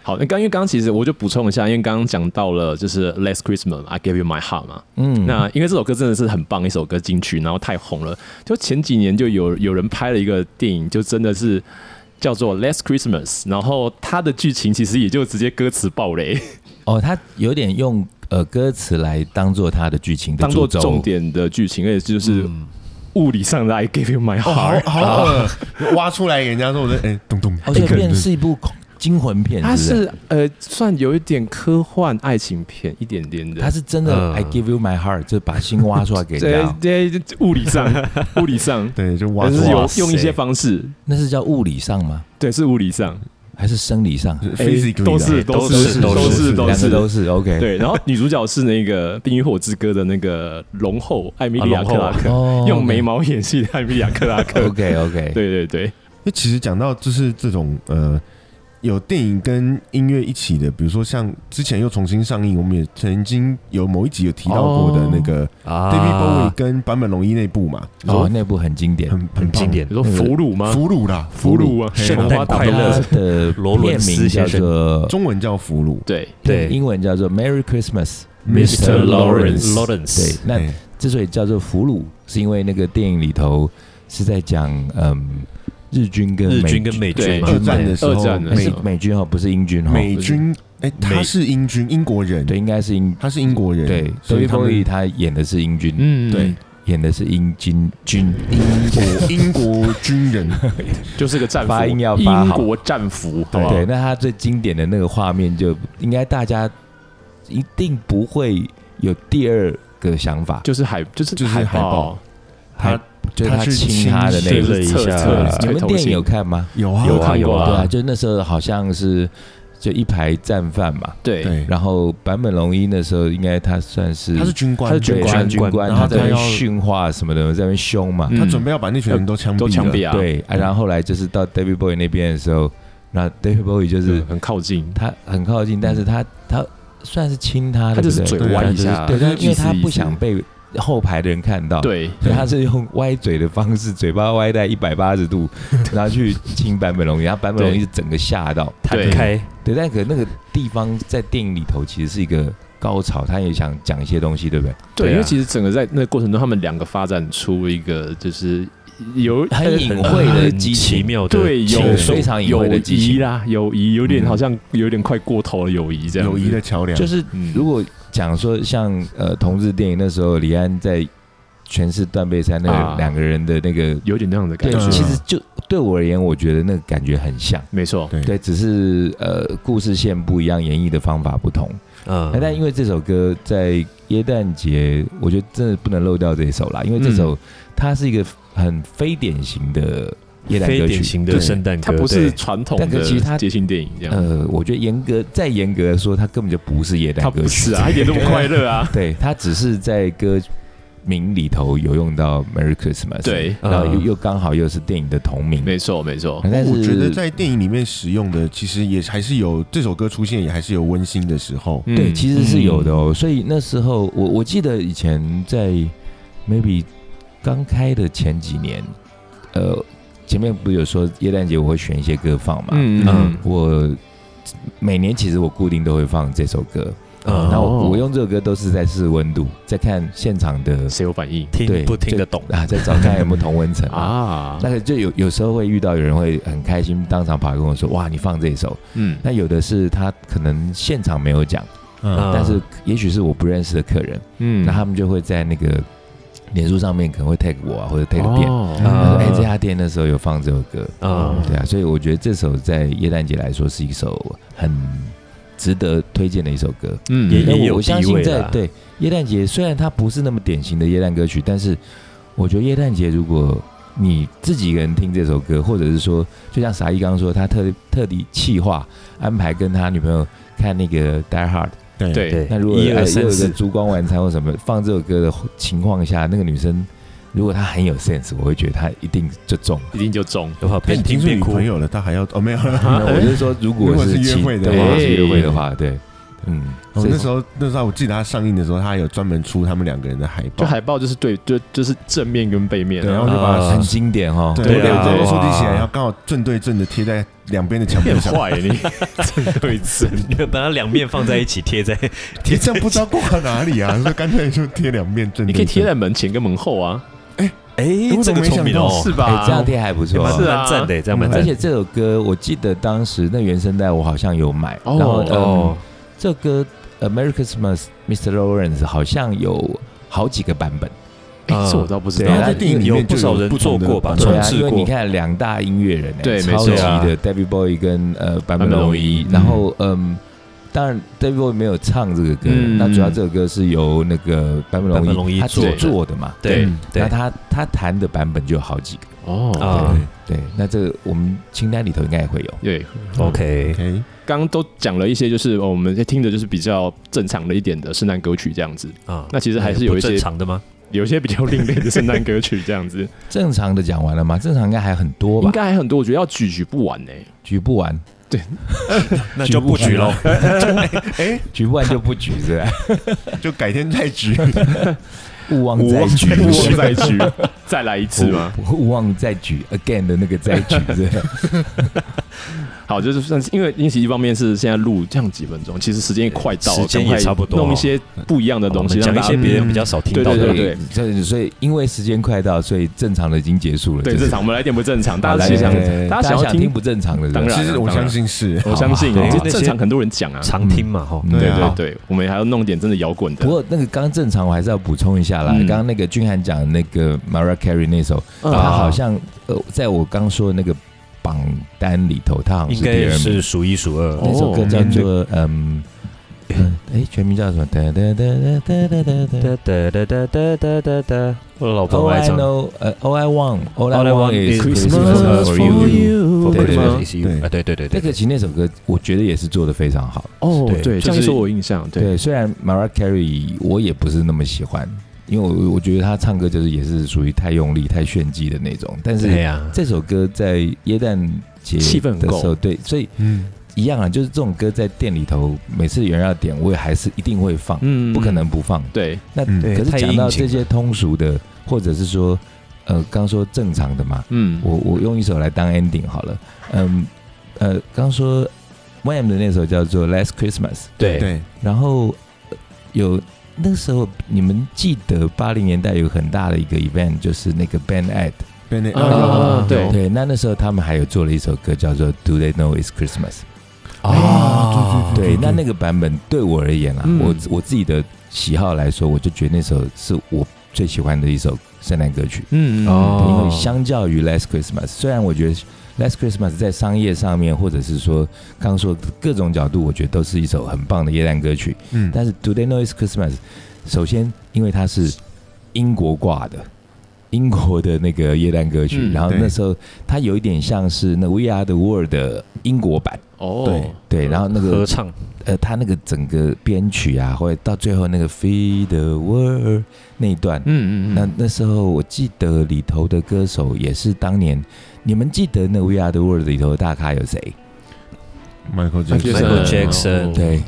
[SPEAKER 2] 好，那刚因为刚刚其实我就补充一下，因为刚刚讲到了就是 Last Christmas I Gave You My Heart 嘛，
[SPEAKER 4] 嗯，
[SPEAKER 2] 那因为这首歌真的是很棒一首歌金曲，然后太红了，就前几年就有有人拍了一个电影，就真的是叫做《Last Christmas》，然后它的剧情其实也就直接歌词爆雷，
[SPEAKER 4] 哦，他有点用呃歌词来当做他的剧情的
[SPEAKER 2] 当做
[SPEAKER 4] 主轴
[SPEAKER 2] 重点的剧情，而且就是
[SPEAKER 3] 嗯
[SPEAKER 2] 物理上的 I gave you my
[SPEAKER 1] 哦，好
[SPEAKER 2] heart，、啊
[SPEAKER 1] 好恶，挖出来给人家说我的，哎，咚咚，
[SPEAKER 4] 哦，所以
[SPEAKER 1] 哎
[SPEAKER 4] 变是一部恐惊魂片，
[SPEAKER 2] 它
[SPEAKER 4] 是不
[SPEAKER 2] 是呃算有一点科幻爱情片一点点
[SPEAKER 4] 是，他
[SPEAKER 2] 的。
[SPEAKER 4] 是真的
[SPEAKER 3] 嗯
[SPEAKER 4] I give you my heart，就把心挖出来给人
[SPEAKER 2] 对
[SPEAKER 4] 家哦，
[SPEAKER 2] 对，物理上，物理上，
[SPEAKER 1] 对，就挖
[SPEAKER 2] 但
[SPEAKER 1] 出
[SPEAKER 2] 是有哎
[SPEAKER 1] 来
[SPEAKER 3] 哇塞
[SPEAKER 2] 用一些方式，
[SPEAKER 4] 那是叫物理上吗？
[SPEAKER 2] 对，是物理上，
[SPEAKER 4] 还是生理上？
[SPEAKER 1] 是
[SPEAKER 2] 哎
[SPEAKER 1] physically
[SPEAKER 2] 都
[SPEAKER 1] 的
[SPEAKER 2] 是
[SPEAKER 3] 都
[SPEAKER 2] 是
[SPEAKER 3] 是
[SPEAKER 2] 都
[SPEAKER 3] 都
[SPEAKER 2] 是
[SPEAKER 1] 是
[SPEAKER 2] 都
[SPEAKER 4] 两个
[SPEAKER 2] 是
[SPEAKER 4] 都是 OK。，
[SPEAKER 2] 对，然后女主角是那个《冰与火之歌》的那个龙后艾米莉亚·
[SPEAKER 3] 啊
[SPEAKER 2] 克
[SPEAKER 3] 龙后
[SPEAKER 2] 拉
[SPEAKER 3] 啊
[SPEAKER 2] 克，
[SPEAKER 4] 哦
[SPEAKER 2] 用眉毛演戏的艾米莉亚·克拉克。
[SPEAKER 4] OK OK，
[SPEAKER 2] 对对对，
[SPEAKER 1] 那其实讲到就是这种呃，有电影跟音乐一起的，比如说像之前又重新上映，我们也曾经有某一集有提到过的那个
[SPEAKER 3] 啊
[SPEAKER 1] David Bowie 跟坂本龙一那部嘛，
[SPEAKER 4] 哦，那部很经典，
[SPEAKER 1] 很很棒
[SPEAKER 3] 经典
[SPEAKER 2] 你说俘虏吗？
[SPEAKER 1] 俘虏啦，
[SPEAKER 2] 俘虏啊，
[SPEAKER 3] 圣诞
[SPEAKER 2] 红花大
[SPEAKER 3] 快
[SPEAKER 2] 道
[SPEAKER 3] 乐
[SPEAKER 4] 他的
[SPEAKER 3] 罗伦
[SPEAKER 4] 片
[SPEAKER 3] 斯
[SPEAKER 4] 名叫
[SPEAKER 3] 先生
[SPEAKER 4] 做
[SPEAKER 1] 中文叫俘虏
[SPEAKER 2] 对
[SPEAKER 3] 对
[SPEAKER 4] 英文叫做 Merry Christmas。
[SPEAKER 2] Mr. Lawrence
[SPEAKER 3] Lawrence，
[SPEAKER 4] 对，那
[SPEAKER 1] 哎
[SPEAKER 4] 之所以叫做俘虏，是因为那个电影里头是在讲嗯日军跟
[SPEAKER 3] 日军跟美
[SPEAKER 2] 对
[SPEAKER 3] 军嘛
[SPEAKER 1] 二战的时候
[SPEAKER 2] 二战的
[SPEAKER 4] 哎
[SPEAKER 2] 时
[SPEAKER 4] 是
[SPEAKER 2] 候，
[SPEAKER 4] 美军哦，不是英军哦，
[SPEAKER 1] 美军，哎，他是英军，英国人，
[SPEAKER 4] 对，应该是英
[SPEAKER 1] 他是英国人，
[SPEAKER 4] 对
[SPEAKER 1] 所以
[SPEAKER 4] ，David
[SPEAKER 1] 他们
[SPEAKER 4] Bowie 他演的是英军，
[SPEAKER 2] 嗯，
[SPEAKER 1] 对，
[SPEAKER 4] 演的是英军军，
[SPEAKER 1] 英国英国军人，
[SPEAKER 2] 就是个战俘，
[SPEAKER 4] 发音要发
[SPEAKER 2] 英
[SPEAKER 4] 好
[SPEAKER 2] 国战俘，好不好
[SPEAKER 4] 对，那他最经典的那个画面就应该大家一定不会有第二个想法，
[SPEAKER 2] 就是海，就是
[SPEAKER 1] 就是
[SPEAKER 2] 海
[SPEAKER 1] 海
[SPEAKER 2] 豹
[SPEAKER 1] 豹，
[SPEAKER 4] 他就是
[SPEAKER 1] 他
[SPEAKER 4] 他
[SPEAKER 1] 去
[SPEAKER 4] 亲
[SPEAKER 1] 亲
[SPEAKER 4] 他的那
[SPEAKER 2] 对
[SPEAKER 4] 一
[SPEAKER 3] 亲
[SPEAKER 4] 个，
[SPEAKER 2] 就是侧
[SPEAKER 3] 对
[SPEAKER 2] 侧
[SPEAKER 4] 你
[SPEAKER 2] 垂
[SPEAKER 4] 们
[SPEAKER 2] 头
[SPEAKER 4] 电影
[SPEAKER 2] 型
[SPEAKER 4] 有看吗？
[SPEAKER 1] 有啊
[SPEAKER 2] 有
[SPEAKER 3] 啊
[SPEAKER 2] 看
[SPEAKER 3] 有
[SPEAKER 2] 过
[SPEAKER 4] 对啊，
[SPEAKER 2] 啊，
[SPEAKER 4] 就那时候好像是就一排战犯嘛，
[SPEAKER 2] 对，
[SPEAKER 1] 对，
[SPEAKER 4] 然后坂本龙一那时候应该他算是
[SPEAKER 1] 他是军官，
[SPEAKER 2] 他是军
[SPEAKER 4] 对
[SPEAKER 2] 官
[SPEAKER 4] 算军
[SPEAKER 3] 军
[SPEAKER 4] 官，
[SPEAKER 1] 官
[SPEAKER 4] 他在那
[SPEAKER 1] 然
[SPEAKER 4] 边
[SPEAKER 1] 后他要
[SPEAKER 4] 训话什么的，在那边凶嘛，
[SPEAKER 2] 嗯
[SPEAKER 1] 他准备要把那群人都枪
[SPEAKER 2] 都枪
[SPEAKER 1] 毙
[SPEAKER 2] 毙
[SPEAKER 1] 了，
[SPEAKER 2] 啊，
[SPEAKER 4] 对，啊然后后来就是到 David Bowie 那边的时候，那 David Bowie 就
[SPEAKER 2] 对，
[SPEAKER 4] 是
[SPEAKER 2] 很靠近，
[SPEAKER 4] 他很靠近，但是他他算是亲他的，
[SPEAKER 2] 他就是
[SPEAKER 4] 对不对
[SPEAKER 2] 嘴歪一啊下，
[SPEAKER 4] 对，但是因为他
[SPEAKER 2] 意思
[SPEAKER 4] 不想，被后排的人看到，
[SPEAKER 2] 意思，对，
[SPEAKER 4] 所以他是用歪嘴的方式，嘴巴歪在一百八 十度，然后去亲坂本龙一，然后坂本龙一是整个吓到，
[SPEAKER 2] 对
[SPEAKER 3] 弹开，
[SPEAKER 4] 对，但可能那个地方在电影里头其实是一个高潮，他也想讲一些东西，对不对？
[SPEAKER 2] 对，
[SPEAKER 3] 对啊
[SPEAKER 2] 因为其实整个在那个过程中，他们两个发展出一个就是有
[SPEAKER 4] 很隐晦
[SPEAKER 2] 呃
[SPEAKER 4] 的
[SPEAKER 3] 很
[SPEAKER 4] 激
[SPEAKER 3] 奇
[SPEAKER 4] 情，
[SPEAKER 3] 妙的
[SPEAKER 2] 对
[SPEAKER 3] 情
[SPEAKER 2] 有
[SPEAKER 3] 愫
[SPEAKER 4] 非常隐
[SPEAKER 2] 友
[SPEAKER 4] 晦的激
[SPEAKER 2] 谊
[SPEAKER 4] 情。
[SPEAKER 2] 啦，友谊有点
[SPEAKER 4] 嗯
[SPEAKER 2] 好像有点快过头了，友谊这样
[SPEAKER 1] 友
[SPEAKER 2] 子，
[SPEAKER 1] 谊的桥梁，
[SPEAKER 4] 就是
[SPEAKER 2] 嗯
[SPEAKER 4] 如果讲说像呃同志电影那时候，李安在诠释断背山那
[SPEAKER 2] 啊
[SPEAKER 4] 个两个人的那个，
[SPEAKER 2] 有点那样的感
[SPEAKER 4] 对
[SPEAKER 2] 觉，
[SPEAKER 1] 嗯，
[SPEAKER 4] 其实就对我而言，我觉得那个感觉很像。
[SPEAKER 2] 没错，
[SPEAKER 1] 对
[SPEAKER 4] 对，只是呃，故事线不一样，演绎的方法不同。
[SPEAKER 3] 嗯
[SPEAKER 4] 哎那但因为这首歌在耶诞节，我觉得真的不能漏掉这一首啦，因为这
[SPEAKER 2] 嗯
[SPEAKER 4] 首它是一个很非典型的耶诞
[SPEAKER 3] 非
[SPEAKER 4] 歌
[SPEAKER 3] 典
[SPEAKER 4] 曲。
[SPEAKER 3] 型的
[SPEAKER 2] 对
[SPEAKER 3] 圣诞
[SPEAKER 2] 它
[SPEAKER 3] 歌，
[SPEAKER 2] 不是
[SPEAKER 3] 对
[SPEAKER 2] 传统
[SPEAKER 4] 但可
[SPEAKER 2] 的
[SPEAKER 4] 其实它
[SPEAKER 2] 节庆电影这样，
[SPEAKER 4] 呃，我觉得严格再严格的说，它根本就不是耶
[SPEAKER 2] 它
[SPEAKER 4] 诞歌
[SPEAKER 2] 不
[SPEAKER 4] 曲，
[SPEAKER 2] 是，啊，它一点都不快乐啊
[SPEAKER 4] 对，它只是在歌名里头有用到 Merry Christmas，，
[SPEAKER 2] 对，
[SPEAKER 4] 然后又
[SPEAKER 3] 嗯
[SPEAKER 4] 又刚好又是电影的同名，
[SPEAKER 2] 没错没错，
[SPEAKER 4] 但是
[SPEAKER 1] 我觉得在电影里面使用的，其实也还是有这首歌出现，也还是有温馨的时候。
[SPEAKER 2] 嗯
[SPEAKER 4] 对，其实是有的哦。所以那时候我我记得以前在 maybe 刚开的前几年，呃，前面不是有说耶诞节我会选一些歌放嘛？
[SPEAKER 2] 嗯嗯
[SPEAKER 3] 嗯，
[SPEAKER 4] 我每年其实我固定都会放这首歌，
[SPEAKER 3] 嗯
[SPEAKER 4] 然后
[SPEAKER 2] 哦
[SPEAKER 4] 我我用这首歌都是在试温度，在看现场的
[SPEAKER 2] 谁有反应
[SPEAKER 4] 对
[SPEAKER 3] 听不听得懂
[SPEAKER 4] 啊，在找看有没有同温层啊。
[SPEAKER 2] 啊？
[SPEAKER 4] 那个就有有时候会遇到有人会很开心，当场跑来跟我说：“哇，你放这首。”
[SPEAKER 2] 嗯，
[SPEAKER 4] 那有的是他可能现场没有讲，
[SPEAKER 3] 嗯
[SPEAKER 4] 但是也许是我不认识的客人，
[SPEAKER 2] 嗯
[SPEAKER 4] 那他们就会在那个脸书上面可能会 tag 我啊，或者 tag 店，
[SPEAKER 2] 哦
[SPEAKER 4] 他说
[SPEAKER 3] 啊
[SPEAKER 4] 哎、这家店那时候有放这首歌，
[SPEAKER 3] 嗯
[SPEAKER 4] 对啊，所以我觉得这首在耶诞节来说是一首很值得推荐的一首歌。
[SPEAKER 2] 嗯
[SPEAKER 3] 也
[SPEAKER 4] 那
[SPEAKER 3] 有
[SPEAKER 4] 我我相信
[SPEAKER 3] 地位
[SPEAKER 4] 在
[SPEAKER 3] 啦
[SPEAKER 4] 对耶诞节，虽然它不是那么典型的耶诞歌曲，但是我觉得耶诞节如果你自己一个人听这首歌，或者是说，就像傻一刚刚说，他特特地气化安排跟他女朋友看那个《Die Hard》。
[SPEAKER 1] 对
[SPEAKER 2] 对
[SPEAKER 3] 对，
[SPEAKER 4] 那如果
[SPEAKER 3] 一
[SPEAKER 4] 呃
[SPEAKER 3] 二
[SPEAKER 4] 又有
[SPEAKER 3] 三
[SPEAKER 4] 一个
[SPEAKER 3] 四
[SPEAKER 4] 烛光晚餐或什么放这首歌的情况下，那个女生如果他很有 sense，我会觉得他一定就中了。
[SPEAKER 2] 一定就 中。
[SPEAKER 3] 有话
[SPEAKER 1] 但
[SPEAKER 3] 边
[SPEAKER 1] 你听
[SPEAKER 3] 哎听
[SPEAKER 1] 说
[SPEAKER 3] 边
[SPEAKER 1] 女
[SPEAKER 3] 哭
[SPEAKER 1] 朋。友了，他还要哦没有了。
[SPEAKER 2] 啊
[SPEAKER 4] 那我就 说，如
[SPEAKER 1] 如
[SPEAKER 4] 果
[SPEAKER 1] 果是
[SPEAKER 4] 是
[SPEAKER 1] 约
[SPEAKER 4] 其
[SPEAKER 1] 会的
[SPEAKER 4] 对
[SPEAKER 2] 话
[SPEAKER 4] 是约会的话，对，嗯，
[SPEAKER 1] 哦
[SPEAKER 4] 所以
[SPEAKER 1] 那时候那时候我记得他上映的时候，他有专门出他们两个人的海报
[SPEAKER 2] 就，海报就是对，就就是正面跟背面
[SPEAKER 1] 对，然
[SPEAKER 2] 啊，
[SPEAKER 4] 嗯
[SPEAKER 1] 后就把它
[SPEAKER 3] 呃
[SPEAKER 4] 很经典哦。
[SPEAKER 1] 对
[SPEAKER 3] 对啊
[SPEAKER 1] 两个人竖立起来，
[SPEAKER 3] 哇
[SPEAKER 1] 然后刚好正对正的贴在两边的墙壁
[SPEAKER 2] 变
[SPEAKER 1] 上。
[SPEAKER 2] 坏你，真对真。
[SPEAKER 3] 你们把它两面放在一起贴在，
[SPEAKER 1] 你这样不知道挂哪里啊？所以干脆就贴两面正对正。
[SPEAKER 2] 你可以贴在门前跟门后啊，
[SPEAKER 3] 哎
[SPEAKER 1] 哎我，
[SPEAKER 3] 这
[SPEAKER 1] 怎么
[SPEAKER 3] 个
[SPEAKER 1] 没
[SPEAKER 3] 聪
[SPEAKER 1] 想
[SPEAKER 3] 明
[SPEAKER 1] 到
[SPEAKER 3] 哦，
[SPEAKER 2] 是吧
[SPEAKER 4] 哎，？这样贴还不错
[SPEAKER 3] 蛮
[SPEAKER 4] 哦。
[SPEAKER 2] 是啊
[SPEAKER 3] 蛮赞的，这样蛮
[SPEAKER 4] 而
[SPEAKER 3] 赞的。
[SPEAKER 4] 且这首歌，我记得当时那原声带我好像有买，
[SPEAKER 2] 哦
[SPEAKER 4] 然后
[SPEAKER 3] 哦
[SPEAKER 4] 嗯，，这歌《American Christmas》Mr. Lawrence 好像有好几个版本。
[SPEAKER 2] 哎，这我倒不知
[SPEAKER 4] 对啊
[SPEAKER 1] 然后
[SPEAKER 2] 道
[SPEAKER 1] 在。电影里
[SPEAKER 3] 有
[SPEAKER 1] 面
[SPEAKER 3] 不
[SPEAKER 1] 就
[SPEAKER 3] 少
[SPEAKER 1] 有
[SPEAKER 3] 人
[SPEAKER 1] 不同的
[SPEAKER 3] 做过吧
[SPEAKER 1] 版
[SPEAKER 3] 重
[SPEAKER 1] 本
[SPEAKER 4] 对啊，
[SPEAKER 3] 置
[SPEAKER 4] 因为
[SPEAKER 3] 过啊
[SPEAKER 4] 你看两大音乐人、欸，
[SPEAKER 2] 对没
[SPEAKER 4] 超级
[SPEAKER 2] 错
[SPEAKER 4] 的 David Bowie 跟呃
[SPEAKER 2] 坂
[SPEAKER 4] 坂本
[SPEAKER 2] 本
[SPEAKER 4] 龙
[SPEAKER 2] 龙
[SPEAKER 4] 一
[SPEAKER 2] 一，
[SPEAKER 4] 然后嗯。当然，David Bowie 没有唱这个歌，
[SPEAKER 2] 嗯
[SPEAKER 4] 那主要这首歌是由那个坂本
[SPEAKER 3] 坂本
[SPEAKER 4] 龙
[SPEAKER 3] 龙一
[SPEAKER 4] 他
[SPEAKER 3] 做
[SPEAKER 4] 做
[SPEAKER 3] 的
[SPEAKER 4] 做的嘛。
[SPEAKER 3] 对
[SPEAKER 1] 嗯
[SPEAKER 3] 对
[SPEAKER 4] 那他他弹的版本就有好几个。
[SPEAKER 2] 哦，
[SPEAKER 3] 啊
[SPEAKER 4] 对对，那这个我们清单里头应该也会有。
[SPEAKER 2] 对，
[SPEAKER 3] ，OK，
[SPEAKER 1] OK，
[SPEAKER 2] 刚刚都讲了一些，就是哦我们听的就是比较正常的一点的圣诞歌曲这样子。
[SPEAKER 3] 啊，
[SPEAKER 2] 那其实还是有一些
[SPEAKER 3] 不正常的吗？
[SPEAKER 2] 有一些比较另类的圣诞歌曲这样子，
[SPEAKER 4] 正常的讲完了吗？正常应该还很多
[SPEAKER 2] 应
[SPEAKER 4] 吧，
[SPEAKER 2] 该还很多，我觉得要举举不完呢、
[SPEAKER 4] 举不完，
[SPEAKER 3] 那就不举 喽。
[SPEAKER 1] 哎，
[SPEAKER 4] 举不完就不举是吧？
[SPEAKER 1] 就改天再举。
[SPEAKER 4] 勿忘再举，
[SPEAKER 2] 不忘再举，再来一次吗？
[SPEAKER 4] 勿忘再举 again 的那个再举是吧？
[SPEAKER 2] 好，就是算是因为因为一方面是现在录这样几分钟，其实时间也快到了，
[SPEAKER 3] 时间也
[SPEAKER 2] 赶快
[SPEAKER 3] 差不多
[SPEAKER 2] 弄一些不一样的
[SPEAKER 3] 我
[SPEAKER 2] 东
[SPEAKER 3] 们
[SPEAKER 2] 西，
[SPEAKER 3] 讲一些
[SPEAKER 2] 让大
[SPEAKER 3] 别人比较少听
[SPEAKER 2] 对
[SPEAKER 3] 到
[SPEAKER 2] 对
[SPEAKER 3] 的
[SPEAKER 2] 对，对
[SPEAKER 4] 这所以因为时间快到，所以正常的已经结束了。
[SPEAKER 2] 对
[SPEAKER 4] 就是
[SPEAKER 2] 正常，我们来点不正常，
[SPEAKER 4] 好
[SPEAKER 2] 大家
[SPEAKER 4] 来
[SPEAKER 2] 其实想
[SPEAKER 4] 来来，
[SPEAKER 2] 大家
[SPEAKER 4] 大家
[SPEAKER 2] 想要
[SPEAKER 4] 想
[SPEAKER 2] 听
[SPEAKER 4] 听，不正常的？
[SPEAKER 2] 当然
[SPEAKER 1] 其实我
[SPEAKER 2] 当然
[SPEAKER 1] 相信是，
[SPEAKER 2] 我相信
[SPEAKER 4] 好好好
[SPEAKER 2] 这正常很多人讲啊，
[SPEAKER 3] 常听嘛，哈。
[SPEAKER 4] 对
[SPEAKER 1] 对
[SPEAKER 4] 啊。
[SPEAKER 1] 啊
[SPEAKER 2] 对对，我们还要弄点真的摇滚的
[SPEAKER 4] 不，过那个刚正常，我还是要补充一下啦。
[SPEAKER 2] 嗯
[SPEAKER 4] 刚刚那个俊汉讲那个 Mariah Carey 那首，
[SPEAKER 2] 嗯
[SPEAKER 4] 他好像呃，在我刚说的那个榜单里头，他好像
[SPEAKER 3] 应
[SPEAKER 4] 是第
[SPEAKER 3] 该
[SPEAKER 4] 二名
[SPEAKER 3] 是数一数二
[SPEAKER 4] 那
[SPEAKER 2] 哦
[SPEAKER 4] 首歌叫做嗯，哎，全名叫什么？哒哒哒哒哒哒哒。
[SPEAKER 3] 哒哒哒哒哒哒哒哒，我老
[SPEAKER 2] Oh,
[SPEAKER 4] All
[SPEAKER 3] 婆爱
[SPEAKER 4] I
[SPEAKER 3] 唱。
[SPEAKER 4] know, 呃，All I want, All
[SPEAKER 3] All
[SPEAKER 4] I
[SPEAKER 3] I want
[SPEAKER 4] want is
[SPEAKER 3] is
[SPEAKER 4] Christmas
[SPEAKER 3] Christmas
[SPEAKER 4] for
[SPEAKER 3] for
[SPEAKER 4] you。
[SPEAKER 2] you，
[SPEAKER 4] 对对对
[SPEAKER 2] 吗
[SPEAKER 3] 对
[SPEAKER 1] 对
[SPEAKER 3] 啊，对对对
[SPEAKER 4] 那个
[SPEAKER 3] 对，
[SPEAKER 4] 其实那首歌，我觉得也是做的非常好。
[SPEAKER 2] 哦
[SPEAKER 3] 对，
[SPEAKER 2] 对，
[SPEAKER 3] 就是
[SPEAKER 2] 这样一说我有印象，对，
[SPEAKER 4] 对，虽然 Mariah Carey 我也不是那么喜欢，因为我我觉得她唱歌就是也是属于太用力、太炫技的那种。但
[SPEAKER 3] 对
[SPEAKER 4] 是
[SPEAKER 3] 哎呀，
[SPEAKER 4] 这首歌在耶诞节
[SPEAKER 2] 气氛很
[SPEAKER 4] 的
[SPEAKER 2] 够
[SPEAKER 4] 时候，对，所以
[SPEAKER 1] 嗯，
[SPEAKER 4] 一样啊，就是这种歌在店里头，每次有人要点，我也还是一定会放，
[SPEAKER 2] 嗯
[SPEAKER 4] 不可，能不放。
[SPEAKER 2] 对，
[SPEAKER 4] 那
[SPEAKER 1] 嗯
[SPEAKER 4] 可是
[SPEAKER 3] 太
[SPEAKER 4] 讲到
[SPEAKER 3] 应景
[SPEAKER 4] 这些通俗的，或者是说，呃，刚说正常的嘛，
[SPEAKER 2] 嗯，
[SPEAKER 4] 我我用一首来当 ending 好了。嗯，呃，刚说 Wham 的那首叫做《Last Christmas》，
[SPEAKER 2] 对
[SPEAKER 1] 对，
[SPEAKER 4] 然后呃有那时候你们记得八零年代有很大的一个 event，就是那个 Ben Ed，
[SPEAKER 1] 被那
[SPEAKER 2] 啊对
[SPEAKER 1] 哦有
[SPEAKER 4] 对，那那时候他们还有做了一首歌叫做《Do They Know It's Christmas
[SPEAKER 1] 啊》，对
[SPEAKER 4] 对，
[SPEAKER 1] 对
[SPEAKER 4] 那那个版本对我而言啊，
[SPEAKER 2] 嗯
[SPEAKER 4] 我我自己的喜好来说，我就觉得那首是我最喜欢的一首圣诞歌曲。
[SPEAKER 2] 嗯，
[SPEAKER 3] 哦
[SPEAKER 4] 因为相较于 Last Christmas，虽然我觉得 Last Christmas 在商业上面，或者是说刚说的各种角度，我觉得都是一首很棒的耶诞歌曲。
[SPEAKER 1] 嗯，
[SPEAKER 4] 但是 Do They Know It's Christmas，首先因为它是英国挂的，英国的那个耶诞歌曲，
[SPEAKER 2] 嗯
[SPEAKER 4] 然后
[SPEAKER 1] 对
[SPEAKER 4] 那时候它有一点像是那 We Are the World 的英国版，
[SPEAKER 2] 哦
[SPEAKER 1] 对，
[SPEAKER 4] 对，然后那
[SPEAKER 3] 合
[SPEAKER 4] 个
[SPEAKER 3] 唱
[SPEAKER 4] 呃，它那个整个编曲啊，或者到最后那个 Feed the World 那一段，
[SPEAKER 2] 嗯嗯嗯，
[SPEAKER 4] 那那时候我记得里头的歌手也是当年，你们记得那《We Are the World》里头的大咖有谁？
[SPEAKER 1] Michael Jackson，
[SPEAKER 2] Jackson，
[SPEAKER 3] Michael Jackson，
[SPEAKER 4] 哦
[SPEAKER 3] 呃
[SPEAKER 4] 对，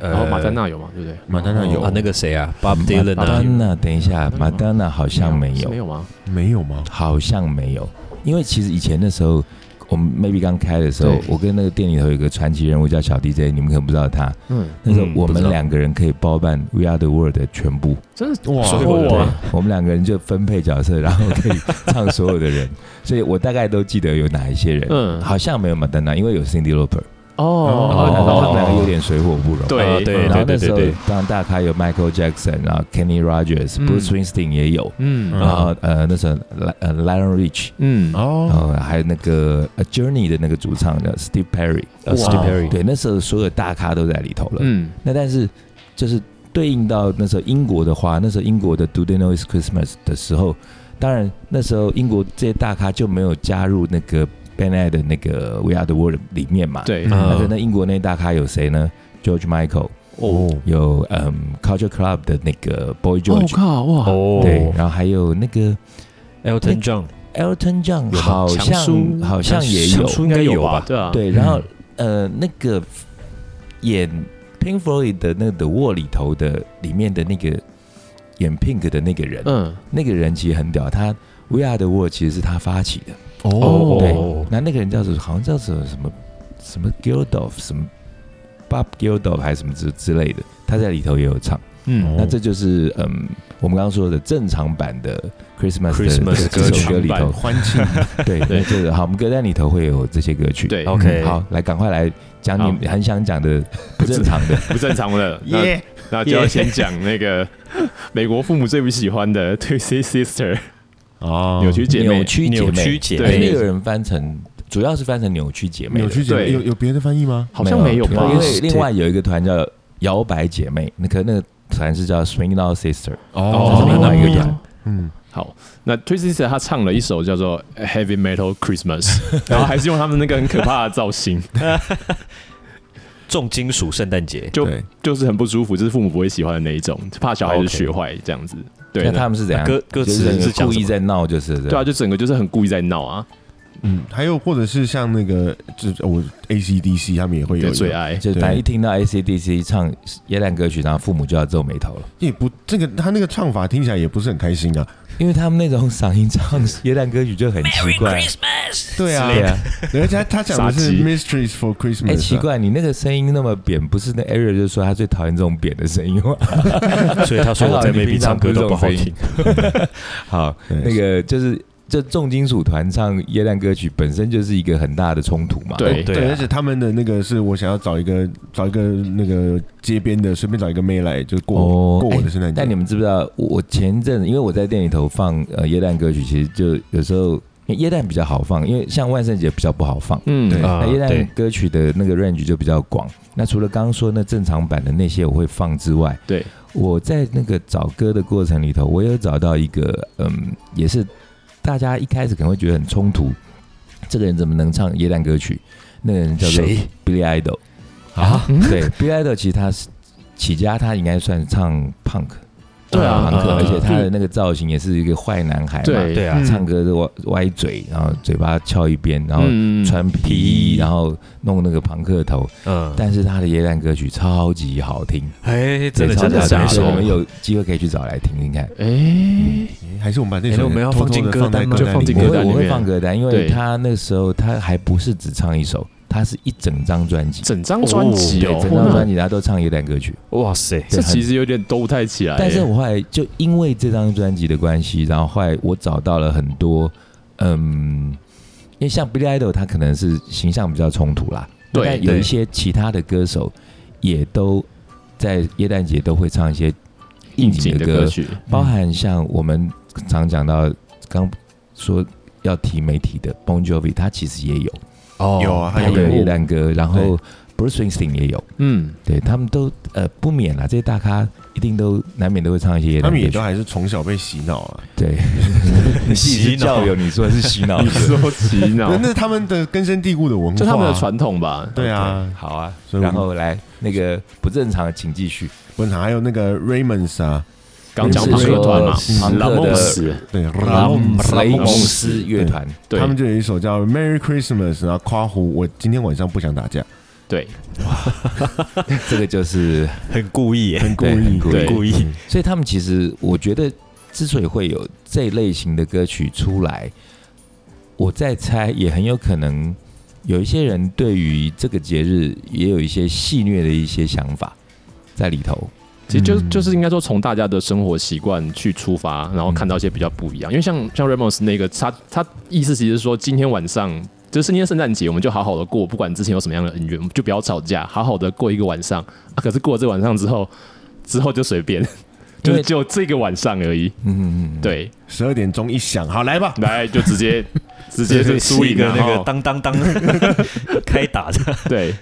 [SPEAKER 2] 然哦后马丹
[SPEAKER 3] 娜
[SPEAKER 2] 娜有嘛，对不对？
[SPEAKER 1] 马丹娜有
[SPEAKER 3] 啊，那个谁啊，Bob
[SPEAKER 4] 马
[SPEAKER 3] Dylan 啊，
[SPEAKER 4] 丹娜，等一下，马丹娜好像没
[SPEAKER 2] 是
[SPEAKER 4] 有
[SPEAKER 2] 没，有吗？
[SPEAKER 1] 没有吗？
[SPEAKER 4] 好像没有，因为其实以前那时候，我们 maybe 刚开的时候
[SPEAKER 2] 对，
[SPEAKER 4] 我跟那个店里头有一个传奇人物叫小 DJ，你们可能不知道他，
[SPEAKER 2] 嗯，
[SPEAKER 4] 那时候
[SPEAKER 3] 嗯
[SPEAKER 4] 我
[SPEAKER 3] 不知
[SPEAKER 4] 们
[SPEAKER 3] 道
[SPEAKER 4] 两个人可以包办《We Are the World》的全部，
[SPEAKER 2] 真的
[SPEAKER 1] 哇
[SPEAKER 2] 所以
[SPEAKER 1] 哇
[SPEAKER 2] 我
[SPEAKER 4] 我们两个人就分配角色，然后可以唱所有 的人，所以我大概都记得有哪一些人，
[SPEAKER 2] 嗯
[SPEAKER 4] 好像没有马丹娜，因为有 Cindy Lauper。
[SPEAKER 2] 哦，
[SPEAKER 4] 然后他们
[SPEAKER 2] 哦
[SPEAKER 4] 两个有点水火不容。
[SPEAKER 2] 对
[SPEAKER 3] 啊对
[SPEAKER 4] 然后
[SPEAKER 3] 对
[SPEAKER 4] 那
[SPEAKER 3] 对
[SPEAKER 4] 时
[SPEAKER 3] 对
[SPEAKER 4] 候
[SPEAKER 3] 对，
[SPEAKER 4] 当然大咖有 Michael Jackson，然后 Kenny Rogers、
[SPEAKER 2] 嗯
[SPEAKER 4] Bruce Springsteen 也有，
[SPEAKER 2] 嗯
[SPEAKER 4] 然后呃那时候莱呃 Lion Rich，
[SPEAKER 2] 嗯，
[SPEAKER 4] 然
[SPEAKER 1] 哦，
[SPEAKER 4] 后还有那个呃 Journey 的那个主唱叫 Steve Perry，
[SPEAKER 3] 呃
[SPEAKER 1] 哇
[SPEAKER 3] Steve Perry，
[SPEAKER 4] 对，那时候所有大咖都在里头了。
[SPEAKER 2] 嗯
[SPEAKER 4] 那但是就是对应到那时候英国的话，那时候英国的 Do They Know It's Christmas 的时候，当然那时候英国这些大咖就没有加入那个 Ben Ed 的那个 We Are the World 里面嘛，
[SPEAKER 2] 对，
[SPEAKER 1] 嗯
[SPEAKER 4] 那
[SPEAKER 3] 嗯
[SPEAKER 4] 可能英国那大咖有谁呢？George Michael、
[SPEAKER 1] 哦，
[SPEAKER 4] 有嗯 Culture Club 的那个 Boy
[SPEAKER 2] 我
[SPEAKER 4] George，、
[SPEAKER 2] 靠哇！
[SPEAKER 3] 哦
[SPEAKER 4] 对，然后还有那个
[SPEAKER 3] Elton John，
[SPEAKER 4] Elton John，
[SPEAKER 3] 有吗
[SPEAKER 4] 好
[SPEAKER 2] 强
[SPEAKER 4] 像
[SPEAKER 2] 叔
[SPEAKER 4] 好像也
[SPEAKER 3] 强
[SPEAKER 4] 有，
[SPEAKER 3] 叔应该有吧？
[SPEAKER 2] 对啊，
[SPEAKER 4] 对，然后、呃，那个演 Pink Floyd 的那个 The Wall 里头的里面的那个演 Pink 的那个人，
[SPEAKER 2] 嗯，
[SPEAKER 4] 那个人其实很屌，他 We Are the World 其实是他发起的。
[SPEAKER 2] 哦
[SPEAKER 4] 对，那那个人叫什么？好像叫什么什么什么 Gildoff 什么 Bob Gildoff 还是什么之之类的，他在里头也有唱。
[SPEAKER 2] 嗯，
[SPEAKER 4] 那这就是嗯，我们刚刚说的正常版的 Christmas 的
[SPEAKER 3] Christmas
[SPEAKER 4] 这首歌
[SPEAKER 2] 歌曲
[SPEAKER 4] 里头，欢庆对对，这个好，我们歌单里头会有这些歌曲。
[SPEAKER 2] 对
[SPEAKER 3] ，OK，
[SPEAKER 4] 好，来赶快来讲你很想讲的不正常的。
[SPEAKER 2] 不正常的。那那就要先讲那个美国父母最不喜欢的 Twisted Sister
[SPEAKER 1] 哦，
[SPEAKER 2] 扭曲姐
[SPEAKER 4] 扭
[SPEAKER 2] 妹，
[SPEAKER 4] 曲姐妹，
[SPEAKER 3] 扭曲姐
[SPEAKER 2] 妹
[SPEAKER 4] 哎
[SPEAKER 2] 对
[SPEAKER 4] 那个人翻成主要是翻成扭曲姐妹的，
[SPEAKER 1] 扭曲姐妹
[SPEAKER 2] 对
[SPEAKER 1] 有有别的翻译吗？
[SPEAKER 2] 好像没有吧
[SPEAKER 4] 因？为另外有一个团叫摇摆姐妹，那可那个团是叫 Swing Now Sister，
[SPEAKER 2] 哦
[SPEAKER 4] 这是另外一个团。
[SPEAKER 1] 嗯，
[SPEAKER 2] 好，那 Twisted Sister 她唱了一首叫做《Heavy Metal Christmas》，然后还是用他们那个很可怕的造型，
[SPEAKER 3] 重金属圣诞节，
[SPEAKER 2] 就
[SPEAKER 1] 对
[SPEAKER 2] 就是很不舒服，就是父母不会喜欢的那一种，怕小孩子学坏这样子。对，
[SPEAKER 4] 那他们是怎样？
[SPEAKER 3] 啊歌歌词
[SPEAKER 4] 就是
[SPEAKER 3] 讲
[SPEAKER 4] 故
[SPEAKER 3] 什
[SPEAKER 4] 意
[SPEAKER 3] 么
[SPEAKER 4] 在闹，就是
[SPEAKER 2] 对啊，就整个就是很故意在闹啊，
[SPEAKER 1] 嗯，还有或者是像那个，就是我 ACDC 他们也会
[SPEAKER 2] 你
[SPEAKER 1] 有一
[SPEAKER 2] 的
[SPEAKER 1] 个
[SPEAKER 2] 最，爱。
[SPEAKER 4] 就
[SPEAKER 1] 对
[SPEAKER 4] 反正一听到 AC/DC 唱耶诞歌曲，然后父母就要皱眉头了，
[SPEAKER 1] 也不这个他那个唱法听起来也不是很开心啊。
[SPEAKER 4] 因为他们那种嗓音唱 耶诞歌曲就很奇怪。
[SPEAKER 1] 对啊，
[SPEAKER 4] 对啊，
[SPEAKER 1] 而且他他讲的
[SPEAKER 2] 傻
[SPEAKER 1] 是
[SPEAKER 2] 鸡
[SPEAKER 1] Mysteries for
[SPEAKER 3] 嗯
[SPEAKER 4] 哎、
[SPEAKER 1] Christmas，啊
[SPEAKER 4] 奇，怪，你那个声音那么扁，不是那 Ariel 就说他最讨厌这种扁的声音吗？
[SPEAKER 3] 啊所以他说我 在 Maybe 唱歌都不好听。 嗯
[SPEAKER 4] 好，
[SPEAKER 1] 对
[SPEAKER 4] 那个就是这重金属团唱耶诞歌曲本身就是一个很大的冲突嘛。
[SPEAKER 2] 对
[SPEAKER 3] 对
[SPEAKER 1] 对，而
[SPEAKER 3] 啊
[SPEAKER 1] 且他们的那个是我想要找一个找一个那个街边的，随便找一个妹来就过
[SPEAKER 4] 哦
[SPEAKER 1] 过我的圣诞节。
[SPEAKER 4] 但你们知不知道，我我前一阵子因为我在店里头放呃耶诞歌曲，其实就有时候因为耶诞比较好放，因为像万圣节比较不好放。
[SPEAKER 2] 嗯，
[SPEAKER 1] 对
[SPEAKER 3] 啊
[SPEAKER 4] 那耶诞
[SPEAKER 3] 对
[SPEAKER 4] 歌曲的那个 range 就比较广。那除了刚刚说那正常版的那些我会放之外，
[SPEAKER 2] 对，
[SPEAKER 4] 我在那个找歌的过程里头，我有找到一个，嗯，也是大家一开始可能会觉得很冲突，这个人怎么能唱耶诞歌曲？那个人叫做
[SPEAKER 3] 谁
[SPEAKER 4] Billy Idol 啊，
[SPEAKER 2] 嗯
[SPEAKER 4] 对，Billy Idol 其实他是起家，他应该算唱 punk，呃
[SPEAKER 2] 对啊
[SPEAKER 4] 朋克，
[SPEAKER 3] 嗯
[SPEAKER 4] 而且他的那个造型也是一个坏男孩嘛，
[SPEAKER 2] 对
[SPEAKER 3] 对啊
[SPEAKER 2] 嗯
[SPEAKER 4] 唱歌都歪歪嘴，然后嘴巴翘一边，然后
[SPEAKER 2] 嗯
[SPEAKER 4] 穿皮
[SPEAKER 3] 皮
[SPEAKER 4] 衣，
[SPEAKER 3] 衣
[SPEAKER 4] 然后弄那个朋克头，
[SPEAKER 3] 嗯，
[SPEAKER 4] 但是他的耶诞歌曲超级好听，
[SPEAKER 3] 哎，真的
[SPEAKER 4] 对超
[SPEAKER 3] 真
[SPEAKER 4] 级
[SPEAKER 3] 的
[SPEAKER 4] 好
[SPEAKER 2] 假
[SPEAKER 4] 听
[SPEAKER 2] 的
[SPEAKER 4] 所以我们
[SPEAKER 3] 有
[SPEAKER 4] 有机会可以去找来听听看。
[SPEAKER 2] 哎，
[SPEAKER 1] 诶还是我们把那
[SPEAKER 3] 哎
[SPEAKER 1] 首
[SPEAKER 3] 我们要
[SPEAKER 1] 偷偷
[SPEAKER 3] 放进
[SPEAKER 1] 地
[SPEAKER 3] 歌
[SPEAKER 1] 放在
[SPEAKER 3] 单吗
[SPEAKER 1] 歌
[SPEAKER 2] 就放进
[SPEAKER 4] 我
[SPEAKER 2] 歌
[SPEAKER 4] 会
[SPEAKER 2] 单里
[SPEAKER 4] 我会
[SPEAKER 2] 面
[SPEAKER 4] 放歌单，因为
[SPEAKER 2] 对
[SPEAKER 4] 他那时候他还不是只唱一首，他是一整张专辑，
[SPEAKER 2] 整张专辑
[SPEAKER 4] 对
[SPEAKER 2] 哦，
[SPEAKER 4] 整张专
[SPEAKER 2] 辑，
[SPEAKER 4] 辑他都唱耶诞歌曲。
[SPEAKER 3] 哇塞，
[SPEAKER 2] 这
[SPEAKER 4] 对很
[SPEAKER 2] 其实有点兜不太起来耶。
[SPEAKER 4] 但是我后来就因为这张专辑的关系，然后后来我找到了很多，嗯，因为像 Billy Idol 他可能是形象比较冲突啦，
[SPEAKER 2] 对
[SPEAKER 4] 但有
[SPEAKER 3] 对
[SPEAKER 4] 一些其他的歌手也都在耶诞节都会唱一些应景的歌，
[SPEAKER 2] 曲，
[SPEAKER 4] 包含像我们常讲到刚说要提媒体的 Bon Jovi，他其实也有，
[SPEAKER 3] 哦
[SPEAKER 1] 有啊，他
[SPEAKER 4] 他
[SPEAKER 1] 有
[SPEAKER 4] 有
[SPEAKER 1] 个
[SPEAKER 4] 耶诞歌，然后 Bruce Springsteen 也有，
[SPEAKER 2] 嗯，
[SPEAKER 4] 对他们都呃不免啦，这些大咖一定都难免都会唱一些耶
[SPEAKER 1] 他
[SPEAKER 4] 诞歌
[SPEAKER 1] 们也
[SPEAKER 4] 曲
[SPEAKER 1] 都。还是从小被洗脑啊。
[SPEAKER 4] 对，
[SPEAKER 3] 洗脑，
[SPEAKER 4] 友，你说是洗脑
[SPEAKER 2] 你说洗脑
[SPEAKER 3] 哦
[SPEAKER 1] 那，那他们的根深蒂固的文化，
[SPEAKER 2] 就他们的传统吧。
[SPEAKER 1] 对啊，
[SPEAKER 4] 好啊，
[SPEAKER 1] 所以我
[SPEAKER 4] 然
[SPEAKER 1] 们
[SPEAKER 4] 后来那个不正常，请继续。
[SPEAKER 1] 不常还有那个 Raymonds 啊，
[SPEAKER 2] 刚讲
[SPEAKER 1] 就是
[SPEAKER 2] 朋克团嘛
[SPEAKER 4] 说，
[SPEAKER 2] 嗯
[SPEAKER 4] 朋克的
[SPEAKER 2] 拉梦死，
[SPEAKER 1] 对
[SPEAKER 4] 拉
[SPEAKER 1] ，Ramones
[SPEAKER 4] 嗯雷
[SPEAKER 2] 梦
[SPEAKER 4] 姆斯乐团，
[SPEAKER 2] 对
[SPEAKER 1] 他们就有一首叫《Merry Christmas》，然后夸胡我今天晚上不想打架，
[SPEAKER 2] 对，
[SPEAKER 4] 这个就是
[SPEAKER 3] 很故意耶，
[SPEAKER 1] 很故
[SPEAKER 4] 对很
[SPEAKER 1] 意。
[SPEAKER 4] 故
[SPEAKER 2] 对
[SPEAKER 4] 意。
[SPEAKER 3] 故意，
[SPEAKER 4] 所以他们其实，我觉得之所以会有这类型的歌曲出来，我在猜，也很有可能有一些人对于这个节日也有一些戏谑的一些想法在里头。
[SPEAKER 2] 其实就
[SPEAKER 1] 嗯
[SPEAKER 2] 就是应该说从大家的生活习惯去出发，然后看到一些比较不一样。因为像像 Ramos 那个，他他意思其实是说今天晚上。就是今天圣诞节，我们就好好的过，不管之前有什么样的恩怨，我们就不要吵架，好好的过一个晚上。啊，可是过了这晚上之后，之后就随便，就
[SPEAKER 4] 因
[SPEAKER 2] 是
[SPEAKER 4] 为
[SPEAKER 2] 就这个晚上而已。
[SPEAKER 4] 嗯，嗯嗯，
[SPEAKER 2] 对，
[SPEAKER 1] 十二点钟一响，好来吧，
[SPEAKER 2] 来就直接直接
[SPEAKER 3] 是
[SPEAKER 2] 就输
[SPEAKER 3] 一
[SPEAKER 2] 赢
[SPEAKER 3] 个
[SPEAKER 2] 了
[SPEAKER 3] 那个
[SPEAKER 2] 哈
[SPEAKER 3] 当当 当开打的，
[SPEAKER 2] 对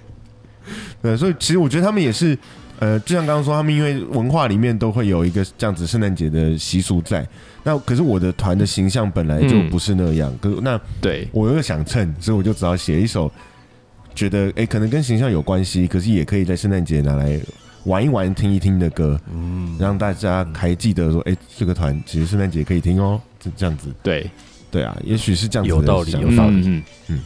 [SPEAKER 1] 对，所以其实我觉得他们也是，呃，就像刚刚说，他们因为文化里面都会有一个这样子圣诞节的习俗在。那可是我的团的形象本来就
[SPEAKER 2] 嗯
[SPEAKER 1] 不是那样，可那
[SPEAKER 2] 对，
[SPEAKER 1] 我又想蹭，所以我就只好写一首，觉得哎、诶可能跟形象有关系，可是也可以在圣诞节拿来玩一玩、听一听的歌，嗯，让大家还记得说，哎、这个团其实圣诞节可以听哦，这这样子，
[SPEAKER 2] 对，
[SPEAKER 1] 对啊，也许是这样子的
[SPEAKER 3] 有道理
[SPEAKER 1] 想法
[SPEAKER 3] 有道理
[SPEAKER 2] 嗯，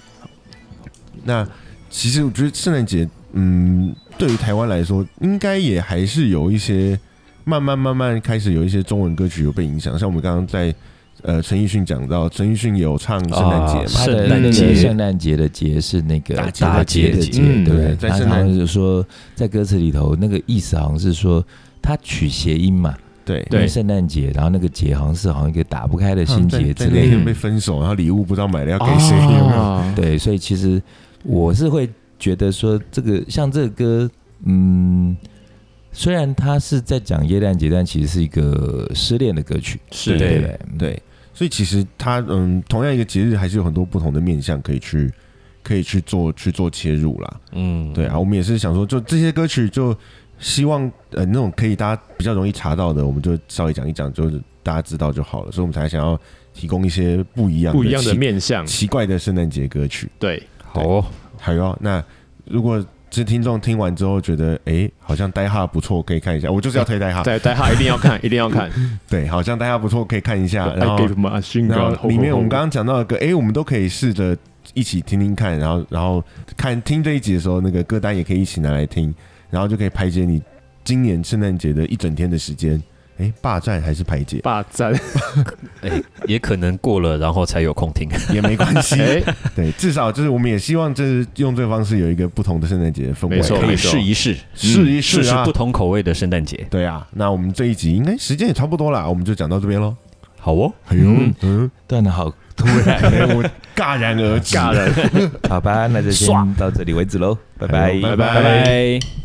[SPEAKER 1] 那其实我觉得圣诞节，嗯，对于台湾来说，应该也还是有一些慢慢慢慢开始有一些中文歌曲有被影响，像我们刚刚在呃陈奕迅讲到，陈奕迅有唱圣诞节嘛，
[SPEAKER 3] 啊
[SPEAKER 4] 他的
[SPEAKER 3] 圣
[SPEAKER 4] 那
[SPEAKER 3] 诞
[SPEAKER 4] 个
[SPEAKER 3] 节
[SPEAKER 4] 圣诞节的节是那个
[SPEAKER 1] 打劫的
[SPEAKER 4] 的
[SPEAKER 3] 节
[SPEAKER 4] 节，对不对
[SPEAKER 1] 嗯？对在
[SPEAKER 4] 他
[SPEAKER 1] 圣
[SPEAKER 4] 好
[SPEAKER 1] 诞
[SPEAKER 4] 像就说在歌词里头那个意思好像是说他取谐音嘛，
[SPEAKER 1] 对嗯
[SPEAKER 2] 对
[SPEAKER 4] 因为圣诞节，然后那个节好像是好像一个打不开的心结之
[SPEAKER 1] 在那
[SPEAKER 4] 类的，
[SPEAKER 1] 天被分手，然后礼物不知道买了要给
[SPEAKER 2] 啊
[SPEAKER 1] 谁，有没有？
[SPEAKER 4] 对，所以其实我是会觉得说这个像这个歌，嗯。虽然它是在讲耶诞节，但其实是一个失恋的歌曲，
[SPEAKER 2] 是
[SPEAKER 4] 对嗯
[SPEAKER 2] 对
[SPEAKER 4] 不对？
[SPEAKER 1] 对，所以其实它嗯，同样一个节日，还是有很多不同的面向可以去可以去做去做切入啦。
[SPEAKER 3] 嗯，
[SPEAKER 1] 对啊，我们也是想说，就这些歌曲，就希望呃那种可以大家比较容易查到的，我们就稍微讲一讲，就是大家知道就好了。所以我们才想要提供一些不一样
[SPEAKER 2] 不一样的
[SPEAKER 1] 奇
[SPEAKER 2] 面相，
[SPEAKER 1] 奇怪的圣诞节歌曲。
[SPEAKER 2] 对，
[SPEAKER 3] 好哦，
[SPEAKER 1] 好哟，那如果这听众听完之后觉得，哎、好像呆哈不错，可以看一下。我就是要推呆哈，
[SPEAKER 2] 在大家一定要看，一定要看。
[SPEAKER 1] 对，好像呆哈不错，可以看一下。
[SPEAKER 2] I
[SPEAKER 1] 啊然后
[SPEAKER 2] give my machine
[SPEAKER 1] 然
[SPEAKER 2] gun
[SPEAKER 1] 后里面我们刚刚讲到的歌，哎、我们都可以试着一起听听看，然后然后看听这一集的时候，那个歌单也可以一起拿来听，然后就可以排解你今年圣诞节的一整天的时间。哎、霸占还是排 解
[SPEAKER 2] 霸占，
[SPEAKER 3] 哎，也可能过了，然后才有空听。
[SPEAKER 1] 也没关系，
[SPEAKER 2] 哎，
[SPEAKER 1] 对，至少就是我们也希望就是用这个方式有一个不同的圣诞节的氛围，
[SPEAKER 2] 没错
[SPEAKER 1] 可
[SPEAKER 3] 哎可
[SPEAKER 1] 以
[SPEAKER 3] 以试一试，
[SPEAKER 1] 试一
[SPEAKER 3] 试
[SPEAKER 1] 试
[SPEAKER 3] 嗯试
[SPEAKER 1] 啊
[SPEAKER 3] 不。同口味的圣诞节。
[SPEAKER 1] 对啊，那我们这一集应该时间也差不多啦，我们就讲到这边喽。
[SPEAKER 3] 好哦，
[SPEAKER 1] 哎呦，嗯，
[SPEAKER 4] 断的好突然，
[SPEAKER 1] 哎我戛然而止，
[SPEAKER 2] 尬人，
[SPEAKER 4] 好吧，那就先
[SPEAKER 3] 唰
[SPEAKER 4] 到这里为止喽，
[SPEAKER 1] 哎
[SPEAKER 4] 拜拜
[SPEAKER 1] 呦拜拜
[SPEAKER 3] 拜拜。